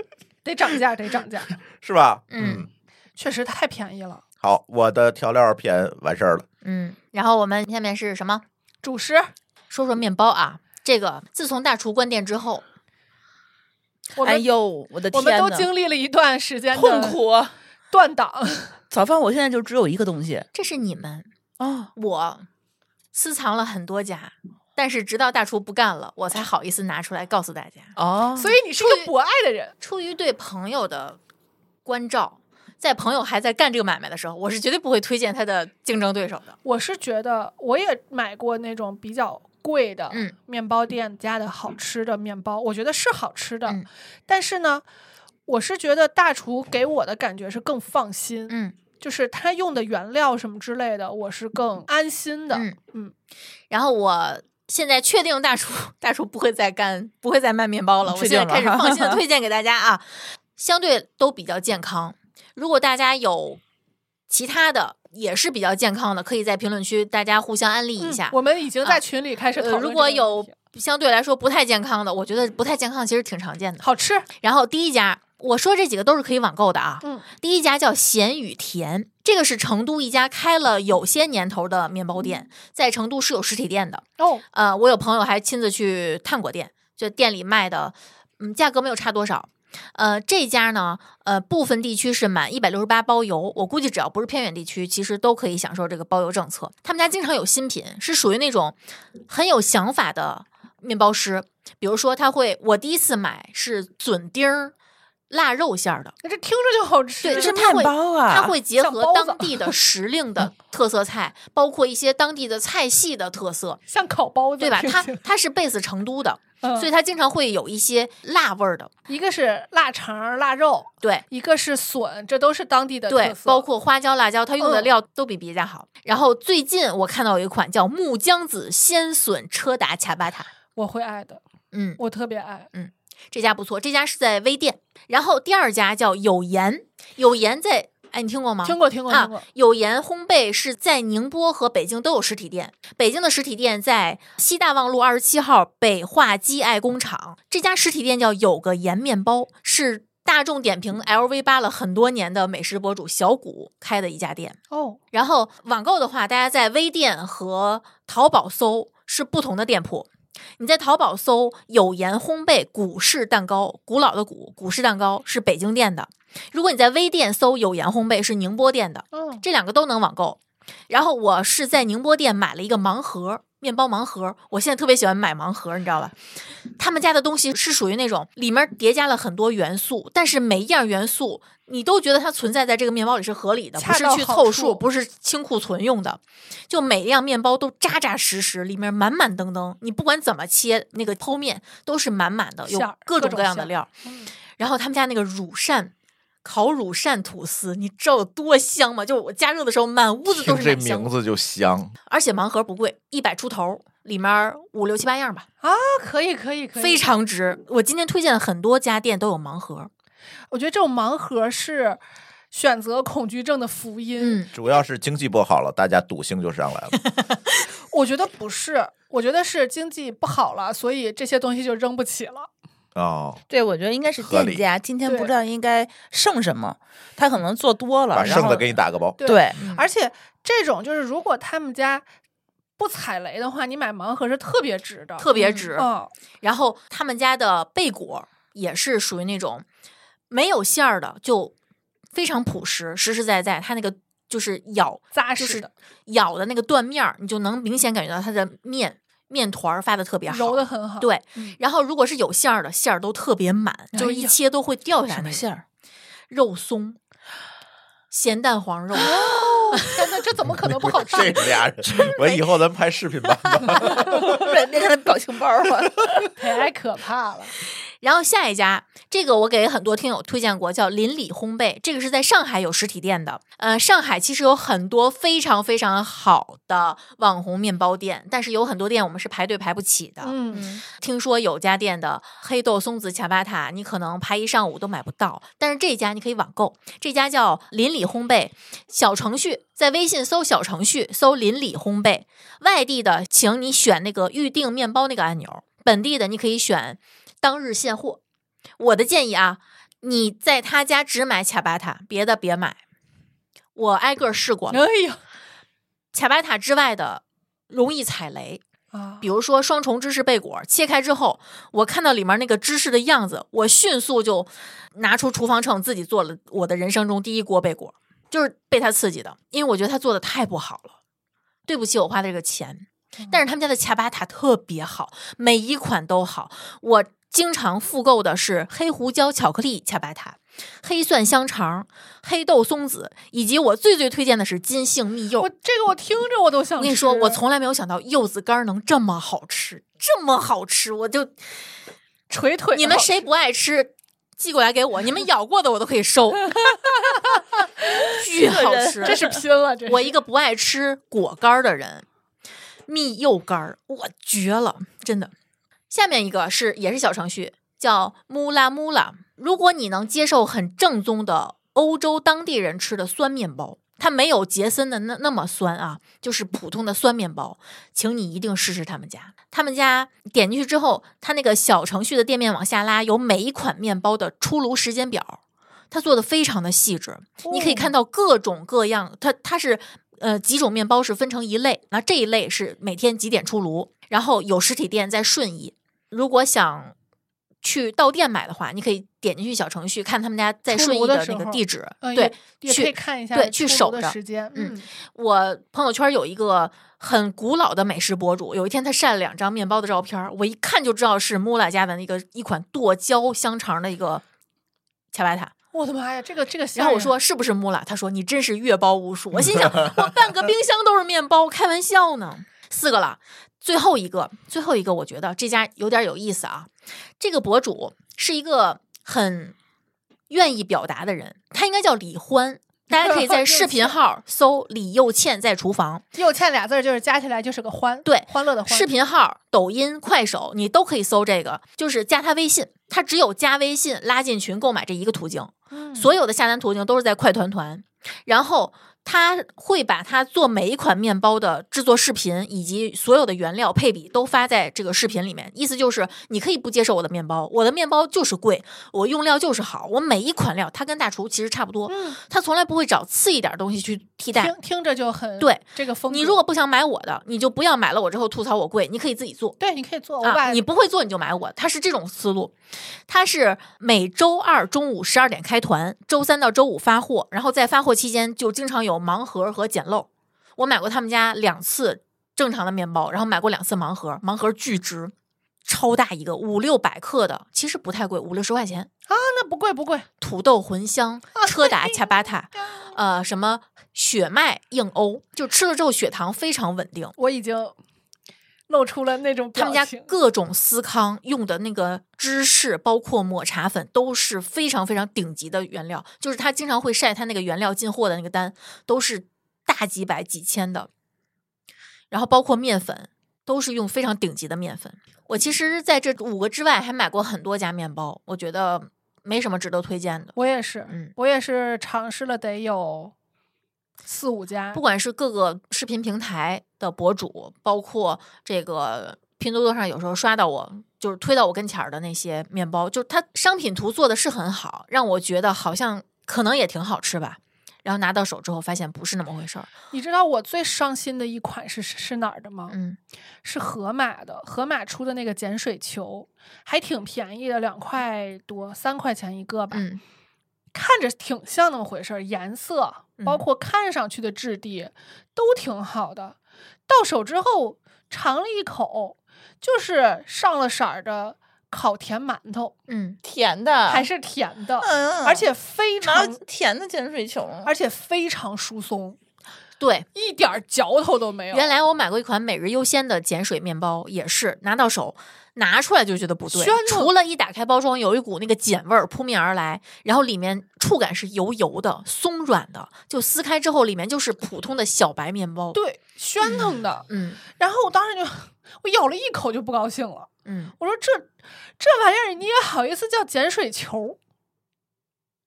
Speaker 2: 得涨价，得
Speaker 1: (laughs)
Speaker 2: 涨价，
Speaker 1: 是吧？
Speaker 3: 嗯，
Speaker 2: 确实太便宜了。
Speaker 1: 好，我的调料篇完事儿了。
Speaker 3: 嗯，然后我们下面是什么？
Speaker 2: 主食，
Speaker 3: 说说面包啊。这个自从大厨关店之后，
Speaker 2: 我
Speaker 4: 哎
Speaker 2: 们
Speaker 4: 呦，我的
Speaker 2: 我
Speaker 4: 天
Speaker 2: 们
Speaker 4: 呐，
Speaker 2: 都经历了一段时间的
Speaker 4: 痛苦。
Speaker 2: 断档， (laughs)
Speaker 4: 早饭我现在就只有一个东西
Speaker 3: 这是你们
Speaker 4: 啊，
Speaker 3: 我私藏了很多家，但是直到大厨不干了，我才好意思拿出来告诉大家。
Speaker 4: 哦，
Speaker 2: 所以你是一个博爱的人。
Speaker 3: 出于对朋友的关照，在朋友还在干这个买卖的时候，我是绝对不会推荐他的竞争对手的。
Speaker 2: 我是觉得我也买过那种比较贵的
Speaker 3: 嗯
Speaker 2: 面包店家的好吃的面包，我觉得是好吃的，
Speaker 3: 嗯
Speaker 2: 但是呢，我是觉得大厨给我的感觉是更放心，
Speaker 3: 嗯
Speaker 2: 就是他用的原料什么之类的，我是更安心的。
Speaker 3: 嗯
Speaker 2: 嗯，
Speaker 3: 然后我现在确定大厨大厨不会再干不会再卖面包了，我
Speaker 4: 确
Speaker 3: 现在
Speaker 4: 定
Speaker 3: 开始
Speaker 4: 了
Speaker 3: 放 (laughs) 心的推荐给大家啊，相对都比较健康。如果大家有其他的也是比较健康的，可以在评论区大家互相安利一下。
Speaker 2: 嗯我们已经在
Speaker 3: 啊
Speaker 2: 群里开始讨
Speaker 3: 呃，
Speaker 2: 论、
Speaker 3: 如果有。
Speaker 2: 啊
Speaker 3: 相对来说不太健康的，我觉得不太健康其实挺常见的。
Speaker 2: 好吃，
Speaker 3: 然后第一家，我说这几个都是可以网购的啊。
Speaker 2: 嗯，
Speaker 3: 第一家叫咸与甜，这个是成都一家开了有些年头的面包店，
Speaker 2: 嗯
Speaker 3: 在成都是有实体店的。
Speaker 2: 哦，
Speaker 3: 呃，我有朋友还亲自去探过店，就店里卖的，嗯，价格没有差多少。呃，这家呢，呃，部分地区是满一百六十八包邮，我估计只要不是偏远地区，其实都可以享受这个包邮政策。他们家经常有新品，是属于那种很有想法的面包师，比如说他会，我第一次买是笋丁儿腊肉馅儿的，
Speaker 2: 那这听着就好吃。
Speaker 3: 对，就
Speaker 4: 这
Speaker 3: 是它会
Speaker 4: 面包啊
Speaker 3: 它会结
Speaker 2: 像
Speaker 3: 合
Speaker 2: 包子
Speaker 3: 当地的时令的特色菜，包括一些当地的菜系的特
Speaker 2: (laughs)
Speaker 3: 色，
Speaker 2: 像烤包子，
Speaker 3: 对吧？
Speaker 2: 听
Speaker 3: 它
Speaker 2: 起来
Speaker 3: 它是 base 成都的，
Speaker 2: 嗯
Speaker 3: 所以它经常会有一些辣味儿的，
Speaker 2: 一个是腊肠、腊肉，
Speaker 3: 对。
Speaker 2: 一个是笋，这都是当地的
Speaker 3: 对
Speaker 2: 呃特，色
Speaker 3: 包括花椒、辣椒，它用的
Speaker 2: 嗯
Speaker 3: 料都比别家好。然后最近我看到有一款叫木姜子鲜笋车达恰巴塔，
Speaker 2: 我会爱的，
Speaker 3: 嗯，
Speaker 2: 我特别爱。
Speaker 3: 这家不错，这家是在微店。然后第二家叫有盐，有盐在，哎，你听过吗？
Speaker 2: 听过，听过，听过
Speaker 3: 啊。，有盐烘焙是在宁波和北京都有实体店，北京的实体店在西大望路二十七号北化基爱工厂。这家实体店叫有个盐面包，是大众点评 LV 扒了很多年的美食博主小谷开的一家店。
Speaker 2: 哦，
Speaker 3: 然后网购的话，大家在微店和淘宝搜是不同的店铺。你在淘宝搜“有盐烘焙古式蛋糕”，古老的古古式蛋糕是北京店的。如果你在微店搜“有盐烘焙”，是宁波店的。
Speaker 2: 嗯，
Speaker 3: 这两个都能网购。然后我是在宁波店买了一个盲盒，面包盲盒。我现在特别喜欢买盲盒，你知道吧？他们家的东西是属于那种里面叠加了很多元素，但是每一样元素你都觉得它存在在这个面包里是合理的，不
Speaker 2: 恰
Speaker 3: 是
Speaker 2: 到
Speaker 3: 去
Speaker 2: 好
Speaker 3: 凑
Speaker 2: 处
Speaker 3: 数，不是清库存用的。就每一样面包都扎扎实实，里面满满登登。你不管怎么切，那个剖面都是满满的，有
Speaker 2: 馅儿
Speaker 3: 各
Speaker 2: 各
Speaker 3: 种
Speaker 2: 种
Speaker 3: 各样的
Speaker 2: 馅儿
Speaker 3: 料。
Speaker 2: 嗯
Speaker 3: 然后他们家那个乳扇，烤乳扇吐司，你知道有多香吗？就是我加热的时候，满屋子都
Speaker 1: 听
Speaker 3: 是
Speaker 1: 这
Speaker 3: 奶香
Speaker 1: 名
Speaker 3: 的，
Speaker 1: 字就香，
Speaker 3: 而且盲盒不贵，一百出头，里面儿五六七八样吧，
Speaker 2: 啊，可以，可以，可以，
Speaker 3: 非。常值。我今天推荐的很多家店都有盲盒，
Speaker 2: 我觉得这种盲盒是选择恐惧症的福音。
Speaker 3: 嗯，
Speaker 1: 主要是经济不好了，大家赌性就上来了。
Speaker 2: 我觉得不是，我觉得是经济不好了，所以这些东西就扔不起了。
Speaker 1: 哦，
Speaker 4: 对，我觉得应该是
Speaker 1: 合
Speaker 4: 店
Speaker 1: 理
Speaker 4: 家今天
Speaker 2: 对
Speaker 4: 不知道应该剩什么，他可能做多了，
Speaker 1: 把
Speaker 4: 然
Speaker 1: 剩
Speaker 4: 后
Speaker 1: 的给你打个包。
Speaker 2: 对
Speaker 4: 对，
Speaker 2: 而且这种就是，如果他们家不踩雷的话，你买盲盒是特别值的。
Speaker 3: 特别值。
Speaker 2: 嗯，
Speaker 3: 然后他们家的贝果也是属于那种没有馅儿的，就非常朴实，实实在在。它那个就是咬
Speaker 2: 扎
Speaker 3: 就
Speaker 2: 实
Speaker 3: 是
Speaker 2: 的，
Speaker 3: 咬的那个断面儿，你就能明显感觉到它的面面团儿发的特别好，
Speaker 2: 揉的很好。，
Speaker 3: 对
Speaker 2: 嗯，
Speaker 3: 然后如果是有馅儿的，馅儿都特别满，就是一
Speaker 2: 哎呀
Speaker 3: 切都会掉下来
Speaker 4: 什
Speaker 3: 那
Speaker 4: 么
Speaker 3: 种。
Speaker 4: 馅儿？
Speaker 3: 肉松、咸蛋黄肉，
Speaker 2: 啊天呐，这怎么
Speaker 4: (laughs)
Speaker 2: 可能不好吃？
Speaker 1: 这俩人，我以后咱拍视频版吧。
Speaker 4: 变成了表情包啊 (laughs) 了。
Speaker 2: 太可怕
Speaker 3: (laughs)
Speaker 2: 了。
Speaker 3: 然后下一家，这个我给很多听友推荐过，叫邻里烘焙，这个是在上海有实体店的。呃，上海其实有很多非常非常好的网红面包店，但是有很多店我们是排队排不起的。
Speaker 2: 嗯，
Speaker 3: 听说有家店的黑豆松子恰巴塔，你可能排一上午都买不到，但是这家你可以网购，这家叫邻里烘焙小程序，在微信搜小程序，搜邻里烘焙，外地的请你选那个预定面包那个按钮，本地的你可以选当日现货。我的建议啊，你在他家只买恰巴塔，别的别买。我挨个试过了，
Speaker 2: 哎呀
Speaker 3: 恰巴塔之外的容易踩雷。
Speaker 2: 啊，
Speaker 3: 比如说双重芝士贝果，切开之后，我看到里面那个芝士的样子，我迅速就拿出厨房秤自己做了我的人生中第一锅贝果，就是被他刺激的，因为我觉得他做的太不好了，对不起我花的这个钱。但是他们家的恰巴塔特别好，每一款都好。我经常复购的是黑胡椒巧克力恰巴塔，黑蒜香肠、黑豆松子，以及我最最推荐的是金杏蜜柚
Speaker 2: 我。这个我听着我都想吃。
Speaker 3: 我跟你说，我从来没有想到柚子干儿能这么好吃，这么好吃，我就
Speaker 2: 捶腿，
Speaker 3: 你们谁？不爱吃，寄过来给我，你们咬过的我都可
Speaker 2: (laughs)
Speaker 3: 以收，巨好吃。
Speaker 2: 这是拼了，
Speaker 3: (laughs)
Speaker 2: 这是
Speaker 3: 我一个不爱吃果干儿的人，蜜柚干儿我绝了，真的。下面一个是也是小程序，叫木拉木拉。如果你能接受很正宗的欧洲当地人吃的酸面包，它没有杰森的那那么酸啊，就是普通的酸面包，请你一定试试他们家。他们家点进去之后，它那个小程序的店面往下拉，有每一款面包的出炉时间表。它做的非常的细致，你
Speaker 2: 哦
Speaker 3: 可以看到各种各样，它它是呃几种面包是分成一类，那这一类是每天几点出炉，然后有实体店在顺义，如果想去到店买的话，你可以点进去小程序看他们家在
Speaker 2: 出
Speaker 3: 顺
Speaker 2: 炉
Speaker 3: 义
Speaker 2: 的
Speaker 3: 的
Speaker 2: 时
Speaker 3: 那个
Speaker 2: 候
Speaker 3: 地址，
Speaker 2: 呃
Speaker 3: 对，
Speaker 2: 也也
Speaker 3: 去
Speaker 2: 可以看一下
Speaker 3: 对去
Speaker 2: 出炉
Speaker 3: 守
Speaker 2: 的
Speaker 3: 着
Speaker 2: 时间，
Speaker 3: 嗯
Speaker 2: 嗯，
Speaker 3: 我朋友圈有一个很古老的美食博主，有一天他晒了两张面包的照片儿，我一看就知道是穆拉家的那个一款剁椒香肠的一个恰巴塔。
Speaker 2: 我的妈呀，这个这个吓人，
Speaker 3: 然后我说是不是穆拉？他说你真是阅包无数。我心想我半个冰箱都是面包，开玩笑呢。四个了，最后一个，最后一个，我觉得这家有点有意思啊。这个博主是一个很愿意表达的人，他应该叫李欢。大家可以在
Speaker 2: 又
Speaker 3: 视频号搜李幼倩在厨房，
Speaker 2: 又欠俩字儿，就是加起来就是个欢，
Speaker 3: 对
Speaker 2: 欢乐的欢，
Speaker 3: 视频号、抖音、快手，你都可以搜这个，就是加他微信，他只有加微信拉进群购买这一个途径，
Speaker 2: 嗯
Speaker 3: 所有的下单途径都是在快团团，然后他会把他做每一款面包的制作视频以及所有的原料配比都发在这个视频里面，意思就是你可以不接受我的面包，我的面包就是贵，我用料就是好，我每一款料它跟大厨其实差不多，
Speaker 2: 嗯，
Speaker 3: 他从来不会找次一点东西去替代。
Speaker 2: 听听着就很
Speaker 3: 对
Speaker 2: 这个风格。
Speaker 3: 你如果不想买我的，你就不要买了我之后吐槽我贵，你可以自己做。
Speaker 2: 对，你可以做，我
Speaker 3: 啊，
Speaker 2: 把
Speaker 3: 你不会做你就买我，他是这种思路，他是每周二中午十二点开团，周三到周五发货，然后在发货期间就经常有盲盒和捡漏。我买过他们家两次正常的面包，然后买过两次盲盒，盲盒巨值，超大一个五六百克的，其实不太贵，五六十块钱。
Speaker 2: 啊，那不贵不贵，
Speaker 3: 土豆茴香、车达恰巴塔，呃，什么血脉硬欧，就吃了之后血糖非常稳定。
Speaker 2: 我已经露出了那种
Speaker 3: 他们
Speaker 2: 表
Speaker 3: 家
Speaker 2: 情
Speaker 3: 各种司康用的那个芝士，包括抹茶粉，都是非常非常顶级的原料。就是他经常会晒他那个原料进货的那个单，都是大几百、几千的。然后包括面粉，都是用非常顶级的面粉。我其实在这五个之外还买过很多家面包，我觉得没什么值得推荐的。
Speaker 2: 我也是，
Speaker 3: 嗯
Speaker 2: 我也是尝试了得有四五家
Speaker 3: 不，管是各个视频平台的博主，包括这个拼多多上有时候刷到我，就是推到我跟前儿的那些面包，就是它商品图做的是很好，让我觉得好像可能也挺好吃吧。然后拿到手之后，发现不是那么回事儿。
Speaker 2: 你知道我最伤心的一款是是是哪儿的吗？
Speaker 3: 嗯，
Speaker 2: 是盒马的，盒马出的那个碱水球，还挺便宜的，两块多，三块钱一个吧。
Speaker 3: 嗯，
Speaker 2: 看着挺像那么回事儿，颜色包
Speaker 3: 嗯
Speaker 2: 括看上去的质地、都挺好的。到手之后尝了一口，就是上了色儿的烤甜馒头，
Speaker 3: 嗯，
Speaker 4: 甜的，
Speaker 2: 还是甜的，
Speaker 4: 嗯，
Speaker 2: 而且非
Speaker 4: 哪
Speaker 2: 常
Speaker 4: 有甜的碱水球啊？
Speaker 2: 而且非常疏松，
Speaker 3: 对。
Speaker 2: 一点儿嚼头都没有。
Speaker 3: 原来我买过一款每日优鲜的碱水面包，也是拿到手拿出来就觉得不对
Speaker 2: 宣，着
Speaker 3: 除了一打开包装有一股那个碱味儿扑面而来，然后里面触感是油油的、松软的，就撕开之后里面就是普通的小白面包。
Speaker 4: (clears throat)
Speaker 2: 对宣腾的，
Speaker 3: 嗯
Speaker 2: 然后我当时就我咬了一口就不高兴了，
Speaker 3: 嗯，
Speaker 2: 我说这这玩意儿你也好意思叫碱水球？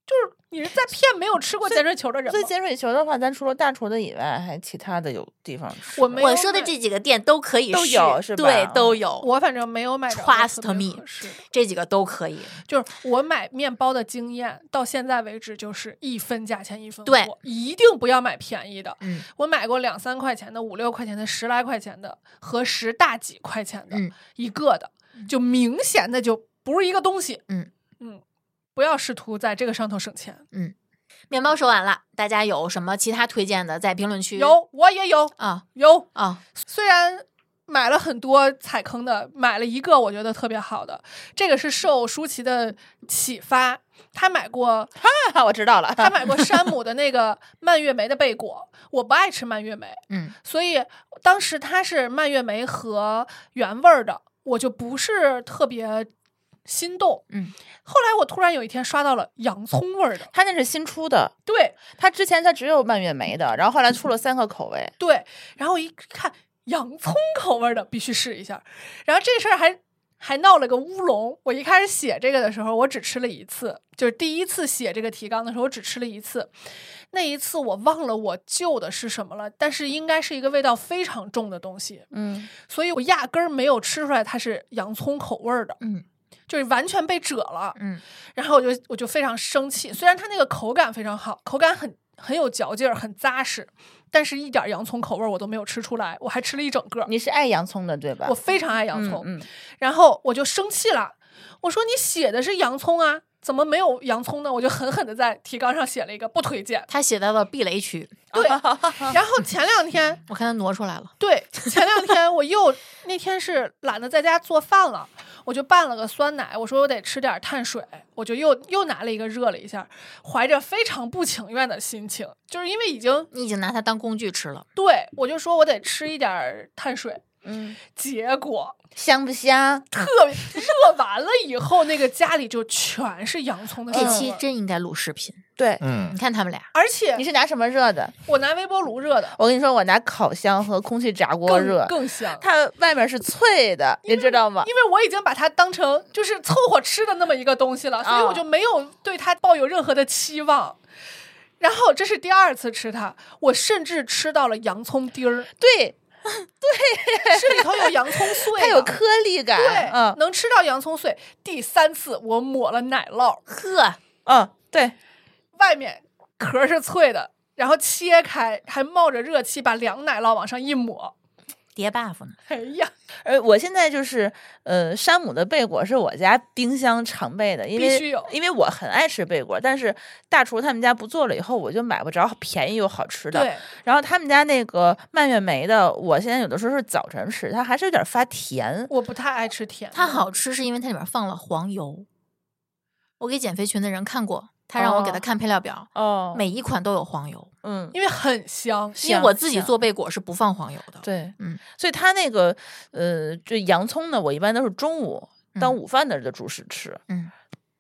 Speaker 2: 就是你是
Speaker 4: (laughs)
Speaker 2: 在骗没有吃过碱水球的人
Speaker 4: 所以
Speaker 2: 吗？
Speaker 4: 碱水球的话，咱除了大厨的以外，还其他的有地方吃
Speaker 2: 我
Speaker 4: 吗
Speaker 2: 没有
Speaker 3: 我说的
Speaker 2: 买
Speaker 3: 这几个店都可以
Speaker 4: 都
Speaker 3: 试
Speaker 4: 有是吧
Speaker 3: 对，都有，
Speaker 2: 我反正没有买着
Speaker 3: Trust
Speaker 2: 特别
Speaker 3: me
Speaker 2: 合适的
Speaker 3: 这几个都可以。
Speaker 2: 就是我买面包的经验到现在为止就是一分价钱一分货，
Speaker 3: 对
Speaker 2: 一定不要买便宜的。
Speaker 3: 嗯
Speaker 2: 我买过两三块钱的、五六块钱的、十来块钱的和十大几块钱的、
Speaker 3: 嗯
Speaker 2: 一个的，就明显的就不是一个东西。
Speaker 3: 嗯
Speaker 2: 嗯，不要试图在这个上头省钱。
Speaker 3: 面包说完了，大家有什么其他推荐的，在评论区
Speaker 2: 有，我也有
Speaker 3: 啊
Speaker 2: 有，
Speaker 3: 啊，
Speaker 2: 虽然。买了很多踩坑的，买了一个我觉得特别好的，这个是受舒淇的启发，他买过
Speaker 4: 啊，我知道了，
Speaker 2: 他买过山姆的那个蔓越莓的贝果，我不爱吃蔓越莓，
Speaker 3: 嗯，
Speaker 2: 所以当时它是蔓越莓和原味儿的，我就不是特别心动。
Speaker 3: 嗯，
Speaker 2: 后来我突然有一天刷到了洋葱味儿的，
Speaker 4: 他那是新出的，
Speaker 2: 对
Speaker 4: 他之前他只有蔓越莓的，然后后来出了三个口味，
Speaker 2: 对，然后一看洋葱口味儿的必须试一下，然后这事儿还。还闹了个乌龙。我一开始写这个的时候，我只吃了一次，就是第一次写这个提纲的时候，我只吃了一次。那一次我忘了我就的是什么了，但是应该是一个味道非常重的东西。
Speaker 4: 嗯，
Speaker 2: 所以我压根儿没有吃出来它是洋葱口味儿的，
Speaker 3: 嗯
Speaker 2: 就是完全被褶了。
Speaker 3: 嗯
Speaker 2: 然后我就我就非常生气，虽然它那个口感非常好，口感很很有嚼劲儿，很扎实，但是一点儿洋葱口味儿我都没有吃出来，我还吃了一整个儿。
Speaker 4: 你是爱洋葱的对吧？
Speaker 2: 我非常爱洋葱，
Speaker 4: 嗯，嗯
Speaker 2: 然后我就生气了，我说你写的是洋葱啊，怎么没有洋葱呢？我就狠狠的在提纲上写了一个不推荐。
Speaker 3: 他写到了避雷区，
Speaker 2: 对，然后前两天
Speaker 3: 我看他挪出来了。
Speaker 2: 对，前两天我又那天是懒得在家做饭了，我就拌了个酸奶，我说我得吃点碳水，我就又又拿了一个热了一下，怀着非常不情愿的心情，就是因为已经
Speaker 3: 你已经拿它当工具吃了，
Speaker 2: 对我就说我得吃一点碳水，
Speaker 4: 嗯，
Speaker 2: 结果
Speaker 4: 香不香？
Speaker 2: 特别热完了以后，那个家里就全是洋葱的
Speaker 3: 这
Speaker 2: 香味
Speaker 3: 期
Speaker 2: 儿，
Speaker 3: 真应该录视频。
Speaker 4: 对，
Speaker 1: 嗯
Speaker 3: 你，看他们俩，
Speaker 2: 而且
Speaker 4: 你是拿什么热的？
Speaker 2: 我拿微波炉热的，
Speaker 4: 我跟你说，我拿烤箱和空气炸锅
Speaker 2: 更
Speaker 4: 热，
Speaker 2: 更香。
Speaker 4: 它外面是脆的，你知道吗？
Speaker 2: 因为我已经把它当成就是凑合吃的那么一个东西
Speaker 3: 啊
Speaker 2: 了，所以我就没有对它抱有任何的期望。然后这是第二次吃它，我甚至吃到了洋葱丁
Speaker 3: (laughs)
Speaker 2: 儿，
Speaker 4: 对，
Speaker 2: 是里头有洋葱碎的，啊
Speaker 4: 它有颗粒感，
Speaker 2: 对，
Speaker 4: 嗯
Speaker 2: 能吃到洋葱碎。第三次我抹了奶酪，
Speaker 3: 呵，
Speaker 4: 嗯，对，
Speaker 2: 外面壳是脆的，然后切开还冒着热气，把凉奶酪往上一抹，
Speaker 3: 叠 buff 呢，
Speaker 2: 哎呀，
Speaker 4: 呃，我现在就是，呃，山姆的贝果是我家冰箱常备的，因
Speaker 2: 必
Speaker 4: 为
Speaker 2: 须有
Speaker 4: 因为我很爱吃贝果，但是大厨他们家不做了以后，我就买不着便宜又好吃的。
Speaker 2: 对，
Speaker 4: 然后他们家那个蔓越莓的，我现在有的时候是早晨吃，它还是有点发甜。
Speaker 2: 我不太爱吃甜的，
Speaker 3: 它好吃是因为它里面放了黄油。我给减肥群的人看过，他让我给他
Speaker 4: 哦
Speaker 3: 看配料表，
Speaker 4: 哦，
Speaker 3: 每一款都有黄油，
Speaker 4: 嗯，
Speaker 2: 因为很香，
Speaker 3: 因
Speaker 4: 香
Speaker 3: 为我自己
Speaker 4: 香
Speaker 3: 做贝果是不放黄油的。，
Speaker 4: 对，
Speaker 3: 嗯，
Speaker 4: 所以它那个呃，就洋葱呢，我一般都是中午当
Speaker 3: 嗯
Speaker 4: 午饭的这主食吃。
Speaker 3: 嗯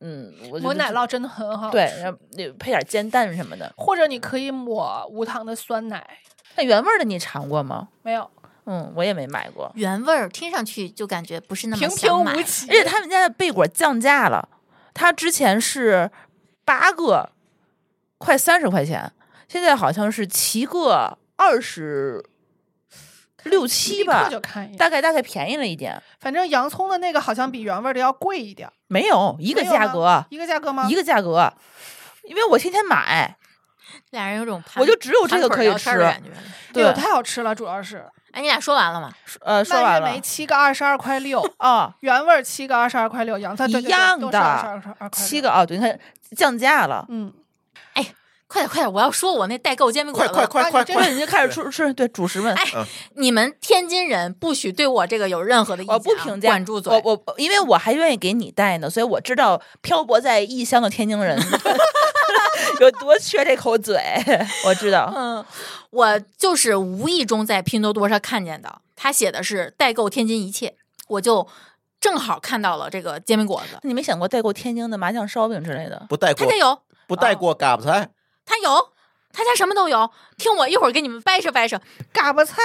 Speaker 4: 嗯，我觉
Speaker 2: 抹
Speaker 4: 得
Speaker 2: 奶
Speaker 4: 就
Speaker 2: 酪真的很好吃。
Speaker 4: 对，然后那配点煎蛋什么的。
Speaker 2: 或者你可以抹无糖的酸奶，
Speaker 4: 那原味儿的你尝过吗？
Speaker 2: 没有
Speaker 4: 嗯，我也没买过。
Speaker 3: 原味儿听上去就感觉不是那么
Speaker 2: 平平
Speaker 3: 想买
Speaker 2: 无奇
Speaker 4: 而。且他们家的贝果降价了，它之前是八个，快三十块钱，现在好像是七个二十六七
Speaker 2: 立刻
Speaker 4: 吧，
Speaker 2: 就看一眼。
Speaker 4: 大概大概便宜了一点，
Speaker 2: 反正洋葱的那个好像比原味儿的要贵一点儿，
Speaker 4: 没有一个
Speaker 2: 没有
Speaker 4: 价
Speaker 2: 吗
Speaker 4: 格，
Speaker 2: 一个价格吗？
Speaker 4: 一
Speaker 2: 个
Speaker 4: 个价格，因为我天天买，
Speaker 3: 俩人有种盘
Speaker 4: 我就只有这
Speaker 3: 盘
Speaker 4: 个
Speaker 3: 腿
Speaker 4: 可以
Speaker 3: 聊
Speaker 4: 吃
Speaker 3: 天儿的。感觉了。
Speaker 4: 对，
Speaker 2: 太好吃了，主要是
Speaker 3: 哎，你俩说完了吗？
Speaker 4: 呃，说
Speaker 2: 蔓
Speaker 4: 完
Speaker 2: 越莓
Speaker 4: 了，
Speaker 2: 七个二十二块六
Speaker 4: 啊，
Speaker 2: 原味儿七个二十二块六，洋葱对对对
Speaker 4: 一样
Speaker 2: 都是
Speaker 4: 的
Speaker 2: 二十二块
Speaker 4: 七个啊，对，你看降价了。
Speaker 2: 嗯，
Speaker 3: 快点快点，我要说我那代购煎饼果
Speaker 1: 快
Speaker 3: 子了。
Speaker 1: 快快
Speaker 2: 啊你
Speaker 1: 快
Speaker 2: 这
Speaker 4: 对，
Speaker 1: 快，
Speaker 4: 你就开始吃吃对主食
Speaker 2: (laughs)
Speaker 4: 们，
Speaker 3: 哎你们天津人不许对我这个有任何的意见啊，
Speaker 4: 我哦不评价，
Speaker 3: 管住嘴。
Speaker 4: 我我我因为我还愿意给你带呢，所以我知道漂泊在异乡的天津人 (laughs) 有多缺这口嘴，我知道。
Speaker 3: 嗯，我就是无意中在拼多多上看见的，他写的是代购天津一切，我就正好看到了这个煎饼果子，
Speaker 4: (laughs) 你没想过代购天津的麻酱烧饼之类的？
Speaker 1: 不带
Speaker 3: 他
Speaker 1: 过
Speaker 3: 家有，
Speaker 1: 不带过嘎巴菜，
Speaker 3: 他有，他家什么都有。听我一会儿给你们掰扯掰扯，
Speaker 2: 嘎巴菜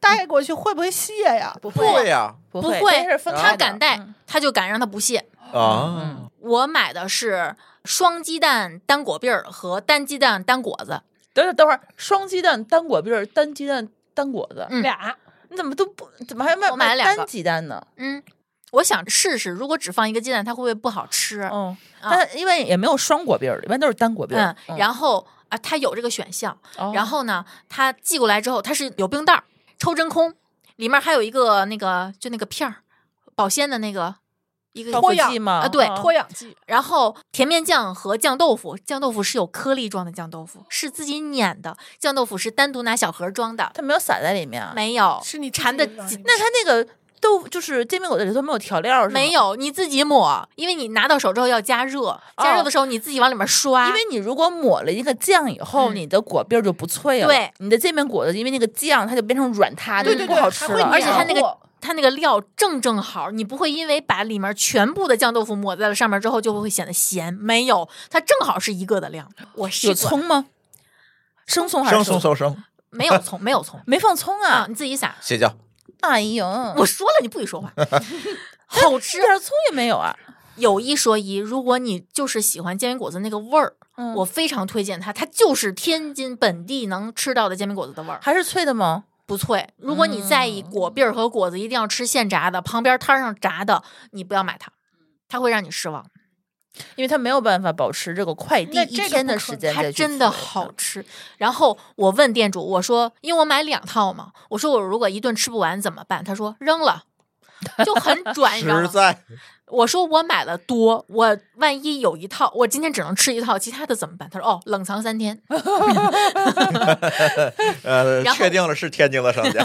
Speaker 2: 带过去会不会卸呀？
Speaker 4: 不
Speaker 1: 会呀
Speaker 4: 不
Speaker 3: 不
Speaker 4: 会，这是分
Speaker 3: 他
Speaker 4: 开的
Speaker 3: 敢带
Speaker 4: 嗯，
Speaker 3: 他就敢让他不卸。
Speaker 1: 啊，
Speaker 3: 我买的是双鸡蛋单果篦儿和单鸡蛋单果子，
Speaker 4: 等会儿等会儿，双鸡蛋单果篦儿，单鸡蛋单果子，
Speaker 3: 嗯
Speaker 2: 俩
Speaker 4: 你怎么都不怎么还卖
Speaker 3: 我买了两个
Speaker 4: 单鸡蛋呢？
Speaker 3: 嗯，我想试试，如果只放一个鸡蛋，它会不会不好吃？
Speaker 4: 嗯，但因为也没有双果篦儿，一般都是单果篦
Speaker 3: 嗯
Speaker 4: 儿。，哦
Speaker 3: 然后啊，它有这个选项，
Speaker 2: 哦
Speaker 4: 后
Speaker 3: 然后呢，它寄过来之后，它是有冰袋儿，抽真空，里面还有一个那个就那个片儿，保鲜的那个一个
Speaker 4: 泡
Speaker 2: 脱
Speaker 4: 芙
Speaker 2: 氧
Speaker 4: 剂吗？
Speaker 3: 啊对
Speaker 4: 啊
Speaker 2: 脱氧剂，
Speaker 3: 然后甜面酱和酱豆腐，酱豆腐是有颗粒装的酱豆腐，是自己碾的；酱豆腐是单独拿小盒装的，
Speaker 4: 它没有撒在里面啊。
Speaker 3: 没有，
Speaker 2: 是你自己
Speaker 3: 馋的
Speaker 2: 弄
Speaker 3: 紧
Speaker 2: 的
Speaker 4: 那它那个豆就是煎饼果子里头没有调料是吗？
Speaker 3: 没，有，你自己抹，因为你拿到手之后要加热，加
Speaker 2: 哦
Speaker 3: 热的时候你自己往里面刷，
Speaker 4: 因为你如果抹了一个酱以后，
Speaker 3: 嗯
Speaker 4: 你的果篦儿就不脆了。
Speaker 3: 对，
Speaker 4: 你的煎饼果子因为那个酱它就变成软塌的，
Speaker 3: 对
Speaker 4: 就啊不
Speaker 3: 对对
Speaker 4: 好
Speaker 2: 还
Speaker 4: 吃
Speaker 2: 会
Speaker 4: 了。
Speaker 3: 而且它
Speaker 2: 黏
Speaker 3: 那个
Speaker 2: 糊
Speaker 3: 它那个料正正好，你不会因为把里面全部的酱豆腐抹在了上面之后就会显得咸，没有，它正好是一个的量。我试
Speaker 4: 有
Speaker 3: 过，
Speaker 4: 葱吗？生葱还是
Speaker 1: 生松
Speaker 4: 熟
Speaker 1: 瘦生，
Speaker 3: 没有葱，没有葱
Speaker 4: 没放葱
Speaker 3: 啊
Speaker 4: 啊！，
Speaker 3: 你自己撒。
Speaker 1: 邪教。
Speaker 4: 哎呦， (laughs)
Speaker 3: 我说了你不许说话，好吃
Speaker 4: 一。点葱也没有啊！
Speaker 3: 有一说一，如果你就是喜欢煎饼果子那个味儿，
Speaker 4: 嗯
Speaker 3: 我非常推荐它，它就是天津本地能吃到的煎饼果子的味儿，
Speaker 4: 还是脆的吗？
Speaker 3: 不脆。如果你在意
Speaker 4: 嗯
Speaker 3: 果篦儿和果子一定要吃现炸的，旁边摊上炸的，你不要买它，它会让你失望。
Speaker 4: 因为它没有办法保持这个快递
Speaker 2: 那
Speaker 4: 一
Speaker 2: 这个
Speaker 4: 天的
Speaker 2: 不可
Speaker 4: 时间
Speaker 3: 它
Speaker 4: 再去
Speaker 3: 真
Speaker 4: 做
Speaker 3: 的好吃。然后我问店主，我说，因为我买两套嘛，我说我如果一顿吃不完怎么办？他说扔了，就
Speaker 4: (laughs)
Speaker 3: 很转
Speaker 1: 实
Speaker 3: 让。
Speaker 1: 在
Speaker 3: 我说我买了多，我万一有一套，我今天只能吃一套，其他的怎么办？他说哦，冷藏三天。
Speaker 1: 呃，
Speaker 3: 然后
Speaker 1: 确定了是天津的商家。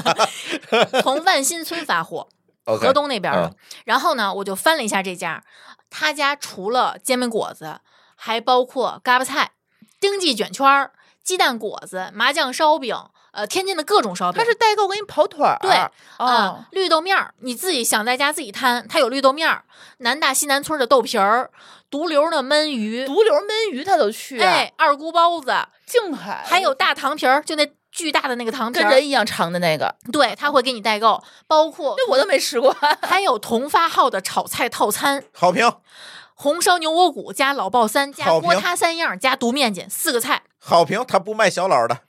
Speaker 3: 从万新村
Speaker 4: (laughs)
Speaker 3: 发货，
Speaker 1: OK，
Speaker 3: 河东那边儿的
Speaker 1: 嗯。
Speaker 3: 然后呢，我就翻了一下这家，他家除了煎饼果子，还包括嘎巴菜、丁记卷圈儿、鸡蛋果子、麻酱烧饼，呃，天津的各种烧饼。
Speaker 4: 它是代购给你跑腿儿，
Speaker 3: 对
Speaker 4: 啊、
Speaker 3: 啊，绿豆面儿，你自己想在家自己摊，它有绿豆面儿，南大西南村的豆皮儿，独流的焖鱼，
Speaker 4: 毒瘤焖鱼它都去、啊，
Speaker 3: 哎，二姑包子，
Speaker 4: 静海
Speaker 3: 还有大糖皮儿，就那巨大的那个糖皮
Speaker 4: 跟
Speaker 3: 儿
Speaker 4: 人，一样长的那个，
Speaker 3: 对，他会给你代购，包括
Speaker 4: 那我都没吃过。
Speaker 3: (laughs) 还有同发号的炒菜套餐，
Speaker 1: 好评，
Speaker 3: 红烧牛窝骨加老爆三加
Speaker 1: 好
Speaker 3: 锅
Speaker 1: 评
Speaker 3: 塌三样加毒面筋四个菜，
Speaker 1: 好评，他不卖小老的。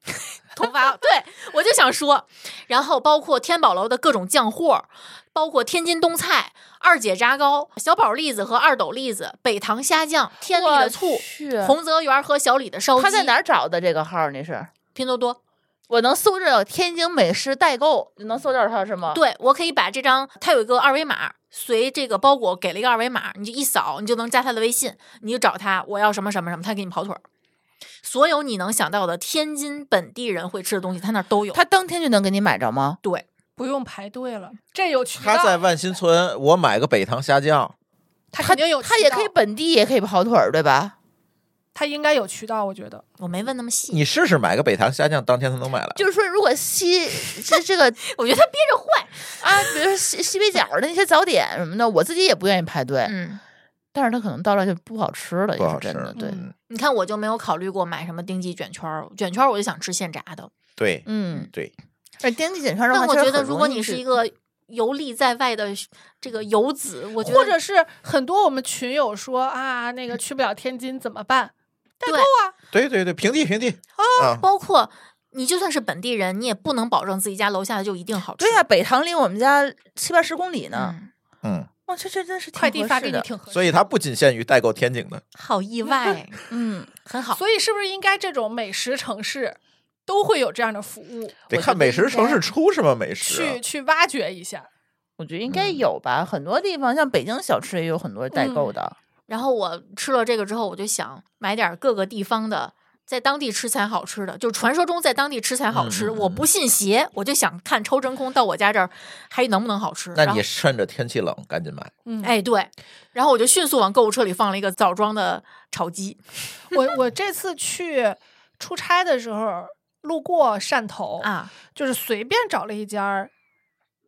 Speaker 3: 同发 (laughs) 对我就想说，然后包括天宝楼的各种酱货，包括天津冬菜、二姐炸糕、小宝栗子和二斗栗子、北塘虾酱、天利的醋
Speaker 4: 我、去
Speaker 3: 洪泽园和小李的烧鸡。
Speaker 4: 他在哪？儿啊找的这个号儿？你是？
Speaker 3: 拼多多。
Speaker 4: 我能搜着天津美食代购，你能搜着它是吗？，
Speaker 3: 对，我可以把这张，它有一个二维码，随这个包裹给了一个二维码，你就一扫，你就能加他的微信，你就找他，我要什么什么什么，他给你跑腿儿。所有你能想到的天津本地人会吃的东西，他那儿都有。
Speaker 4: 他当天就能给你买着吗？
Speaker 3: 对，
Speaker 2: 不用排队了，这有渠道，
Speaker 1: 他在万新村，我买个北塘虾酱，
Speaker 2: 他肯定有渠道，
Speaker 4: 他也可以本地也可以跑腿儿，对吧？
Speaker 2: 他应该有渠道，我觉得
Speaker 3: 我没问那么细，
Speaker 1: 你试试买个北塘虾酱，当天他能买来。
Speaker 4: 就是说，如果西 (laughs) 这这个
Speaker 3: 我觉得他憋着坏。
Speaker 4: 啊，比如说西西北角的那些早点什么的，我自己也不愿意排队，
Speaker 3: 嗯，
Speaker 4: 但是它可能到了就不好吃了，
Speaker 1: 不
Speaker 4: 也
Speaker 1: 好
Speaker 4: 是
Speaker 1: 吃
Speaker 4: 真的。对，
Speaker 1: 嗯
Speaker 3: 你看我就没有考虑过买什么丁记卷圈儿，卷圈儿我就想吃现炸的。
Speaker 1: 对
Speaker 4: 嗯，
Speaker 1: 对，
Speaker 4: 而天津卷串的
Speaker 3: 但
Speaker 4: 话，
Speaker 3: 我
Speaker 4: 其实
Speaker 3: 觉得
Speaker 4: 很
Speaker 3: 如
Speaker 4: 容
Speaker 3: 果
Speaker 4: 易
Speaker 3: 你是
Speaker 4: 去
Speaker 3: 一个游历在外的这个游子，我觉得
Speaker 2: 或者是很多我们群友说啊，那个去不了天津怎么办？代
Speaker 3: 对
Speaker 2: 购啊，
Speaker 1: 对对对，平地平地啊，
Speaker 3: 包括你就算是本地人，你也不能保证自己家楼下的就一定好吃。
Speaker 4: 对呀、北塘离我们家七八十公里呢。
Speaker 3: 嗯，
Speaker 1: 嗯，
Speaker 4: 哇，这这真是挺
Speaker 2: 快递
Speaker 4: 合
Speaker 2: 发
Speaker 4: 适
Speaker 2: 给你
Speaker 4: 的
Speaker 2: 挺合适的。
Speaker 1: 所以它不仅限于代购天津的，
Speaker 3: 好意外，
Speaker 4: 嗯，
Speaker 3: 很好。
Speaker 2: 所以是不是应该这种美食城市都会有这样的服务，
Speaker 1: 得
Speaker 4: 我觉
Speaker 1: 看
Speaker 4: 得
Speaker 1: 美食
Speaker 4: 应
Speaker 1: 城
Speaker 4: 该
Speaker 1: 市出什么美食啊。
Speaker 2: 去去挖掘一下？
Speaker 4: 我觉得应该
Speaker 1: 嗯
Speaker 4: 有吧，很多地方像北京小吃也有很多代购的。
Speaker 3: 然后我吃了这个之后，我就想买点各个地方的，在当地吃才好吃的，就传说中在当地吃才好吃。
Speaker 1: 嗯嗯嗯
Speaker 3: 我不信邪，我就想看抽真空到我家这儿还能不能好吃。
Speaker 1: 那
Speaker 3: 然
Speaker 1: 你
Speaker 3: 后
Speaker 1: 趁着天气冷赶紧买，
Speaker 2: 嗯，
Speaker 3: 哎对，然后我就迅速往购物车里放了一个枣庄的炒鸡，
Speaker 2: 我我这次去出差的时候路过汕头，
Speaker 3: 啊，
Speaker 2: 就是随便找了一家儿，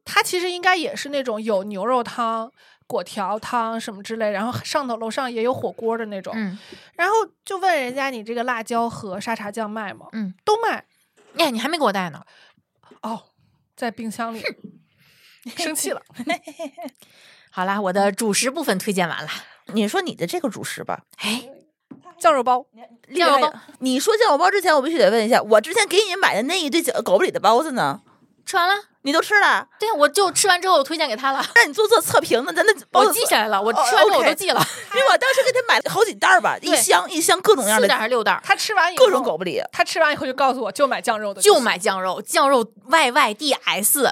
Speaker 2: 它其实应该也是那种有牛肉汤、果条汤什么之类，然后上头楼上也有火锅的那种。
Speaker 3: 嗯，
Speaker 2: 然后就问人家你这个辣椒和沙茶酱卖吗？
Speaker 3: 嗯，
Speaker 2: 都卖
Speaker 3: 哎，你还没给我带呢。
Speaker 2: 哦，在冰箱里。生气了，
Speaker 3: 好啦，我的主食部分推荐完了。
Speaker 4: 你说你的这个主食吧，
Speaker 3: 哎，
Speaker 2: 酱肉包
Speaker 3: 酱肉包
Speaker 4: 你说酱肉包之前，我必须得问一下，我之前给你买的那一堆狗狗不理的包子呢，
Speaker 3: 吃完了，
Speaker 4: 你都吃了？
Speaker 3: 对，我就吃完之后我推荐给他了，
Speaker 4: 让你做做测评呢，咱那包
Speaker 3: 我
Speaker 4: 子
Speaker 3: 记下来了，我
Speaker 4: 哦
Speaker 3: 吃完之后我都
Speaker 4: OK
Speaker 3: 记了，
Speaker 4: 因为我当时给他买了好几袋儿吧，一
Speaker 3: 对
Speaker 4: 箱一箱各种样
Speaker 3: 四
Speaker 4: 的
Speaker 3: 袋还是六袋？
Speaker 2: 他吃完以后，
Speaker 4: 各种狗不理，
Speaker 2: 他吃完以后就告诉我，就买酱肉的，
Speaker 3: 就。买酱肉，酱肉 YYDS，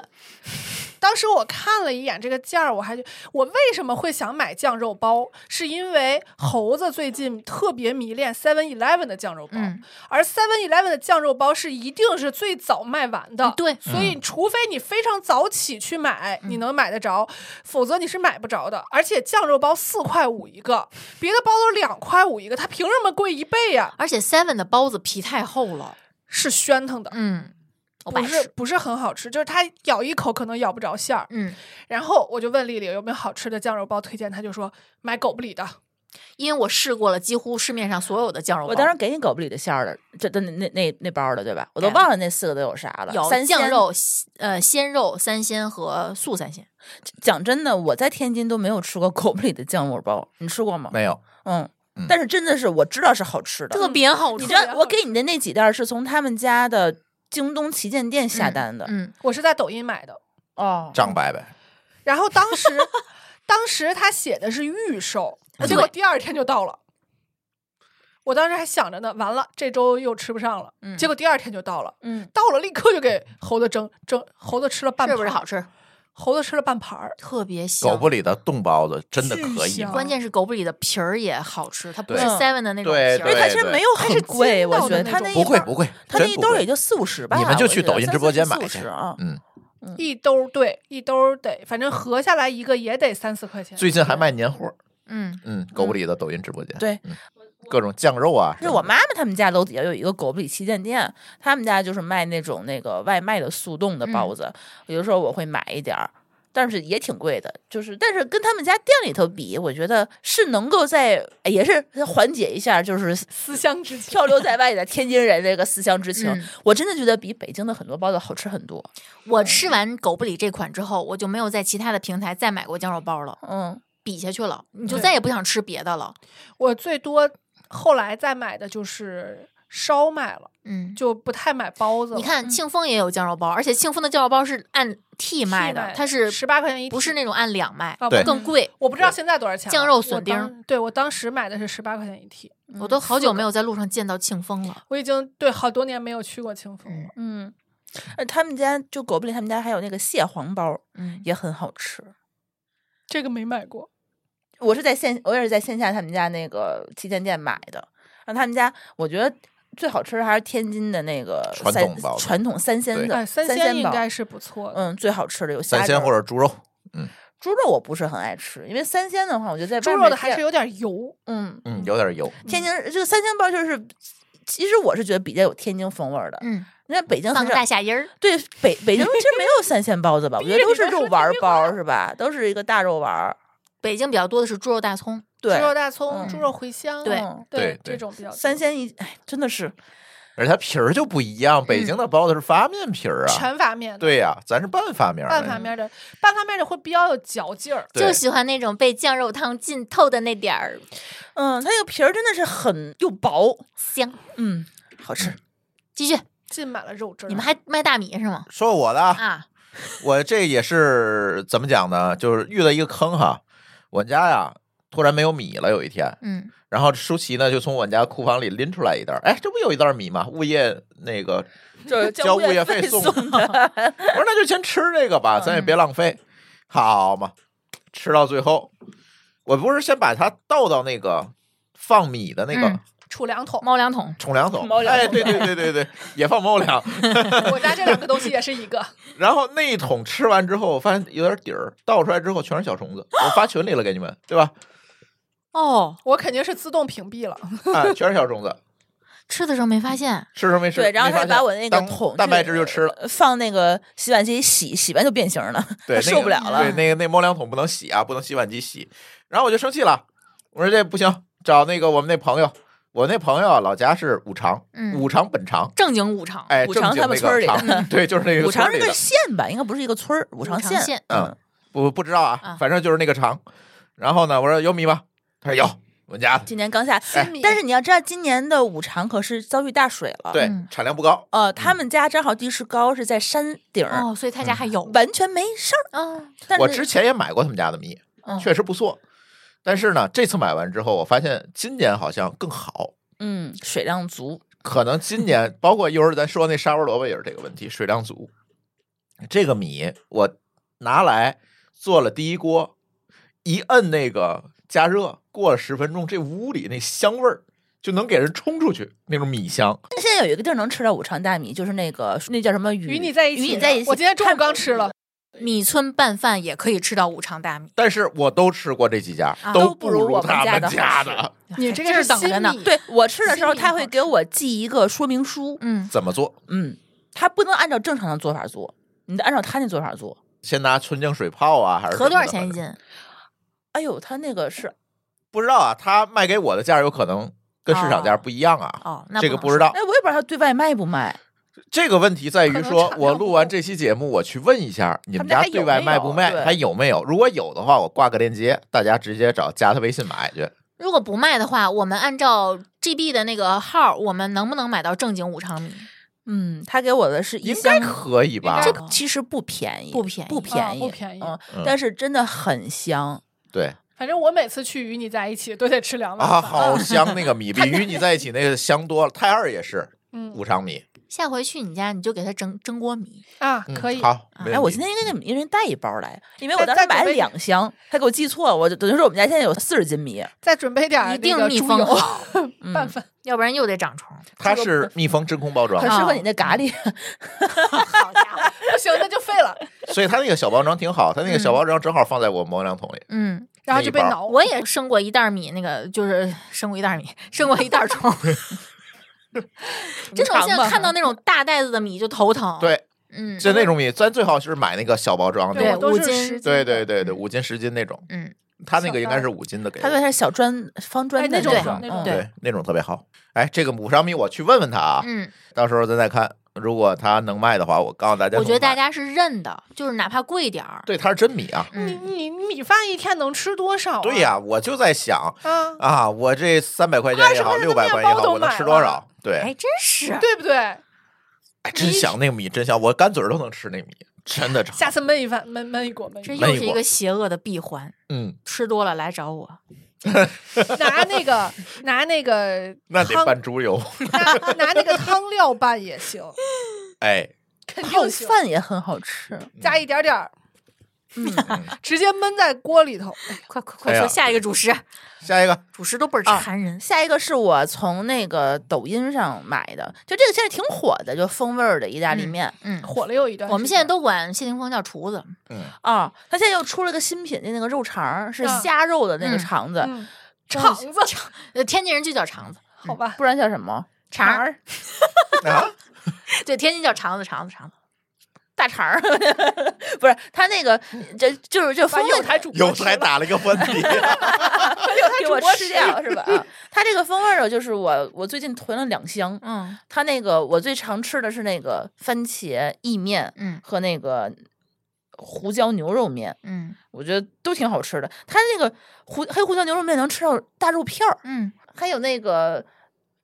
Speaker 2: 当时我看了一眼这个价儿，我还觉我为什么会想买酱肉包，是因为猴子最近特别迷恋 Seven Eleven 的酱肉包，
Speaker 3: 嗯
Speaker 2: 而 Seven Eleven 的酱肉包是一定是最早卖完的。
Speaker 3: 嗯对嗯
Speaker 2: 所以除非你非常早起去买，你能买得着，否则你是买不着的。而且酱肉包四块五一个，别的包都是两块五一个，它凭什么贵一倍呀、
Speaker 3: 而且 Seven 的包子皮太厚了，
Speaker 2: 是喧腾的，
Speaker 3: 嗯，我不
Speaker 2: 不
Speaker 3: 爱
Speaker 2: 是
Speaker 3: 吃，
Speaker 2: 不是很好吃，就是它咬一口可能咬不着馅儿。
Speaker 3: 嗯，
Speaker 2: 然后我就问丽丽有没有好吃的酱肉包推荐，她就说买狗不理的。
Speaker 3: 因为我试过了，几乎市面上所有的酱肉包，
Speaker 4: 我当时给你狗不理的馅儿的，这的那那那包了，对吧？我都
Speaker 3: 对
Speaker 4: 忘了那四个都有啥了。
Speaker 3: 有
Speaker 4: 三
Speaker 3: 酱
Speaker 4: 鲜
Speaker 3: 肉、呃鲜肉、三鲜和素三鲜，
Speaker 4: 讲真的，我在天津都没有吃过狗不理的酱肉包，你吃过吗？
Speaker 1: 没有，
Speaker 4: 嗯
Speaker 1: 嗯，
Speaker 4: 但是真的是我知道是好吃的。
Speaker 3: 特别好
Speaker 4: 你
Speaker 3: 吃
Speaker 4: 知。
Speaker 2: 特别
Speaker 4: 道
Speaker 2: 好
Speaker 4: 我给你的那几袋儿是从他们家的京东旗舰店下单的、
Speaker 3: 嗯，
Speaker 2: 我是在抖音买的，
Speaker 4: 哦，
Speaker 1: 张伯伯，
Speaker 2: 然后当时 (laughs) 当时他写的是预售，
Speaker 3: 嗯
Speaker 2: 结果第二天就到了。我当时还想着呢，完了这周又吃不上了，
Speaker 3: 嗯
Speaker 2: 结果第二天就到了，
Speaker 4: 嗯，
Speaker 2: 到了立刻就给猴子蒸蒸，猴子吃了半盘，
Speaker 3: 是不是好？吃？
Speaker 2: 猴子吃了半盘儿，
Speaker 3: 特别香。
Speaker 1: 狗不理的冻包子真的
Speaker 2: 巨
Speaker 1: 可以
Speaker 2: 香
Speaker 1: 吗？
Speaker 3: 关键是狗不理的皮儿也好吃，它不是
Speaker 1: 对
Speaker 3: Seven 的那种皮
Speaker 1: 对
Speaker 3: 儿。
Speaker 1: 对
Speaker 4: 因为它其实
Speaker 1: 对
Speaker 4: 没有很贵，
Speaker 2: 它
Speaker 4: 我
Speaker 2: 是
Speaker 4: 觉
Speaker 2: 筋道
Speaker 4: 得
Speaker 2: 的那
Speaker 4: 它
Speaker 2: 种
Speaker 4: 那一
Speaker 1: 不会
Speaker 4: 包
Speaker 1: 不会，
Speaker 4: 它那
Speaker 1: 真
Speaker 4: 一
Speaker 1: 不
Speaker 4: 兜儿
Speaker 1: 贵
Speaker 4: 也就四五十吧，
Speaker 1: 你们就去
Speaker 4: 我觉得
Speaker 1: 抖音
Speaker 4: 三
Speaker 1: 直播间
Speaker 4: 四
Speaker 1: 买
Speaker 4: 五
Speaker 1: 去
Speaker 4: 十啊。
Speaker 1: 嗯，
Speaker 2: 一兜儿对一兜儿得，反正合下来一个也得三四块钱。
Speaker 1: 最近还卖年货儿，
Speaker 3: 嗯，
Speaker 1: 嗯，狗不理的抖音直播间，
Speaker 4: 对
Speaker 1: 嗯，各种酱肉啊，
Speaker 4: 就是我妈妈他们家楼底下有一个狗不理旗舰店，他们家就是卖那种那个外卖的速冻的
Speaker 1: 嗯
Speaker 4: 包子，有时候我会买一点儿，但是也挺贵的。就是但是跟他们家店里头比，我觉得是能够在也是缓解一下，就是
Speaker 2: 思乡之情，
Speaker 4: 漂流在外的天津人这个思乡之情。
Speaker 3: 嗯
Speaker 4: 我真的觉得比北京的很多包子好吃很多。
Speaker 3: 我吃完狗不理这款之后，我就没有在其他的平台再买过酱肉包了，
Speaker 4: 嗯，
Speaker 3: 比下去了，你就
Speaker 2: 对
Speaker 3: 再也不想吃别的了。
Speaker 2: 我最多后来再买的就是烧麦了，
Speaker 3: 嗯，
Speaker 2: 就不太买包子了。
Speaker 3: 你看庆丰也有酱肉包，而且庆丰的酱肉包是按屉卖的，它是
Speaker 2: 十八块钱一屉，
Speaker 3: 不是那种按两卖，
Speaker 2: 啊
Speaker 1: 对
Speaker 3: 更。贵。
Speaker 2: 我不知道现在多少钱了。
Speaker 3: 酱肉笋丁
Speaker 2: 我当对我当时买的是十八块钱一屉，
Speaker 3: 嗯我都好久没有在路上见到庆丰了。
Speaker 2: 我已经对好多年没有去过清风了。
Speaker 4: 嗯，呃，他们家就狗不理，他们家还有那个蟹黄包
Speaker 3: 嗯，
Speaker 4: 也很好吃。
Speaker 2: 这个没买过，
Speaker 4: 我是在线，我也是在线下他们家那个旗舰店买的。然后他们家，我觉得最好吃的还是天津的那个
Speaker 1: 传
Speaker 4: 三
Speaker 1: 统包子
Speaker 4: 传统三鲜
Speaker 1: 对
Speaker 4: 的
Speaker 2: 哎，三
Speaker 4: 鲜
Speaker 2: 鲜应
Speaker 4: 包
Speaker 2: 该是不错的。
Speaker 4: 嗯最好吃的有虾
Speaker 1: 三鲜
Speaker 4: 仁儿
Speaker 1: 或者猪肉，
Speaker 4: 猪肉，我不是很爱吃，因为三鲜的话，我觉得在
Speaker 2: 猪
Speaker 4: 外
Speaker 2: 肉
Speaker 4: 面
Speaker 2: 的还
Speaker 4: 店
Speaker 2: 是有点油，
Speaker 4: 嗯，
Speaker 1: 嗯，有点油，
Speaker 4: 天津这个三鲜包就是，其实我是觉得比较有天津风味儿的。
Speaker 3: 嗯，
Speaker 4: 你看北京
Speaker 3: 放
Speaker 4: 很
Speaker 3: 个
Speaker 4: 少
Speaker 3: 大虾仁儿，
Speaker 4: 对北北京其实没有三
Speaker 1: (laughs)
Speaker 4: 鲜包子吧？我觉得
Speaker 2: 着
Speaker 4: 都
Speaker 2: 你
Speaker 4: 是
Speaker 2: 能
Speaker 4: 肉
Speaker 2: 说
Speaker 4: 丸儿
Speaker 2: 这句
Speaker 4: 包儿是吧？都是一个大肉丸儿。
Speaker 3: 北京比较多的是猪肉大葱。
Speaker 2: 猪
Speaker 4: 对，
Speaker 2: 肉大葱、
Speaker 4: 嗯
Speaker 2: 猪肉茴香，
Speaker 3: 对
Speaker 4: 嗯
Speaker 1: 对对
Speaker 2: 这种比较多
Speaker 4: 三鲜一，哎，真的是
Speaker 1: 而且它皮儿就不一样，北京的包子是发面皮儿啊，
Speaker 2: 全发面的，
Speaker 1: 对呀、咱是半发面儿
Speaker 2: 半
Speaker 1: 的
Speaker 2: 发面的，半发面的会比较有嚼劲儿。
Speaker 1: 对
Speaker 3: 就喜欢那种被酱肉汤浸透的那点儿
Speaker 4: 嗯，它这个皮儿真的是很又薄，
Speaker 3: 香。
Speaker 1: (laughs)
Speaker 4: 嗯，好吃。
Speaker 3: 继续，
Speaker 2: 浸满了肉汁儿。
Speaker 3: 你们还卖大米是吗？
Speaker 1: 说我的啊，
Speaker 3: 啊，
Speaker 1: 我这也是怎么讲呢？就是遇到一个坑哈，我们家呀突然没有米了，有一天，
Speaker 3: 嗯，
Speaker 1: 然后舒淇呢就从我们家库房里拎出来一袋儿，哎，这不有一袋儿米吗？物业那个，
Speaker 4: 就是
Speaker 1: 交物业费送 (laughs)
Speaker 4: 的，
Speaker 1: 我说那就先吃这个吧，
Speaker 4: 嗯
Speaker 1: 咱也别浪费，好嘛，吃到最后，我不是先把它倒到那个放米的那个
Speaker 3: 嗯
Speaker 2: 储粮桶，
Speaker 3: 猫粮桶，
Speaker 1: 冲凉桶，
Speaker 4: 猫粮
Speaker 1: 哎，
Speaker 4: 桶
Speaker 1: 对对对对对，也放猫粮，
Speaker 2: 我家这两个东西也是一个。
Speaker 1: 然后那一桶吃完之后，我发现有点底儿，倒出来之后全是小虫子，我发群里了给你们，对吧？
Speaker 3: 哦，
Speaker 2: 我肯定是自动屏蔽了，
Speaker 1: 啊，全是小虫子，
Speaker 3: 吃的时候没发现，
Speaker 1: 吃什么没吃？
Speaker 4: 对，然后
Speaker 1: 没
Speaker 4: 他
Speaker 1: 发
Speaker 4: 就把
Speaker 1: 现
Speaker 4: 我那个
Speaker 1: 当
Speaker 4: 桶
Speaker 1: 蛋
Speaker 4: 去
Speaker 1: 白质就吃了，
Speaker 4: 呃放那个洗碗机里洗，洗完就变形了，
Speaker 1: (laughs) 对，那个
Speaker 4: 他受不了了
Speaker 1: 对，。那个那猫粮桶不能洗啊，不能洗碗机洗。然后我就生气了，我说这不行，找那个我们那朋友，我那朋友啊，老家是五常，
Speaker 3: 嗯
Speaker 1: 五常本常，
Speaker 3: 正经五常，
Speaker 1: 哎，
Speaker 4: 五
Speaker 1: 正
Speaker 4: 常
Speaker 1: 经
Speaker 4: 他们
Speaker 1: 那
Speaker 4: 村儿
Speaker 1: 个
Speaker 4: 里
Speaker 1: 常，对，就是
Speaker 4: (laughs)
Speaker 1: 那
Speaker 4: 五
Speaker 1: 个村
Speaker 4: 常
Speaker 1: 儿
Speaker 4: 是
Speaker 1: 里
Speaker 4: 个
Speaker 1: 的，
Speaker 4: 县吧，应该不是一个村儿，五常
Speaker 3: 常县
Speaker 1: 嗯，不不知道啊
Speaker 3: 啊，
Speaker 1: 反正就是那个常。然后呢，我说有米吗？他说有，我们家
Speaker 4: 今年刚下，
Speaker 1: 哎
Speaker 4: 但是你要知道，今年的五常可是遭遇大水了。
Speaker 1: 对
Speaker 3: 嗯
Speaker 1: 产量不高，
Speaker 4: 呃，他们家正好地势高，是在山顶儿，
Speaker 3: 哦，所以他
Speaker 1: 嗯
Speaker 3: 家还有，
Speaker 4: 完全没事儿。
Speaker 3: 嗯，
Speaker 4: 但是
Speaker 1: 我之前也买过他们家的米，
Speaker 4: 嗯
Speaker 1: 确实不错。但是呢，这次买完之后，我发现今年好像更好。
Speaker 4: 嗯，水量足，
Speaker 1: 可能今年包括一会儿咱说那沙窝萝卜也是这个问题，水量足。这个米我拿来做了第一锅，一摁那个加热，过了十分钟，这屋里那香味儿就能给人冲出去，那种米香。
Speaker 4: 现在有一个地儿能吃到五常大米，就是那个那叫什么与
Speaker 2: 与你在一起，
Speaker 4: 与你在一起。
Speaker 2: 我今天中午刚吃了，
Speaker 3: 米村拌饭也可以吃到五常大米，
Speaker 1: 但是我都吃过这几家，
Speaker 3: 啊
Speaker 4: 都
Speaker 1: 不
Speaker 4: 不如我们
Speaker 1: 他
Speaker 4: 家
Speaker 1: 们
Speaker 4: 的
Speaker 1: 家
Speaker 4: 好
Speaker 1: 的。
Speaker 2: 你
Speaker 3: 哎
Speaker 2: 这
Speaker 3: 这
Speaker 2: 个是
Speaker 3: 是等
Speaker 2: 新
Speaker 3: 着呢
Speaker 2: 米。
Speaker 4: 对我吃的时候，
Speaker 2: 心里
Speaker 4: 他会
Speaker 2: 好
Speaker 4: 给我寄一个说明书，
Speaker 3: 嗯，
Speaker 1: 怎么做？
Speaker 4: 嗯，他不能按照正常的做法做，你得按照他那做法做。
Speaker 1: 先拿纯净水泡啊，还是
Speaker 3: 合多少
Speaker 1: 什么的
Speaker 3: 钱一？斤？
Speaker 4: 哎呦，他那个是，
Speaker 1: 不知道啊，他卖给我的价有可能跟市场价不一样啊。
Speaker 3: 哦，那
Speaker 1: 这个
Speaker 3: 能
Speaker 1: 不知
Speaker 3: 说
Speaker 1: 道，
Speaker 4: 哎，我也不知道他对外卖不卖。
Speaker 1: 这个问题在于
Speaker 2: 可能
Speaker 1: 说，
Speaker 2: 产
Speaker 1: 我
Speaker 2: 量
Speaker 1: 录
Speaker 2: 不
Speaker 1: 完
Speaker 2: 够
Speaker 1: 这期节目，我去问一下你
Speaker 4: 他
Speaker 1: 们
Speaker 4: 们家
Speaker 1: 家
Speaker 4: 还有
Speaker 1: 对外
Speaker 4: 没
Speaker 1: 卖
Speaker 4: 有
Speaker 1: 不卖，
Speaker 4: 对
Speaker 1: 还有没有？如果有的话，我挂个链接，大家直接找加他微信买去。
Speaker 3: 如果不卖的话，我们按照 GB 的那个号，我们能不能买到正经五常米？
Speaker 4: 嗯，他给我的是一
Speaker 1: 应该
Speaker 4: 箱，
Speaker 1: 可以吧
Speaker 4: 这？
Speaker 3: 该
Speaker 4: 个其实不便宜，
Speaker 3: 不便宜
Speaker 4: 不便宜，
Speaker 2: 不便宜
Speaker 4: 嗯
Speaker 1: 嗯，
Speaker 4: 但是真的很香。
Speaker 1: 对
Speaker 2: 反正我每次去与你在一起都得吃两碗
Speaker 1: 啊，
Speaker 2: 饭
Speaker 1: 好香那个
Speaker 4: (laughs)
Speaker 1: 米，比与你在一起那个香多了。太二也是
Speaker 2: 嗯
Speaker 1: 五常米，
Speaker 3: 下回去你家你就给他蒸蒸锅米，
Speaker 2: 啊，
Speaker 1: 嗯
Speaker 2: 可以。
Speaker 1: 好，没
Speaker 4: 哎，
Speaker 1: 问
Speaker 4: 我
Speaker 1: 题
Speaker 4: 今天应该给你们一人带一包来，因为
Speaker 2: 再
Speaker 4: 我当时
Speaker 2: 再准
Speaker 4: 买了
Speaker 2: 备
Speaker 4: 两箱，他给我寄错了，我就等于说我们家现在有四十斤米。
Speaker 2: 再准备点儿
Speaker 3: 一
Speaker 2: 那
Speaker 3: 定
Speaker 2: 个
Speaker 3: 密
Speaker 2: 猪
Speaker 3: 封
Speaker 2: 油 (laughs)
Speaker 3: 好，嗯
Speaker 2: 拌饭，
Speaker 3: 要不然又得长虫。
Speaker 1: 它是密封真空包装
Speaker 4: 很，适合
Speaker 3: 啊
Speaker 4: 你那咖喱，
Speaker 3: (laughs) 好家伙，
Speaker 2: 不行那就废了，
Speaker 1: 所以它那个小包装挺好，它那个小
Speaker 3: 嗯
Speaker 1: 包装正好放在我磨洋桶里。
Speaker 3: 嗯，
Speaker 2: 然
Speaker 1: 那
Speaker 2: 后就
Speaker 1: 一
Speaker 2: 被
Speaker 1: 包
Speaker 2: 挠。
Speaker 3: 我也生过一袋米，那个就是生过一袋米，生过一袋
Speaker 1: (laughs)
Speaker 3: 虫。真的，我现在看到那种大袋子的米就头疼。，
Speaker 4: 哦
Speaker 1: 对，
Speaker 3: 嗯，
Speaker 1: 就那种米，咱最好是买那个小包装的
Speaker 3: 对
Speaker 2: 我，都
Speaker 3: 五
Speaker 2: 是
Speaker 3: 斤
Speaker 2: 十
Speaker 1: 对
Speaker 2: 的
Speaker 1: 对对对，五斤十斤那种，
Speaker 3: 嗯，
Speaker 1: 它那个应该是五斤的给
Speaker 4: 他
Speaker 1: 的。
Speaker 4: 对它是小砖方砖
Speaker 2: 哎
Speaker 4: 的
Speaker 2: 那种
Speaker 4: 那
Speaker 2: 好那种
Speaker 4: 嗯
Speaker 3: 对
Speaker 1: 对，那种特别好。哎，这个母商米我去问问他啊，
Speaker 3: 嗯，
Speaker 1: 到时候咱再看，如果他能卖的话，我告诉大家。
Speaker 3: 我觉得大家是认的，就是哪怕贵点儿。
Speaker 1: 对它是真米啊，
Speaker 2: 你
Speaker 3: 嗯，
Speaker 2: 你你米饭一天能吃多少？
Speaker 1: 对，呀，我就在想
Speaker 2: 啊，
Speaker 1: 啊，我这三百块钱也好，
Speaker 2: 20
Speaker 1: 六百块钱也好，
Speaker 2: 块钱的面包都
Speaker 1: 我能吃多
Speaker 2: 买
Speaker 1: 少
Speaker 2: 了？
Speaker 1: 对
Speaker 3: 哎，，真是。
Speaker 2: 对不对？
Speaker 1: 哎，真香，那个米真香，我干嘴儿都能吃那米，真的。
Speaker 2: 下次焖一饭，焖焖一锅，焖
Speaker 3: 这
Speaker 2: 一
Speaker 3: 又
Speaker 1: 没
Speaker 3: 是一
Speaker 1: 过
Speaker 3: 个邪恶的闭环，
Speaker 1: 嗯，
Speaker 3: 吃多了来找我。
Speaker 2: 锅，拿那
Speaker 3: (laughs)
Speaker 2: 个拿那个
Speaker 1: 那得
Speaker 2: 汤
Speaker 1: 拌猪油，
Speaker 2: 拿拿那个汤料拌也行，
Speaker 1: 哎，
Speaker 2: 肯
Speaker 4: 泡
Speaker 2: 定行，
Speaker 4: 饭也很好吃。
Speaker 2: 加一点点
Speaker 3: (laughs)
Speaker 2: 儿，
Speaker 3: 嗯
Speaker 1: 嗯
Speaker 2: 直接焖在锅里头。
Speaker 3: 快快
Speaker 1: 哎
Speaker 3: 快
Speaker 1: 呀
Speaker 3: 说下一个主食，
Speaker 1: 下一个
Speaker 3: 主食都倍儿
Speaker 4: 啊
Speaker 3: 馋人。
Speaker 4: 下一个是我从那个抖音上买的，就这个现在挺火的，就风味儿的意大利面
Speaker 3: 嗯，
Speaker 2: 火了有一段时间，
Speaker 3: 我们现在都管谢霆锋叫厨子，
Speaker 1: 嗯
Speaker 4: 啊、它现在又出了个新品，就那个肉肠儿是
Speaker 2: 啊
Speaker 4: 虾肉的那个
Speaker 3: 嗯
Speaker 4: 肠子，
Speaker 2: 嗯肠子，
Speaker 3: 呃，天津人就叫肠子
Speaker 2: 好吧，
Speaker 1: 嗯
Speaker 4: 不然叫什么
Speaker 3: 肠儿，
Speaker 4: 儿
Speaker 1: 啊，
Speaker 3: 对，天津叫肠子肠子肠子。
Speaker 4: 大肠儿， (laughs) 不是它那个
Speaker 2: 嗯
Speaker 4: 这就是这
Speaker 2: 把
Speaker 4: 风
Speaker 2: 有
Speaker 4: 味
Speaker 2: 台主播
Speaker 1: 有
Speaker 2: 吃
Speaker 1: 才
Speaker 2: 了
Speaker 1: 打了一个啊喷嚏，
Speaker 4: 给我吃
Speaker 1: 哎
Speaker 4: 掉是吧？啊，它这个风味儿的就是我我最近囤了两箱，
Speaker 3: 嗯
Speaker 4: 它那个我最常吃的是那个番茄意面
Speaker 3: 嗯
Speaker 4: 和那个胡椒牛肉面，
Speaker 3: 嗯
Speaker 4: 我觉得都挺好吃的。它那个胡黑胡椒牛肉面能吃到大肉片儿，
Speaker 3: 嗯
Speaker 4: 还有那个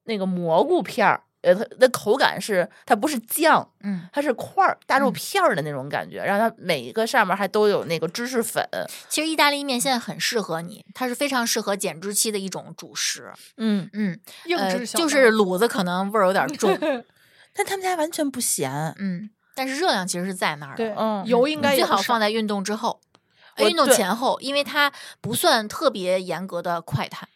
Speaker 4: 那个蘑菇片儿，呃，它的口感是它不是酱，
Speaker 3: 嗯。
Speaker 4: 它是块儿大肉
Speaker 3: 嗯
Speaker 4: 片儿的那种感觉，然后它每一个上面还都有那个芝士粉，嗯
Speaker 3: 其实意大利面现在很适合你，它是非常适合减脂期的一种主食。
Speaker 4: 嗯，
Speaker 3: 嗯，
Speaker 2: 硬
Speaker 3: 呃
Speaker 2: 质小
Speaker 3: 就
Speaker 2: 肠，
Speaker 3: 是卤子可能味儿有点重
Speaker 2: (laughs)
Speaker 4: 但他们家完全不咸，
Speaker 3: 嗯，但是热量其实是在那儿的。
Speaker 2: 对
Speaker 4: 嗯
Speaker 2: 油应该
Speaker 3: 你
Speaker 2: 也
Speaker 3: 最
Speaker 2: 不
Speaker 3: 好
Speaker 2: 少哦
Speaker 3: 放在运动之后，呃
Speaker 4: 我
Speaker 3: 运动
Speaker 4: 对
Speaker 3: 前后，因为它不算特别严格的快碳，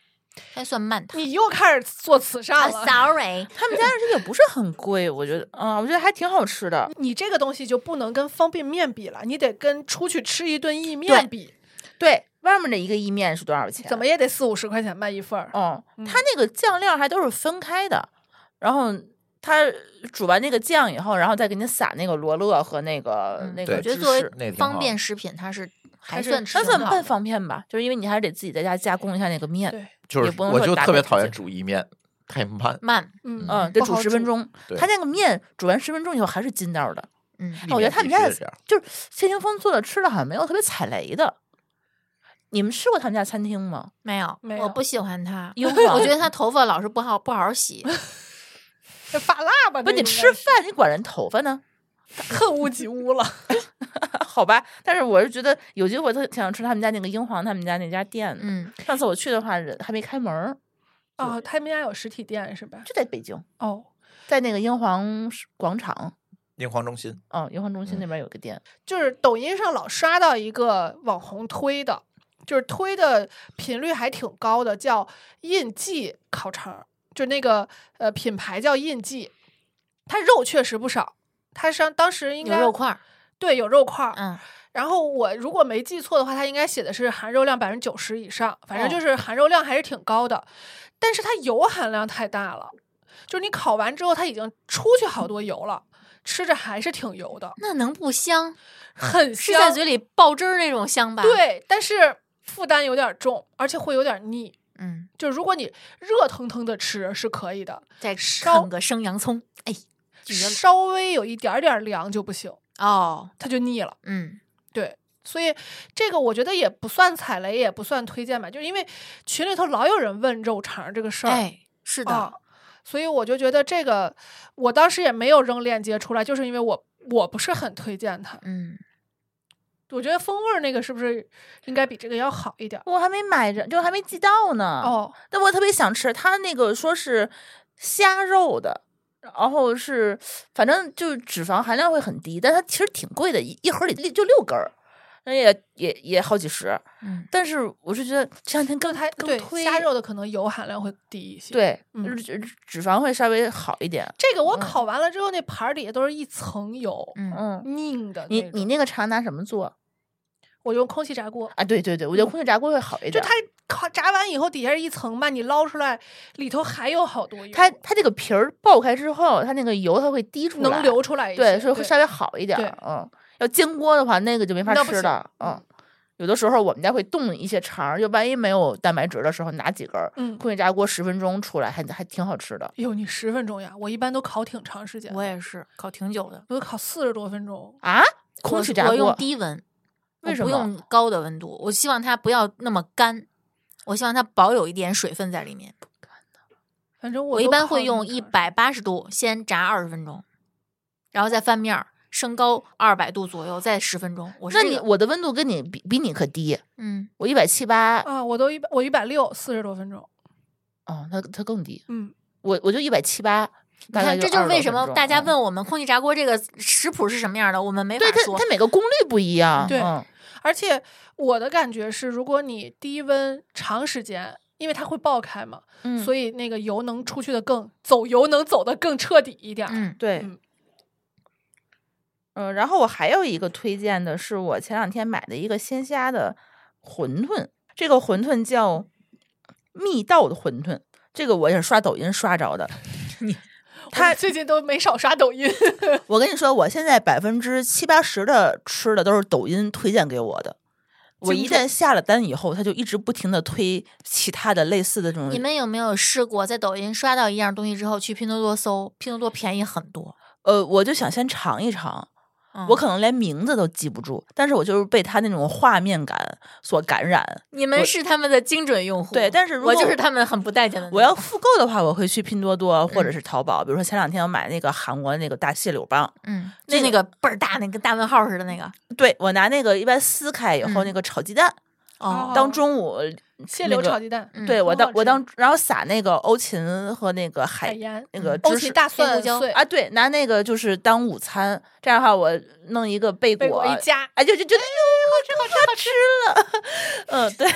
Speaker 3: 它算慢碳。
Speaker 2: 你又开始做慈善
Speaker 3: I'm
Speaker 2: 了。 (laughs)
Speaker 3: sorry，
Speaker 4: 他们家而且也不是很贵，我觉得，啊，我觉得还挺好吃的。
Speaker 2: 你这个东西就不能跟方便面比了，你得跟出去吃一顿意面比，
Speaker 4: 对，外面的一个意面是多少钱？
Speaker 2: 怎么也得四五十块钱卖一份儿。
Speaker 4: 嗯，它
Speaker 2: 嗯
Speaker 4: 那个酱料还都是分开的，然后它煮完那个酱以后，然后再给你撒那个罗勒和那个、
Speaker 3: 嗯
Speaker 4: 那
Speaker 1: 对
Speaker 4: 个
Speaker 3: 我觉
Speaker 4: 芝
Speaker 3: 得作
Speaker 4: 士。
Speaker 1: 那
Speaker 3: 为
Speaker 1: 挺
Speaker 3: 方
Speaker 1: 好
Speaker 3: 便食品，它是还
Speaker 2: 呃是
Speaker 3: 算吃
Speaker 4: 它
Speaker 3: 得
Speaker 4: 算
Speaker 3: 到
Speaker 4: 半
Speaker 3: 的
Speaker 4: 方便吧，就是因为你还是得自己在家加工一下那个面，
Speaker 2: 对，
Speaker 1: 就
Speaker 4: 也
Speaker 1: 是
Speaker 4: 不能
Speaker 1: 我
Speaker 4: 说
Speaker 1: 就
Speaker 4: 打
Speaker 1: 特别
Speaker 4: 开
Speaker 1: 讨
Speaker 4: 直
Speaker 1: 厌
Speaker 4: 接
Speaker 1: 煮意面，太慢。
Speaker 3: 慢，
Speaker 2: 嗯
Speaker 4: 嗯，得
Speaker 2: 不
Speaker 4: 煮
Speaker 2: 好
Speaker 4: 十分钟
Speaker 1: 对。
Speaker 4: 它那个面煮完十分钟以后还是筋道的，
Speaker 3: 嗯，
Speaker 4: 那哦我觉得他们家
Speaker 1: 也
Speaker 4: 的就是谢霆锋做的吃的好像没有特别踩雷的。你们吃过他们家餐厅吗？
Speaker 3: 没有，
Speaker 2: 没有
Speaker 3: 我不喜欢它，
Speaker 4: 有
Speaker 3: 我
Speaker 4: 吗
Speaker 3: 觉得他头发老是不好不好
Speaker 2: (laughs)
Speaker 3: 好洗，
Speaker 2: 这发蜡吧，
Speaker 4: 不，
Speaker 2: 那
Speaker 4: 你
Speaker 2: 应该
Speaker 4: 吃
Speaker 2: 是
Speaker 4: 饭你管人头发呢？ (laughs)
Speaker 2: 恨屋及乌了。
Speaker 4: 好吧，但是我是觉得有机会特挺想吃他们家那个英皇他们家那家店的。
Speaker 3: 嗯，
Speaker 4: 上次我去的话，人还没开门儿，
Speaker 2: 哦，他们家有实体店是吧？
Speaker 4: 就在北京，
Speaker 2: 哦，
Speaker 4: 在那个英皇广场。
Speaker 1: 银皇中心，
Speaker 4: 嗯，银环中心那边有个店，
Speaker 2: 就是抖音上老刷到一个网红推的，就是推的频率还挺高的，叫印记烤肠儿，就那个呃品牌叫印记，它肉确实不少，它上当时应
Speaker 3: 有
Speaker 2: 该
Speaker 3: 肉块儿，
Speaker 2: 对有肉块儿，
Speaker 3: 嗯，
Speaker 2: 然后我如果没记错的话，它应该写的是含肉量百分之九十以上，反
Speaker 3: 哦
Speaker 2: 正就是含肉量还是挺高的，但是它油含量太大了，就是你烤完之后它已经出去好多油了，吃着还是挺油的，
Speaker 3: 那能不香？
Speaker 2: 很
Speaker 3: 吃
Speaker 2: 香，
Speaker 3: 在嘴里爆汁儿那种香吧？，
Speaker 2: 对，但是负担有点重，而且会有点腻。
Speaker 3: 嗯，
Speaker 2: 就如果你热腾腾的吃是可以的，
Speaker 3: 再
Speaker 2: 烧
Speaker 3: 啃个生洋葱，哎，
Speaker 2: 稍微有一点点凉就不行，
Speaker 3: 哦，
Speaker 2: 它就腻了。
Speaker 3: 嗯，
Speaker 2: 对，所以这个我觉得也不算踩雷，也不算推荐吧，就是因为群里头老有人问肉肠这个事儿，
Speaker 3: 哎，是的，
Speaker 4: 哦
Speaker 2: 啊，所以我就觉得这个，我当时也没有扔链接出来，就是因为我我不是很推荐它。
Speaker 3: 嗯，
Speaker 2: 我觉得风味儿那个是不是应该比这个要好一点儿？
Speaker 4: 我还没买着，就还没寄到
Speaker 3: 啊
Speaker 4: 呢。，
Speaker 2: 哦，
Speaker 4: 但我特别想吃，它那个说是虾肉的，然后是反正就是脂肪含量会很低，但它其实挺贵的，一一盒里六就六根儿，那也也也好几十。
Speaker 3: 嗯，
Speaker 4: 但是我是觉得这两天更
Speaker 2: 它
Speaker 4: 更
Speaker 2: 对
Speaker 4: 推
Speaker 2: 虾肉的可能油含量会低一些。，
Speaker 4: 对，
Speaker 2: 嗯
Speaker 4: 就是脂脂肪会稍微好一点。
Speaker 2: 这个我
Speaker 4: 嗯
Speaker 2: 烤完了之后，那盘儿底下都是一层油，
Speaker 3: 嗯，
Speaker 4: 嗯，
Speaker 2: 硬的
Speaker 4: 你
Speaker 2: 那
Speaker 4: 你
Speaker 2: 种
Speaker 4: 那个肠拿什么做
Speaker 2: 我用空气炸锅，
Speaker 4: 啊？对对对，我
Speaker 3: 嗯
Speaker 4: 觉得空气炸锅会好一
Speaker 2: 就
Speaker 4: 点。
Speaker 2: 它烤炸完以后底下是一层嘛，你捞出来里头还有好多油，
Speaker 4: 它它这个皮儿爆开之后，它那个油它会滴出来，
Speaker 2: 能流出来一些，
Speaker 4: 对，所以会稍微好一点
Speaker 2: 对
Speaker 4: 儿。嗯，要煎锅的话，那个就没法
Speaker 2: 那不
Speaker 4: 吃
Speaker 2: 行
Speaker 4: 了。嗯，有的时候我们家会冻一些肠儿，就万一没有蛋白质的时候，拿几根儿
Speaker 2: 嗯
Speaker 4: 空气炸锅十分钟出来，还还挺好吃的。
Speaker 2: 哟，你十分钟呀？我一般都烤挺长时间，
Speaker 3: 我也是烤挺久的，
Speaker 2: 我烤四十多分钟。
Speaker 4: 啊，
Speaker 3: 我
Speaker 4: 空气炸
Speaker 3: 我用
Speaker 4: 锅
Speaker 3: 低温，
Speaker 4: 为
Speaker 3: 我
Speaker 4: 什
Speaker 3: 不
Speaker 4: 么
Speaker 3: 用高的温度，我希望它不要那么干，我希望它保有一点水分在里面。
Speaker 2: 反正我
Speaker 3: 我一
Speaker 2: 都
Speaker 3: 般
Speaker 2: 烤
Speaker 3: 会
Speaker 2: 挺
Speaker 3: 用
Speaker 2: 长
Speaker 3: 一百八十度先炸二十分钟，然后再翻面儿升高二百度左右，再十分钟。我是
Speaker 4: 那
Speaker 3: 这
Speaker 4: 你
Speaker 3: 个
Speaker 4: 我的温度跟你比比你可低，
Speaker 3: 嗯，
Speaker 4: 我一百七八，
Speaker 2: 啊，我都一百我一百六，四十多分钟。
Speaker 4: 哦，它它更低，
Speaker 2: 嗯，
Speaker 4: 我我就一百七八。
Speaker 3: 你
Speaker 4: 大概
Speaker 3: 看这就是
Speaker 4: 20
Speaker 3: 为
Speaker 4: 多
Speaker 3: 什
Speaker 4: 分
Speaker 3: 么
Speaker 4: 钟
Speaker 3: 大家
Speaker 4: 嗯
Speaker 3: 问我们空气炸锅这个食谱是什么样的，我们没法
Speaker 4: 对它
Speaker 3: 说
Speaker 4: 它。每个功率不一样，
Speaker 2: 对
Speaker 4: 嗯
Speaker 2: 而且我的感觉是，如果你低温长时间，因为它会爆开嘛，
Speaker 4: 嗯，
Speaker 2: 所
Speaker 4: 以
Speaker 2: 以那个油能出去的更走油能走得更彻底一点儿。
Speaker 3: 嗯，
Speaker 4: 对，
Speaker 2: 嗯
Speaker 4: 嗯，然后我还有一个推荐的是我前两天买的一个鲜虾的馄饨，这个馄饨叫蜜道的馄饨，这个我也是刷抖音刷着
Speaker 3: (laughs)
Speaker 4: 的。
Speaker 2: 他最近都没少刷抖音。
Speaker 4: 我跟你说，我现在百分之七八十的吃的都是抖音推荐给我的。我
Speaker 2: 精
Speaker 4: 一
Speaker 2: 准
Speaker 4: 旦下了单以后，他就一直不停的推其他的类似的这种。
Speaker 3: 你们有没有试过在抖音刷到一样东西之后去拼多多搜，拼多多便宜很多。
Speaker 4: 呃，我就想先尝一尝，
Speaker 3: 嗯、
Speaker 4: 我可能连名字都记不住，但是我就是被他那种画面感所感染。
Speaker 3: 你们是他们的精准用户，
Speaker 4: 对但是如
Speaker 3: 我
Speaker 4: 果
Speaker 3: 就是他们很不待见
Speaker 2: 嗯
Speaker 3: 的那种。
Speaker 4: 我要复购的话，我会去拼多多或者是淘宝。比如说前两天我买那个韩国那个大蟹柳棒，
Speaker 3: 嗯，就那个倍儿大那个大问号似的那个
Speaker 4: 对我拿那个一般撕开以后，
Speaker 3: 嗯
Speaker 4: 那个炒鸡蛋、
Speaker 3: 哦，
Speaker 4: 当中午
Speaker 2: (laughs) 蟹
Speaker 4: 那
Speaker 2: 柳
Speaker 4: 个
Speaker 2: 炒鸡蛋、
Speaker 3: 嗯
Speaker 4: 对我
Speaker 2: 嗯很
Speaker 4: 当
Speaker 2: 好
Speaker 4: 我
Speaker 2: 吃
Speaker 4: 当然后撒那个欧芹和那个海
Speaker 2: 海盐、
Speaker 4: 那个
Speaker 2: 欧
Speaker 4: 芝
Speaker 2: 芹、
Speaker 4: 士
Speaker 2: 大
Speaker 3: 黑胡
Speaker 2: 蒜
Speaker 3: 椒
Speaker 2: 碎、
Speaker 4: 啊，对，拿那个就是当午餐。这样的话，我弄一个贝果，
Speaker 2: 被我一夹，
Speaker 4: 哎，就就觉得哟，好吃，好吃，好吃了。嗯，对。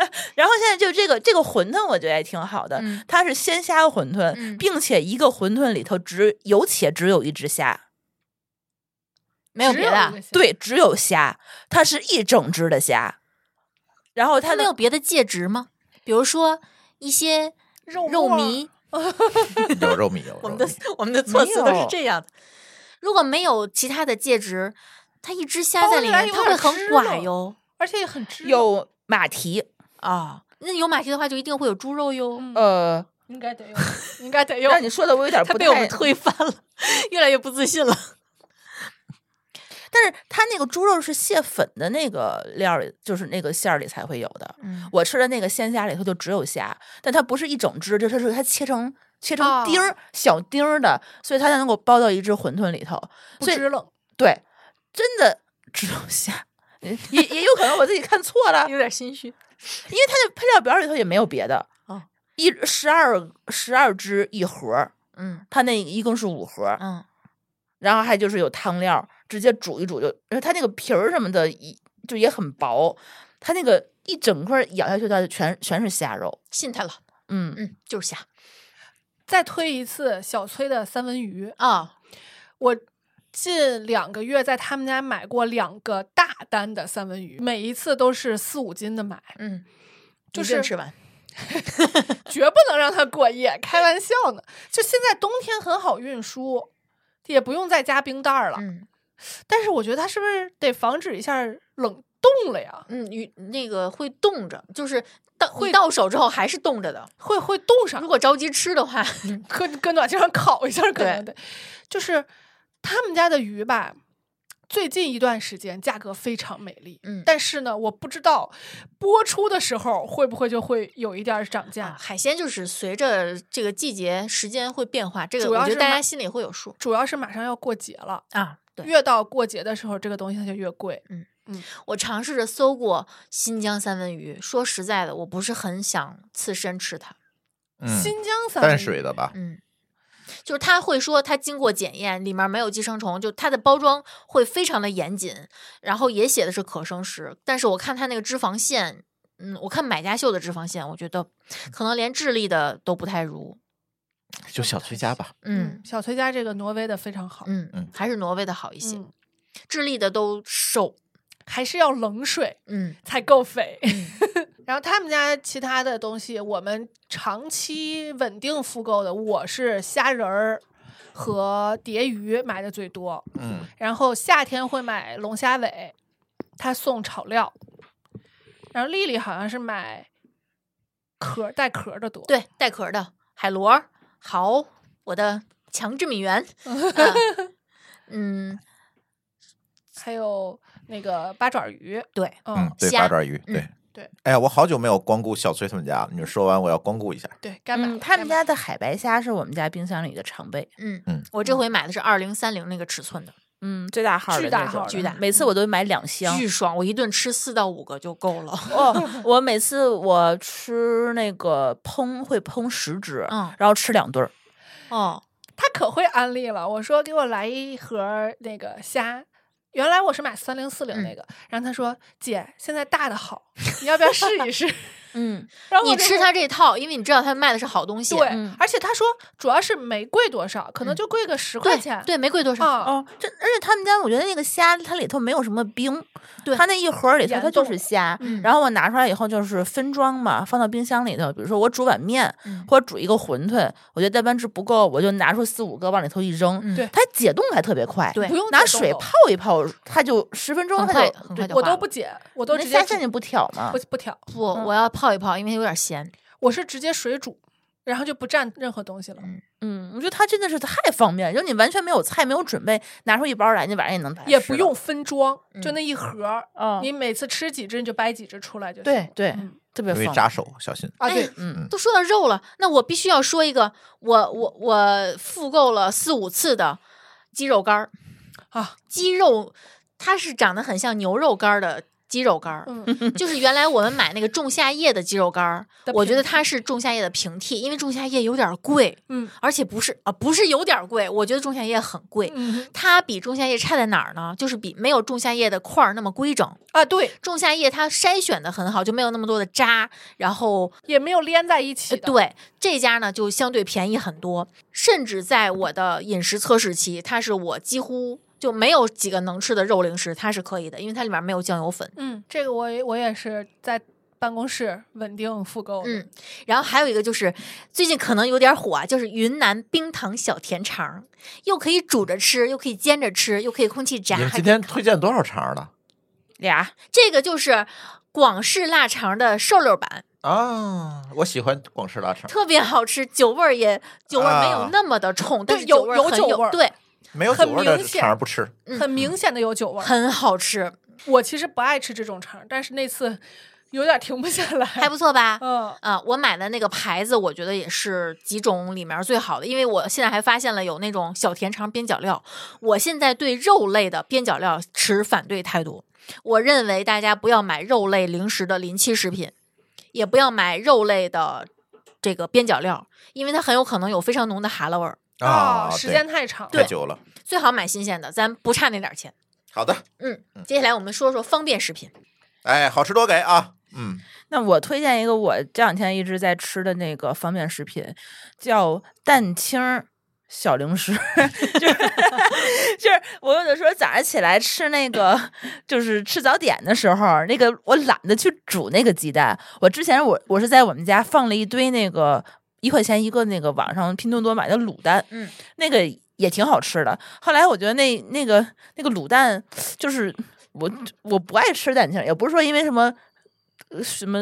Speaker 4: (laughs) 然后现在就这个这个馄饨，我觉得也挺好的。
Speaker 3: 嗯
Speaker 4: 它是鲜虾馄饨，
Speaker 3: 嗯
Speaker 4: 并且一个馄饨里头只有且只有一只虾，
Speaker 3: 没有
Speaker 2: 只
Speaker 3: 别的
Speaker 2: 一
Speaker 3: 啊
Speaker 2: 个，蟹，
Speaker 4: 对，只有虾，它是一整只的虾。然后它
Speaker 3: 它
Speaker 4: 的
Speaker 3: 没有别的介质吗？比如说一些
Speaker 2: 肉
Speaker 3: 肉
Speaker 2: 末儿
Speaker 3: 糜，
Speaker 1: 有肉糜有肉糜。
Speaker 3: 我们的
Speaker 4: 措辞都是这
Speaker 3: 样的。如果没有其他的介质，它一只虾
Speaker 2: 包
Speaker 3: 在
Speaker 2: 起
Speaker 3: 里
Speaker 2: 来
Speaker 3: 面，
Speaker 2: 有
Speaker 3: 它
Speaker 2: 点
Speaker 3: 会很
Speaker 2: 汁
Speaker 3: 寡
Speaker 2: 了
Speaker 3: 哟
Speaker 2: 而且也很汁，
Speaker 4: 有马蹄，
Speaker 3: 啊。那有马蹄的话，就一定会有猪肉哟。 (laughs)
Speaker 2: 嗯
Speaker 4: 呃，
Speaker 2: 应该得有，应该
Speaker 4: (laughs)
Speaker 2: 得有。
Speaker 4: 让你说的我有点
Speaker 3: 它
Speaker 4: 不
Speaker 3: 被我们
Speaker 4: 太，
Speaker 3: 推翻了，越来越不自信了。
Speaker 4: 但是它那个猪肉是蟹粉的那个料儿里，就是那个馅儿里才会有的。
Speaker 3: 嗯，
Speaker 4: 我吃的那个鲜虾里头就只有虾，但它不是一整只，就是它是它切成切成
Speaker 3: 哦
Speaker 4: 丁儿、小丁儿的，所以它才能够包到一只馄饨里头。
Speaker 2: 不
Speaker 4: 所以
Speaker 2: 知冷，
Speaker 4: 对，真的只有虾，也也有可能我自己看错
Speaker 3: (laughs)
Speaker 4: 了，因为
Speaker 3: 点心虚。
Speaker 4: 它的配料表里头也没有别的
Speaker 3: 哦
Speaker 4: 一十二十二只一盒儿，
Speaker 3: 嗯
Speaker 4: 它那一共是五盒儿，
Speaker 3: 嗯，
Speaker 4: 然后还就是有汤料，直接煮一煮就，因为它那个皮儿什么的，一就也很薄，它那个一整块儿咬下去，它就全全是虾肉，
Speaker 3: 信他了，
Speaker 4: 嗯，
Speaker 3: 嗯，就是虾
Speaker 2: 再推一次小崔的三文鱼，
Speaker 3: 啊，
Speaker 2: 我近两个月在他们家买过两个大单的三文鱼，每一次都是四五斤的买，
Speaker 3: 嗯，
Speaker 2: 就
Speaker 3: 一顿
Speaker 2: 是
Speaker 3: 吃完，
Speaker 2: 绝不能让它过夜，开玩笑呢。就现在冬天很好运输，也不用再加冰袋儿了。
Speaker 3: 嗯
Speaker 2: 但是我觉得它是不是得防止一下冷冻了呀？
Speaker 3: 嗯，鱼那个会冻着，就是到
Speaker 2: 会啊
Speaker 3: 你到手之后还是冻着的。
Speaker 2: 会会冻上
Speaker 3: 如，果着急吃的话，
Speaker 2: 跟跟暖气上烤一下可能得。就是他们家的鱼吧，最近一段时间价格非常美丽，
Speaker 3: 嗯
Speaker 2: 但是呢，我不知道播出的时候会不会就会有一点儿涨价。
Speaker 3: 啊海鲜就是随着这个季节时间会变化，这个
Speaker 2: 主
Speaker 3: 我
Speaker 2: 要
Speaker 3: 觉
Speaker 2: 是
Speaker 3: 得大
Speaker 2: 买
Speaker 3: 家心里会有数
Speaker 2: 主要是马上要过节了，
Speaker 3: 啊。对，
Speaker 2: 越到过节的时候，这个东西它就越贵。
Speaker 3: 我尝试着搜过新疆三文鱼，说实在的，我不是很想刺身吃它。
Speaker 1: 嗯，
Speaker 2: 新疆三文
Speaker 1: 淡
Speaker 2: 鱼
Speaker 1: 水的吧？
Speaker 3: 嗯，就是他会说他经过检验，里面没有寄生虫，就它的包装会非常的严谨，然后也写的是可生食，但是我看它那个脂肪线，嗯，我看买家秀的脂肪线，我觉得可能连智利的都不太如，
Speaker 1: 就小崔家吧。
Speaker 3: 嗯，
Speaker 2: 小崔家这个挪威的非常好，
Speaker 3: 嗯
Speaker 1: 嗯
Speaker 3: 还是挪威的好一些，
Speaker 2: 嗯
Speaker 3: 智利的都瘦，
Speaker 2: 还是要冷水
Speaker 3: 嗯
Speaker 2: 才够肥。 (laughs) 然后他们家其他的东西，我们长期稳定复购的，我是虾仁儿和蝶鱼买的最多，
Speaker 1: 嗯，
Speaker 2: 然后夏天会买龙虾尾，他送炒料。然后丽丽好像是买壳带壳的多，，
Speaker 3: 对，带壳的海螺、蚝，我的强制米 (laughs) 源，啊嗯，
Speaker 2: 还有那个八爪鱼，
Speaker 3: 对，
Speaker 1: 嗯
Speaker 2: 嗯，，
Speaker 1: 对，
Speaker 3: 虾
Speaker 1: 八爪鱼，
Speaker 3: 嗯
Speaker 1: 对
Speaker 2: 对。
Speaker 1: 哎呀，我好久没有光顾小崔他们家了。你说完，我要光顾一下。
Speaker 2: 对，该买、
Speaker 3: 嗯
Speaker 4: 他们
Speaker 2: 该买
Speaker 4: 家的海白虾是我们家冰箱里的常备，
Speaker 3: 嗯
Speaker 1: 嗯
Speaker 3: 我这回买的是二零三零那个尺寸的，
Speaker 4: 嗯，最大号
Speaker 2: 巨
Speaker 4: 的
Speaker 2: 大
Speaker 4: 那种
Speaker 2: 号的
Speaker 4: 巨大，
Speaker 3: 嗯
Speaker 4: 每次我都买两箱。
Speaker 3: 巨爽，我一顿吃四到五个就够了。 (laughs)
Speaker 4: 哦，我每次我吃那个烹会烹十只，
Speaker 3: 嗯
Speaker 4: 然后吃两对儿。
Speaker 3: 哦，
Speaker 2: 他可会安利了。我说给我来一盒那个虾，原来我是买三零四零
Speaker 3: 嗯
Speaker 2: 那个，然后他说姐现在大的好，你要不要试一
Speaker 3: (laughs)
Speaker 2: 试？
Speaker 4: 嗯，
Speaker 2: 然后我
Speaker 3: 你
Speaker 2: 就
Speaker 3: 吃
Speaker 2: 说
Speaker 3: 它这套，因为你知道它卖的是好东西。
Speaker 2: 对，
Speaker 4: 嗯
Speaker 2: 而且他说主要是没贵多少，可能
Speaker 3: 嗯
Speaker 2: 就贵个十块钱
Speaker 3: 对，对，没贵多少。
Speaker 2: 啊。
Speaker 4: 哦，这而且他们家我觉得那个虾它里头没有什么冰，
Speaker 3: 对
Speaker 4: 它那一盒儿里头
Speaker 2: 盐
Speaker 4: 它就
Speaker 2: 冻
Speaker 4: 是虾。
Speaker 3: 嗯
Speaker 4: 然后我拿出来以后就是分装嘛，放到冰箱里头。比如说我煮碗面
Speaker 3: 嗯
Speaker 4: 或者煮一个馄饨，我觉得代班制不够，我就拿出四五个往里头一扔，
Speaker 3: 嗯
Speaker 2: 对
Speaker 4: 它解冻还特别快，
Speaker 3: 对
Speaker 2: 不用
Speaker 4: 拿
Speaker 2: 解冻
Speaker 4: 水
Speaker 2: 的
Speaker 4: 泡一泡，它就十分钟
Speaker 3: 很
Speaker 4: 它
Speaker 3: 快
Speaker 4: 就
Speaker 3: 很
Speaker 4: 对
Speaker 3: 快就
Speaker 2: 我
Speaker 3: 化
Speaker 2: 都
Speaker 3: 了
Speaker 2: 不解，我都
Speaker 4: 那
Speaker 2: 直接
Speaker 4: 虾馅
Speaker 2: 直
Speaker 4: 你不挑吗
Speaker 2: 不？不挑，
Speaker 3: 不，我要泡一泡，因为它有点咸。
Speaker 2: 我是直接水煮，然后就不蘸任何东西了，
Speaker 4: 嗯，我觉得它真的是太方便，就你完全没有菜，没有准备，拿出一包来，你晚上也能把它
Speaker 2: 也
Speaker 4: 吃
Speaker 2: 不
Speaker 4: 了
Speaker 2: 用分装，
Speaker 3: 嗯
Speaker 2: 就那一盒，
Speaker 4: 嗯
Speaker 2: 你每次吃几只你就掰几只出来就行
Speaker 4: 对对
Speaker 2: 嗯，
Speaker 4: 特别
Speaker 1: 因为
Speaker 4: 方
Speaker 1: 扎
Speaker 4: 便。
Speaker 1: 手，小心。
Speaker 2: 啊，
Speaker 3: 哎
Speaker 2: 对，
Speaker 4: 嗯，
Speaker 3: 都说到肉了，那我必须要说一个，我我我复购了四五次的鸡肉干儿
Speaker 2: 啊，
Speaker 3: 鸡肉它是长得很像牛肉干儿的鸡肉干儿，
Speaker 2: 嗯，
Speaker 3: 就是原来我们买那个仲夏夜的鸡肉干儿
Speaker 2: 的，
Speaker 3: 我觉得
Speaker 2: 平替
Speaker 3: 它是仲夏夜的平替，因为仲夏夜有点儿贵，
Speaker 2: 嗯
Speaker 3: 而且不是啊，不是有点儿贵，我觉得仲夏夜很贵。
Speaker 2: 嗯
Speaker 3: 它比仲夏夜差在哪儿呢？就是比没有仲夏夜的块儿那么规整。
Speaker 2: 啊，对，
Speaker 3: 仲夏夜它筛选的很好，就没有那么多的渣。然后，
Speaker 2: 也没有连在一起
Speaker 3: 呃
Speaker 2: 的，
Speaker 3: 对这家呢就相对便宜很多，甚至在我的饮食测试期，它是我几乎就没有几个能吃的肉零食，它是可以的，因为它里面没有酱油粉。
Speaker 2: 嗯，这个我也我也是在办公室稳定复购的，
Speaker 3: 嗯，然后还有一个就是最近可能有点火啊，就是云南冰糖小甜肠儿，又可以煮着吃，又可以煎着吃，又可以空气炸。
Speaker 1: 你们
Speaker 3: 还
Speaker 1: 今
Speaker 3: 可以
Speaker 1: 天
Speaker 3: 烤
Speaker 1: 推荐多少肠了
Speaker 4: 俩
Speaker 3: 这个就是广式腊肠的瘦溜版，
Speaker 1: 啊？我喜欢广式腊肠，
Speaker 3: 特别好吃，酒味儿也酒味儿没有
Speaker 1: 啊
Speaker 3: 那么的冲，但
Speaker 2: 对
Speaker 3: 是
Speaker 2: 有
Speaker 3: 味儿
Speaker 2: 有
Speaker 3: 很
Speaker 2: 酒味儿
Speaker 3: 对，
Speaker 1: 没有
Speaker 2: 很
Speaker 1: 酒味的
Speaker 2: 明显
Speaker 1: 肠不吃。
Speaker 4: 嗯
Speaker 2: 很明显的有酒味儿。
Speaker 3: 很好
Speaker 2: 嗯
Speaker 3: 吃，
Speaker 2: 我其实不爱吃这种肠儿，但是那次有点停不下来，
Speaker 3: 还不错
Speaker 2: (laughs)
Speaker 3: 吧？
Speaker 2: 嗯
Speaker 3: 啊、我买的那个牌子，我觉得也是几种里面最好的，因为我现在还发现了有那种小甜肠边角料。我现在对肉类的边角料持反对态度，我认为大家不要买肉类零食的临期食品，也不要买肉类的这个边角料，因为它很有可能有非常浓的哈喇味儿。
Speaker 1: 啊，
Speaker 2: 哦时
Speaker 1: 对
Speaker 2: 间太长，
Speaker 1: 太久了。
Speaker 3: 最好买新鲜的，咱不差那点儿钱。
Speaker 1: 好的，
Speaker 3: 嗯，接下来我们说说方便食品。
Speaker 1: 哎，好吃多给啊，嗯，
Speaker 4: 那我推荐一个我这两天一直在吃的那个方便食品，叫蛋清儿小零食， (laughs) 就是就是我有的时候早上起来吃那个，就是吃早点的时候，那个我懒得去煮那个鸡蛋。我之前我我是在我们家放了一堆那个一块钱一个那个网上拼多多买的卤蛋，
Speaker 3: 嗯，
Speaker 4: 那个也挺好吃的。后来我觉得那那个那个卤蛋就是我我不爱吃蛋清，也不是说因为什么。呃什么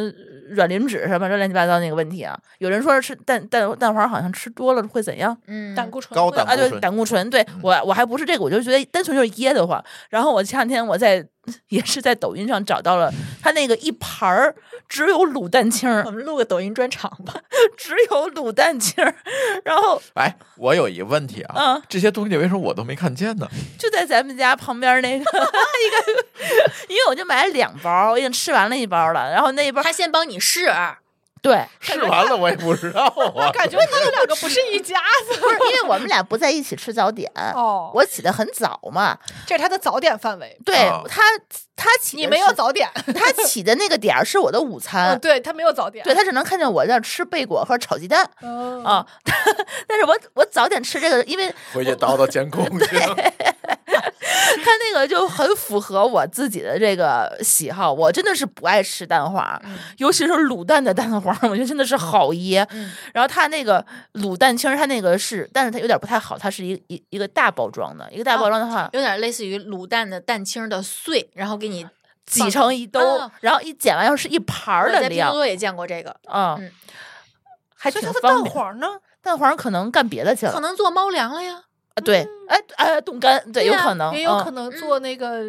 Speaker 4: 软磷脂什么这乱七八糟那个问题啊？有人说是吃蛋蛋蛋黄好像吃多了会怎样？
Speaker 3: 嗯，
Speaker 2: 胆固醇
Speaker 1: 高
Speaker 2: 会，
Speaker 1: 胆
Speaker 4: 啊，
Speaker 1: 固
Speaker 4: 对，
Speaker 1: 醇
Speaker 4: 胆固醇，对
Speaker 1: 嗯
Speaker 4: 我我还不是这个，我就觉得单纯就是噎得慌。然后我前两天我在 (laughs) 也是在抖音上找到了他那个一盘儿只有卤蛋清儿
Speaker 3: 我，们录个抖音专场吧。
Speaker 4: (laughs) 只有卤蛋清儿，然后
Speaker 1: 哎，我有一问题啊，
Speaker 4: 嗯，
Speaker 1: 这些东西为什么我都没看见呢？
Speaker 4: 就在咱们家旁边那个 (laughs) 一个， (laughs) 因为我就买了两包儿，我已经吃完了一包儿了，然后那一包儿
Speaker 3: 他先帮你试啊饵，
Speaker 4: 对，
Speaker 1: 试完了我也不知道啊
Speaker 2: (laughs) 感觉他们两个不是一家
Speaker 1: (laughs)
Speaker 2: 子。
Speaker 4: 不是因为我们俩不在一起吃早点，嗯
Speaker 2: 哦，
Speaker 4: 我起得很早嘛，
Speaker 2: 这是他的早点范围，
Speaker 4: 对
Speaker 1: 哦
Speaker 4: 他他起
Speaker 2: 你
Speaker 4: 的
Speaker 2: 没有
Speaker 4: 是
Speaker 2: 早点，
Speaker 4: 他起的那个点儿是我的午餐，
Speaker 2: (laughs) 哦对他没有早点，
Speaker 4: 对他只能看见我在那儿吃贝果和炒鸡蛋
Speaker 2: 哦，
Speaker 4: 啊、 (laughs) 但是我我早点吃这个，因为
Speaker 1: 回去叨叨监控去。
Speaker 4: 它那个就很符合我自己的这个喜好。我真的是不爱吃蛋黄，尤其是卤蛋的蛋黄，我觉得真的是好噎。
Speaker 3: 嗯
Speaker 4: 然后它那个卤蛋清儿，它那个是，但是它有点不太好，它是一一一个大包装的，一个大
Speaker 2: 哦
Speaker 4: 包装的话。
Speaker 3: 有点类似于卤蛋的蛋清的碎，然后给你
Speaker 4: 挤成一兜，
Speaker 3: 啊
Speaker 4: 然后一剪完又是一盘儿
Speaker 3: 我在
Speaker 4: 的
Speaker 3: 拼多
Speaker 4: 量
Speaker 3: 多也见过这个，
Speaker 4: 啊，
Speaker 3: 嗯
Speaker 4: 还
Speaker 2: 所
Speaker 4: 挺
Speaker 2: 以他的
Speaker 4: 方
Speaker 2: 蛋
Speaker 4: 便。
Speaker 2: 黄呢？
Speaker 4: 蛋黄可能干别的去了，
Speaker 3: 可能做猫粮了呀。
Speaker 4: 啊对，哎哎，冻干，对，有
Speaker 3: 呀
Speaker 4: 可能，
Speaker 2: 啊也有
Speaker 4: 嗯
Speaker 2: 可能做那个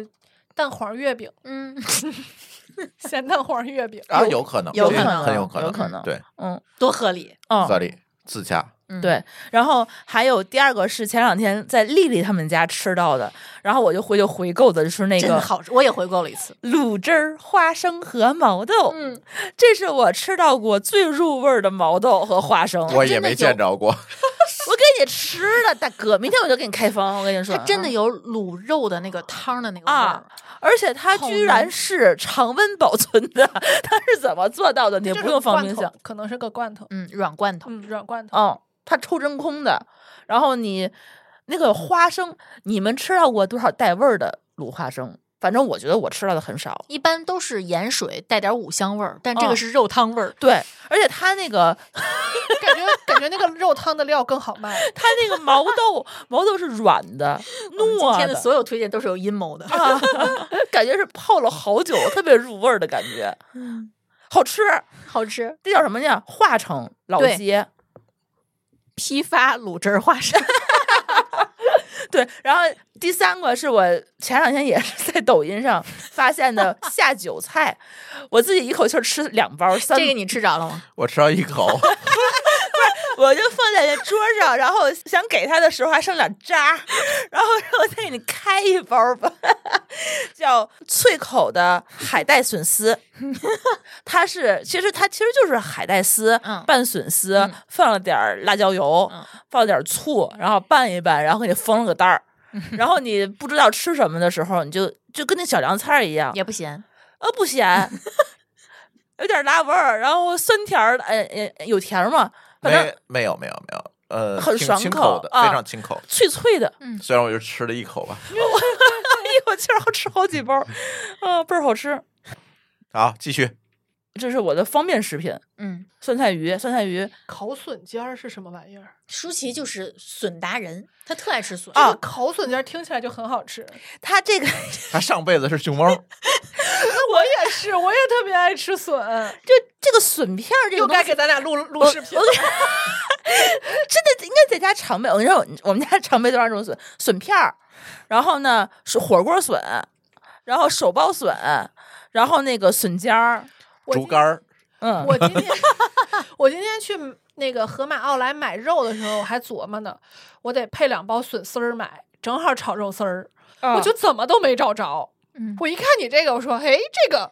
Speaker 2: 蛋黄
Speaker 4: (laughs)
Speaker 2: 月饼，
Speaker 3: 嗯，
Speaker 2: 咸蛋黄月饼
Speaker 1: 啊，有可能，
Speaker 4: 有
Speaker 1: 对
Speaker 4: 可能
Speaker 1: 很有可能，
Speaker 4: 有可能
Speaker 1: 对，
Speaker 4: 嗯
Speaker 3: (laughs) 多合理。
Speaker 4: 嗯，
Speaker 1: 这里自洽，
Speaker 3: 嗯，
Speaker 4: 对，然后还有第二个是前两天在丽丽他们家吃到的，然后我就回去回购的就是那
Speaker 3: 真的
Speaker 4: 个
Speaker 3: 好吃，我也回购了一次。
Speaker 4: 卤汁儿花生和毛豆，
Speaker 3: 嗯，
Speaker 4: 这是我吃到过最入味儿的毛豆和花生。我
Speaker 1: 我也没见着过。
Speaker 4: 给你吃了，大哥，明天我就给你开封。我跟你说，
Speaker 3: 它真的
Speaker 4: 嗯，
Speaker 3: 有卤肉的那个汤的那个味
Speaker 4: 啊
Speaker 3: 儿，
Speaker 4: 而且它
Speaker 3: 好
Speaker 4: 居
Speaker 3: 难
Speaker 4: 然是常温保存的， (laughs) 它是怎么做到的？你
Speaker 2: 这
Speaker 4: 不
Speaker 2: 是
Speaker 4: 用放
Speaker 2: 罐
Speaker 4: 冰
Speaker 2: 头
Speaker 4: 箱，
Speaker 2: 可能是个罐头，
Speaker 3: 嗯，软罐头。
Speaker 2: 嗯，软罐头。
Speaker 4: 嗯，它抽真空的。然后你那个花生，你们吃到过多少带味儿的卤花生？反正我觉得我吃到的很少。
Speaker 3: 一般都是盐水带点五香味儿，但这
Speaker 4: 啊
Speaker 3: 个是肉汤 (laughs) 味儿。
Speaker 4: 对，而且它那个
Speaker 2: 感觉感觉那个肉汤的料更好卖。
Speaker 4: 它那个毛豆，毛豆是软的、 (laughs)
Speaker 3: 我们今
Speaker 4: 糯
Speaker 3: 天
Speaker 4: 的
Speaker 3: 的，所有推荐都是有阴谋的。
Speaker 4: 啊感觉是泡了好久，特别入味儿的感觉。嗯，好吃。
Speaker 3: (laughs) 好吃。
Speaker 4: 这叫什么呀？化城老
Speaker 3: 对
Speaker 4: 街。
Speaker 3: (laughs) 批发卤汁儿花生，
Speaker 4: 对，然后第三个是我前两天也是在抖音上发现的下酒菜，我自己一口气儿吃两包，三
Speaker 3: (laughs) 这个你吃着了吗？
Speaker 1: 我吃到一口，
Speaker 4: 我就放在那桌上，然后想给他的时候还剩点渣儿，然后说再给你开一包吧， (laughs) 叫脆口的海带笋
Speaker 3: (laughs)
Speaker 4: 丝，它是其实它其实就是海带丝、
Speaker 3: 嗯
Speaker 4: 拌笋丝，
Speaker 3: 嗯
Speaker 4: 放了点儿辣椒油，
Speaker 3: 嗯
Speaker 4: 放了点儿醋，然后拌一拌，然后给你封了个袋
Speaker 3: (laughs)
Speaker 4: 儿，然后你不知道吃什么的时候，你就就跟那小凉菜儿一样，
Speaker 3: 也不咸。
Speaker 4: 呃，不
Speaker 3: (laughs)
Speaker 4: 咸，有点辣味儿，然后酸甜儿的，哎哎，有甜儿嘛，反正
Speaker 1: 没没有没有没有，呃，
Speaker 4: 很
Speaker 1: 挺
Speaker 4: 爽
Speaker 1: 清
Speaker 4: 口
Speaker 1: 口的，
Speaker 4: 啊
Speaker 1: 非常清口。
Speaker 4: 脆脆的，
Speaker 1: 虽然我就吃了一口吧，
Speaker 4: (laughs) 一口气儿好吃好几包儿，啊，倍儿好吃。
Speaker 1: 好，继续。
Speaker 4: 这是我的方便食品，
Speaker 3: 嗯，
Speaker 4: 酸菜鱼，酸菜鱼
Speaker 2: (laughs) 烤笋尖儿是什么玩意儿？
Speaker 3: 舒淇就是笋达人，她特爱吃笋。
Speaker 4: 啊
Speaker 2: 这个烤笋尖儿听起来就很好吃。
Speaker 4: 它这个 (laughs)
Speaker 1: 他上辈子是熊猫，
Speaker 2: 我也是，我也特别爱吃笋。
Speaker 4: 这这个笋片儿，这个
Speaker 2: 又
Speaker 4: 东
Speaker 2: 该
Speaker 4: 西
Speaker 2: 给咱俩录录视频了。
Speaker 4: (laughs) 真的应该在家常备。我跟你说，我们家常备多少种笋？笋片儿，然后呢是火锅笋，然后手剥笋，然后那个笋尖儿，
Speaker 2: 我
Speaker 1: 竹
Speaker 2: 今
Speaker 1: 竿儿，
Speaker 4: 嗯，
Speaker 2: 我今 (laughs) 天我今天去那个盒马奥莱买肉的时候，我还琢磨呢，我得配两包笋丝儿买，正好炒肉丝儿。
Speaker 4: 啊
Speaker 2: 我就怎么都没找着。
Speaker 3: 嗯
Speaker 2: 我一看你这个，我说，嘿，这个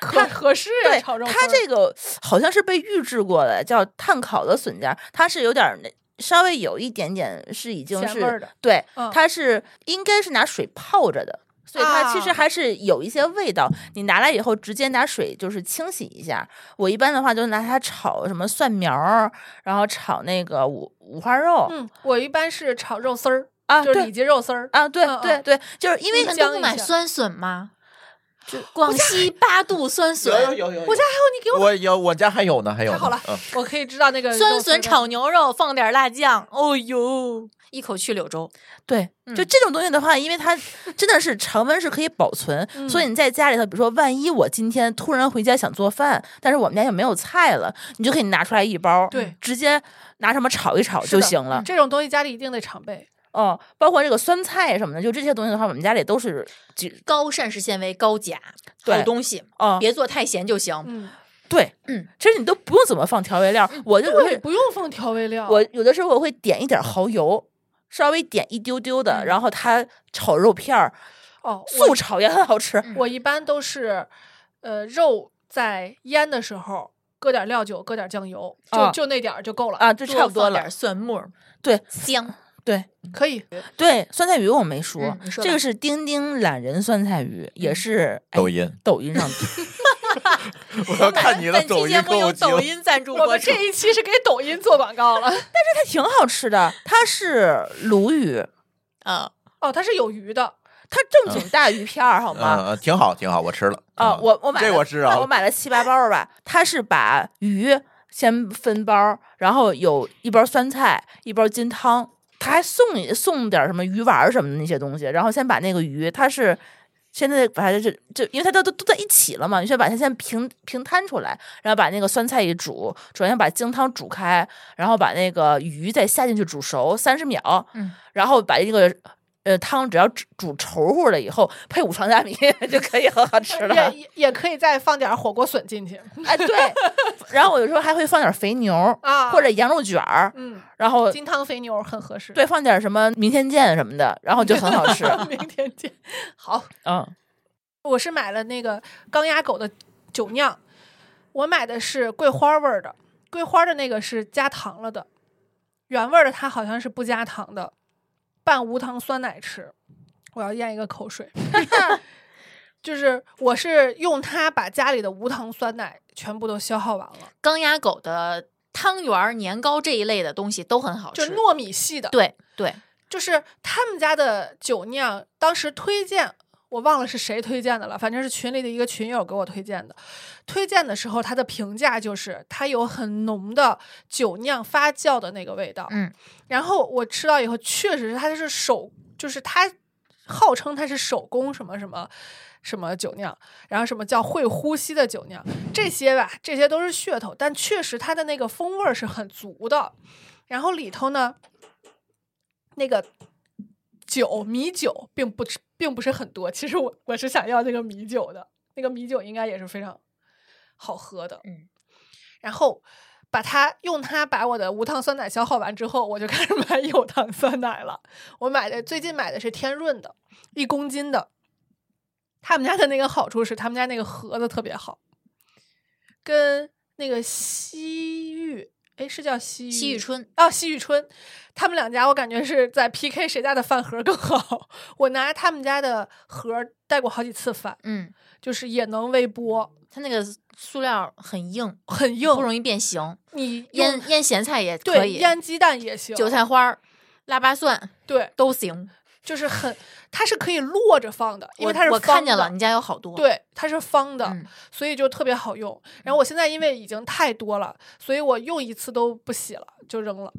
Speaker 2: 可合适呀，
Speaker 4: 对
Speaker 2: 炒肉丝儿。
Speaker 4: 它这个好像是被预制过的，叫炭烤的笋尖儿，它是有点儿那稍微有一点点是已经
Speaker 2: 咸味儿
Speaker 4: 是
Speaker 2: 的
Speaker 4: 对
Speaker 2: 嗯，
Speaker 4: 它是应该是拿水泡着的。所以它其实
Speaker 2: 啊
Speaker 4: 还是有一些味道，你拿来以后直接拿水就是清洗一下。我一般的话就拿它炒什么蒜苗儿，然后炒那个五五花肉、
Speaker 2: 嗯，我一般是炒肉丝儿，
Speaker 4: 啊，
Speaker 2: 就是里
Speaker 4: 对
Speaker 2: 脊肉丝儿。
Speaker 4: 啊，对
Speaker 2: 嗯嗯
Speaker 4: 对对，就是因为
Speaker 3: 你们
Speaker 2: 姜
Speaker 3: 都不
Speaker 2: 一
Speaker 3: 买
Speaker 2: 下
Speaker 3: 酸笋吗？就广西八度酸笋、
Speaker 1: 有有有
Speaker 2: 我家还有你给我，
Speaker 1: 我有我家还有呢，还有呢。
Speaker 2: 太好了
Speaker 1: 嗯，
Speaker 2: (laughs) 我可以知道那个肉
Speaker 3: 酸
Speaker 2: 丝儿
Speaker 3: 笋
Speaker 2: 的
Speaker 3: 炒牛肉，放点辣酱，哦呦，一口去柳州。
Speaker 4: 对，就
Speaker 3: 嗯
Speaker 4: 这种东西的话，因为它真的是常温是可以保存，所以你在家里头，比如说万一我今天突然回家想做饭，但是我们家又没有菜了，你就可以拿出来一包，
Speaker 2: 对，
Speaker 4: 直接拿什么炒一炒
Speaker 2: 是
Speaker 4: 就
Speaker 2: 的嗯
Speaker 4: 行了。
Speaker 2: 这种东西家里一定得常备。
Speaker 4: 哦，包括这个酸菜什么的，就这些东西的话，我们家里都是几
Speaker 3: 高膳食纤维、高钾，好
Speaker 4: 对
Speaker 3: 东西，
Speaker 4: 哦，
Speaker 3: 别做太咸就行。
Speaker 2: 嗯，
Speaker 4: 对，
Speaker 3: 嗯，
Speaker 4: 其实你都不用怎么放调味料，我就
Speaker 2: 对，
Speaker 4: 会
Speaker 2: 不用放调味料。
Speaker 4: 我有的时候我会点一点蚝油。稍微点一丢丢的，
Speaker 3: 嗯
Speaker 4: 然后它炒肉片儿，
Speaker 2: 哦，
Speaker 4: 素炒也很好吃。
Speaker 3: 嗯
Speaker 2: 我我一般都是，呃，肉在腌的时候搁点料酒，搁点酱油，就
Speaker 4: 啊
Speaker 2: 就那点儿就够了
Speaker 4: 啊，这差不多
Speaker 3: 放
Speaker 4: 了
Speaker 3: 点。蒜末，
Speaker 4: 对，
Speaker 3: 香。
Speaker 4: 对，
Speaker 2: 可以，
Speaker 4: 对，酸菜鱼我没说，
Speaker 3: 嗯你说
Speaker 4: 这
Speaker 3: 吧嗯
Speaker 4: 个是丁丁懒人酸菜鱼，也是、哎
Speaker 1: 抖音，
Speaker 4: 抖音上
Speaker 1: (laughs) 我要看你的
Speaker 3: 本
Speaker 1: 抖
Speaker 3: 期
Speaker 1: 音
Speaker 3: 节目
Speaker 1: 够
Speaker 3: 有
Speaker 1: 精。
Speaker 3: 抖音赞助
Speaker 2: 我
Speaker 3: 播
Speaker 2: 们
Speaker 3: 出。
Speaker 2: 这一期是给抖音做广告了。 (laughs)
Speaker 4: 它挺好吃的，它是鲈鱼，
Speaker 3: 啊，
Speaker 2: 哦，它是有鱼
Speaker 4: (laughs)
Speaker 2: 的，
Speaker 4: 它正经大鱼片儿好吗？
Speaker 1: 嗯，挺好，挺好，我吃了。
Speaker 4: 啊，
Speaker 1: 嗯
Speaker 4: 我我买
Speaker 1: 这
Speaker 4: 了
Speaker 1: 我知道
Speaker 4: 我买了七八包儿吧，它是把鱼先分包儿，然后有一包酸菜，一包金汤，它还送你送点儿什么鱼丸儿什么的那些东西，然后先把那个鱼，它是。现在把它这这，因为它都都都在一起了嘛，你先把它先平平摊出来，然后把那个酸菜一煮，首先把清汤煮开，然后把那个鱼再下进去煮熟三十秒，
Speaker 3: 嗯，
Speaker 4: 然后把这个呃汤只要煮煮稠乎了以后，配五常大米 (laughs) 就可以很好吃了。
Speaker 2: 也也也可以再放点火锅笋进去
Speaker 4: 哎， (laughs) 对。然后我有时候还会放点肥牛儿
Speaker 2: 啊，
Speaker 4: 或者羊肉卷儿，
Speaker 2: 嗯，
Speaker 4: 然后
Speaker 2: 金汤肥牛很合适。，
Speaker 4: 对放点什么明天见什么的，然后就很好 (laughs) 吃。
Speaker 2: (laughs) 明天见。好，
Speaker 4: 嗯，
Speaker 2: 我是买了那个钢压狗的酒酿，我买的是桂花味儿的，桂花的那个是加糖了的，原味儿的它好像是不加糖的，拌无糖酸奶吃。我要咽一个口水，就是我是用它把家里的无糖酸奶全部都消耗完了，
Speaker 3: 钢鸭狗的汤圆儿、年糕这一类的东西都很好
Speaker 2: 就
Speaker 3: 吃。
Speaker 2: 是糯米系的，
Speaker 3: 对对，
Speaker 2: 就是他们家的酒酿，当时推荐我忘了是谁推荐的了，反正是群里的一个群友给我推荐的。推荐的时候，他的评价就是它有很浓的酒酿发酵的那个味道。
Speaker 3: 嗯，
Speaker 2: 然后我吃到以后，确实是它是手，就是它号称它是手工什么什么。什么酒酿，然后什么叫会呼吸的酒酿，这些吧，这些都是噱头，但确实它的那个风味儿是很足的。然后里头呢，那个酒米酒并不是并不是很多，其实我我是想要那个米酒的，那个米酒应该也是非常好喝的。
Speaker 3: 嗯，
Speaker 2: 然后把它用它把我的无糖酸奶消耗完之后，我就开始买有糖酸奶了。我买的最近买的是天润的，一公斤的。他们家的那个好处是，他们家那个盒子特别好，跟那个西域，哎，是叫西域
Speaker 3: 西域春
Speaker 2: 啊，西域春，他们两家我感觉是在 PK 谁家的饭盒更好。 (laughs) 我拿他们家的盒儿带过好几次饭，
Speaker 3: 嗯，
Speaker 2: 就是也能微波，
Speaker 3: 它那个塑料很硬，
Speaker 2: 很硬，
Speaker 3: 不容易变形。
Speaker 2: 你用
Speaker 3: 腌腌咸菜也可
Speaker 2: 对
Speaker 3: 以，
Speaker 2: 腌鸡蛋也行，
Speaker 3: 韭菜花儿、腊八蒜
Speaker 2: 对，
Speaker 3: 都行。
Speaker 2: 就是很，它是可以摞着放的，因为
Speaker 3: 我
Speaker 2: 它是
Speaker 3: 我
Speaker 2: 方
Speaker 3: 看见
Speaker 2: 的
Speaker 3: 了，你家有好多。
Speaker 2: 对，它是方的，
Speaker 3: 嗯
Speaker 2: 所以就特别好用。然后我现在因为已经太多了，所以我用一次都不洗了，就扔了。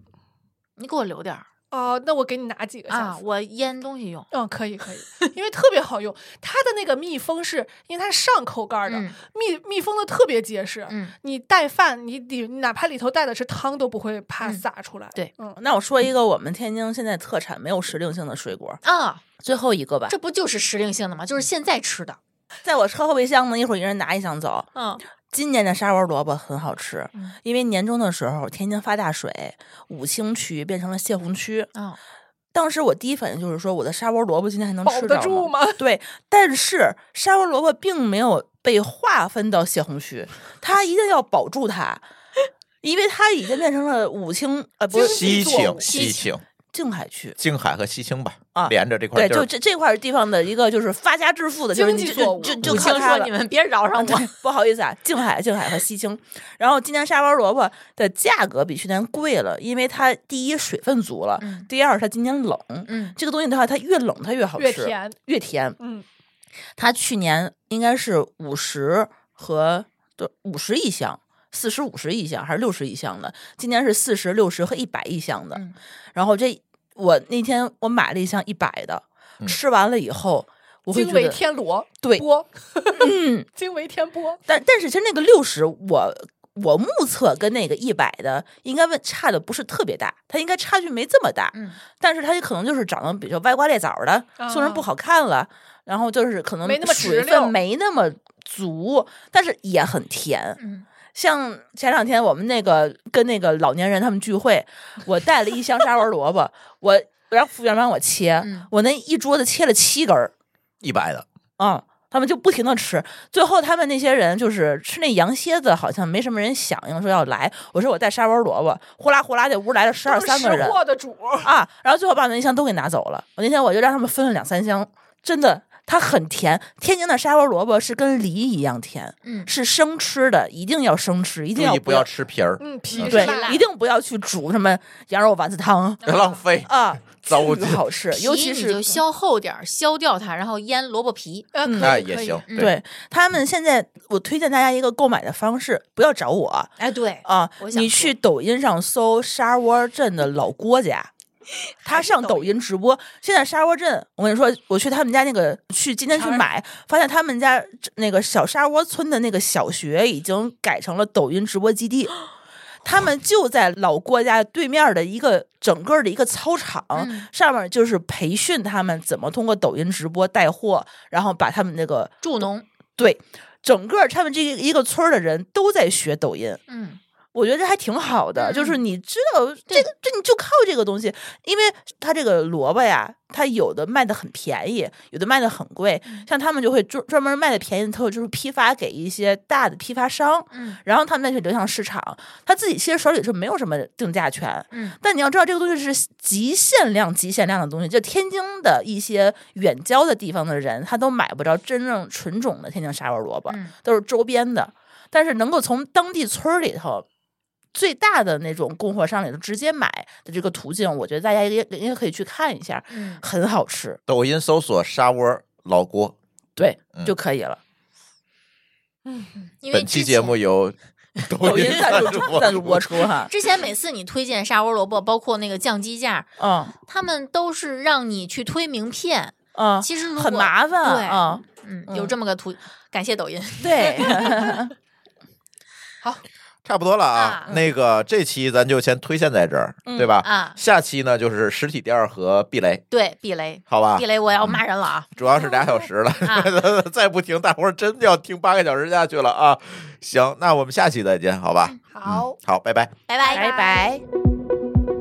Speaker 3: 你给我留点儿
Speaker 2: 哦、那我给你拿几个下
Speaker 3: 啊，
Speaker 2: 次。
Speaker 3: 我腌东西用。
Speaker 2: 嗯，可以可以，因为特别好用。它的那个密封是因为它是上扣盖儿的，
Speaker 3: 嗯
Speaker 2: 密密封的特别结实。
Speaker 3: 嗯，
Speaker 2: 你带饭，你里哪怕里头带的是汤，都不会怕
Speaker 3: 嗯
Speaker 2: 洒出来。
Speaker 3: 对
Speaker 2: 嗯，
Speaker 4: (laughs) 那我说一个我们天津现在特产没有时令性的水果，
Speaker 2: 嗯
Speaker 3: 啊，
Speaker 4: 最后一个吧，
Speaker 3: 这不就是时令性的吗？就是现在吃的。
Speaker 4: 在我车后备箱呢，一会儿一人拿一箱走。
Speaker 3: 嗯，
Speaker 4: 今年的沙窝萝卜很好吃
Speaker 3: 嗯，
Speaker 4: 因为年终的时候天津发大水，武清区变成了泄洪区，
Speaker 2: 嗯
Speaker 3: 啊，
Speaker 4: 当时我第一反应就是说，我的沙窝萝卜今天还能
Speaker 2: 保
Speaker 4: 吃
Speaker 2: 得
Speaker 4: 到
Speaker 2: 住吗？ (laughs)
Speaker 4: 对，但是沙窝萝卜并没有被划分到泄洪区，它一定要保住它。因为它已经变成了武清呃不是
Speaker 1: 西
Speaker 4: 作
Speaker 1: 青
Speaker 4: 物，
Speaker 1: 西青，
Speaker 4: 静海区。
Speaker 1: 静海和西青吧
Speaker 4: 啊，
Speaker 1: 连着这块
Speaker 4: 对，
Speaker 1: 地
Speaker 4: 就
Speaker 1: 儿。
Speaker 4: 这这块儿地方的一个就是发家致富的，就是你
Speaker 2: 经济
Speaker 4: 就
Speaker 2: 作物
Speaker 4: 就就
Speaker 3: 武
Speaker 4: 就靠
Speaker 3: 清
Speaker 4: 它
Speaker 3: 说：“
Speaker 4: 了
Speaker 3: 你。们别
Speaker 2: (laughs)
Speaker 3: 饶
Speaker 4: 啊，
Speaker 3: 上
Speaker 4: 对
Speaker 3: 我。，
Speaker 4: 不好意思啊，静海、静海和西青，然后今年沙包萝卜的价格比去年贵了，因为它第一水分足了，
Speaker 3: 嗯
Speaker 4: 第二它今年冷，”
Speaker 3: 嗯，
Speaker 4: 这个东西的话，它越冷它越好吃，
Speaker 2: 越甜，
Speaker 4: 越甜。
Speaker 2: 嗯，
Speaker 4: 它去年应该是五十和对五十一箱，四十五十一箱还是六十一箱的，今年是四十六十和一百一箱的。
Speaker 3: 嗯
Speaker 4: 然后这我那天我买了一箱一百的，
Speaker 1: 嗯
Speaker 4: 吃完了以后我会
Speaker 2: 惊
Speaker 4: 觉
Speaker 2: 为
Speaker 4: 得
Speaker 2: 天罗
Speaker 4: 对，
Speaker 2: 波，
Speaker 4: 嗯，
Speaker 2: 惊为天波，
Speaker 4: 但但是其实那个六十我。我目测跟那个一百的应该问差的不是特别大，它应该差距没这么大。
Speaker 3: 嗯，
Speaker 4: 但是它也可能就是长得比较歪瓜裂枣儿的，做人不
Speaker 2: 啊
Speaker 4: 好看了，然后就是可能
Speaker 2: 没那么
Speaker 4: 水
Speaker 2: 直溜
Speaker 4: 分没那么足，但是也很甜。
Speaker 3: 嗯，
Speaker 4: 像前两天我们那个跟那个老年人他们聚会，我带了一箱沙包萝卜， (laughs) 我让服务员帮我切，
Speaker 3: 嗯
Speaker 4: 我那一桌子切了七根儿
Speaker 1: 一百的，
Speaker 4: 啊。他们就不停的吃，最后他们那些人就是吃那羊蝎子，好像没什么人响应说要来。我说我带沙包萝卜，呼啦呼啦这屋来了十二
Speaker 2: 都是
Speaker 4: 三个
Speaker 2: 识
Speaker 4: 人，
Speaker 2: 货的主，
Speaker 4: 啊，然后最后把我那一箱都给拿走了。我那天我就让他们分了两三箱，真的，它很甜。天津的沙包萝卜是跟梨一样甜，
Speaker 3: 嗯
Speaker 4: 是生吃的，一定要生吃，一
Speaker 1: 注
Speaker 4: 定要
Speaker 1: 意不要吃皮儿，
Speaker 2: 嗯，皮
Speaker 4: 对
Speaker 2: 是辣，，嗯
Speaker 4: 一定不要去煮什么羊肉丸子汤
Speaker 1: 别浪费。
Speaker 4: 啊，
Speaker 1: (laughs) 糟
Speaker 4: 巨
Speaker 1: 践
Speaker 4: 好吃，尤
Speaker 3: 皮
Speaker 4: 其。
Speaker 3: 你就是削厚点儿，削掉它，然后腌萝
Speaker 2: (laughs)
Speaker 3: 卜皮。
Speaker 2: 啊可以
Speaker 1: 那哎也
Speaker 2: 可以
Speaker 1: 行，
Speaker 3: 嗯
Speaker 4: 对他们现在，我推荐大家一个购买的方式，不要找我
Speaker 3: 哎，对，
Speaker 4: 啊
Speaker 3: 我，想
Speaker 4: 你
Speaker 3: 说
Speaker 4: 去抖音上搜沙窝镇的老郭家，
Speaker 3: (laughs)
Speaker 4: 他上抖音直播。现在沙窝镇，我跟你说，我去他们家那个去今天去
Speaker 3: 尝尝
Speaker 4: 买，发现他们家那个小沙窝村的那个小学已经改成了抖音直播基
Speaker 3: (laughs)
Speaker 4: 地。他们就在老郭家对面的一个整个的一个操场、
Speaker 3: 嗯
Speaker 4: 上面，就是培训他们怎么通过抖音直播带货，然后把他们那个
Speaker 3: 助农。
Speaker 4: 对整个他们这一一个村儿的人都在学抖音。
Speaker 3: 嗯，
Speaker 4: 我觉得这还挺好的，就是你知道这
Speaker 3: 对
Speaker 4: 个，这你就靠这个东西，因为它这个萝卜呀，它有的卖的很便宜，有的卖的很贵，像他们就会专专门卖的便宜，它就是批发给一些大的批发商，
Speaker 3: 嗯
Speaker 4: 然后他们再去流向市场，他自己其实手里是没有什么定价权。
Speaker 3: 嗯
Speaker 4: 但你要知道，这个东西是极限量、极限量的东西。就天津的一些远郊的地方的人，他都买不着真正纯种的天津沙窝萝卜。
Speaker 3: 嗯
Speaker 4: 都是周边的，但是能够从当地村儿里头最大的那种供货商里头直接买的这个途径，我觉得大家也应该可以去看一下，
Speaker 3: 嗯，
Speaker 4: 很好吃，
Speaker 1: 抖音搜索沙窝老郭。
Speaker 4: 对、
Speaker 1: 嗯
Speaker 4: 就可以了。
Speaker 3: 因为
Speaker 1: 本期
Speaker 3: 之
Speaker 1: 节
Speaker 3: 前
Speaker 1: 目由抖
Speaker 4: 抖音赞助
Speaker 1: 播
Speaker 4: 赞助播
Speaker 1: 出。
Speaker 4: 出哈，
Speaker 3: 之前每次你推荐沙窝萝卜，包括那个酱鸡架，
Speaker 4: 嗯
Speaker 3: 他们都是让你去推名片。
Speaker 4: 嗯，
Speaker 3: 其实如果
Speaker 4: 很麻烦
Speaker 3: 对，
Speaker 4: 啊，
Speaker 3: 嗯，
Speaker 4: 嗯
Speaker 3: 有这么个图，感谢抖音。
Speaker 4: (laughs) 对，
Speaker 1: 差不多了啊
Speaker 3: 啊，
Speaker 1: 那个这期咱就先推荐在这儿，对吧？
Speaker 3: 啊
Speaker 1: 下期呢就是实体店儿和避雷，
Speaker 3: 对，避雷，
Speaker 1: 好吧
Speaker 3: 避？雷，我要骂人了啊！
Speaker 1: 主要是俩小时了， (laughs) 再不听，大伙儿真要听八个小时下去了啊！行，那我们下期再见，好吧？
Speaker 2: 好
Speaker 1: 嗯，好，拜拜。
Speaker 3: 拜拜。
Speaker 4: 拜拜。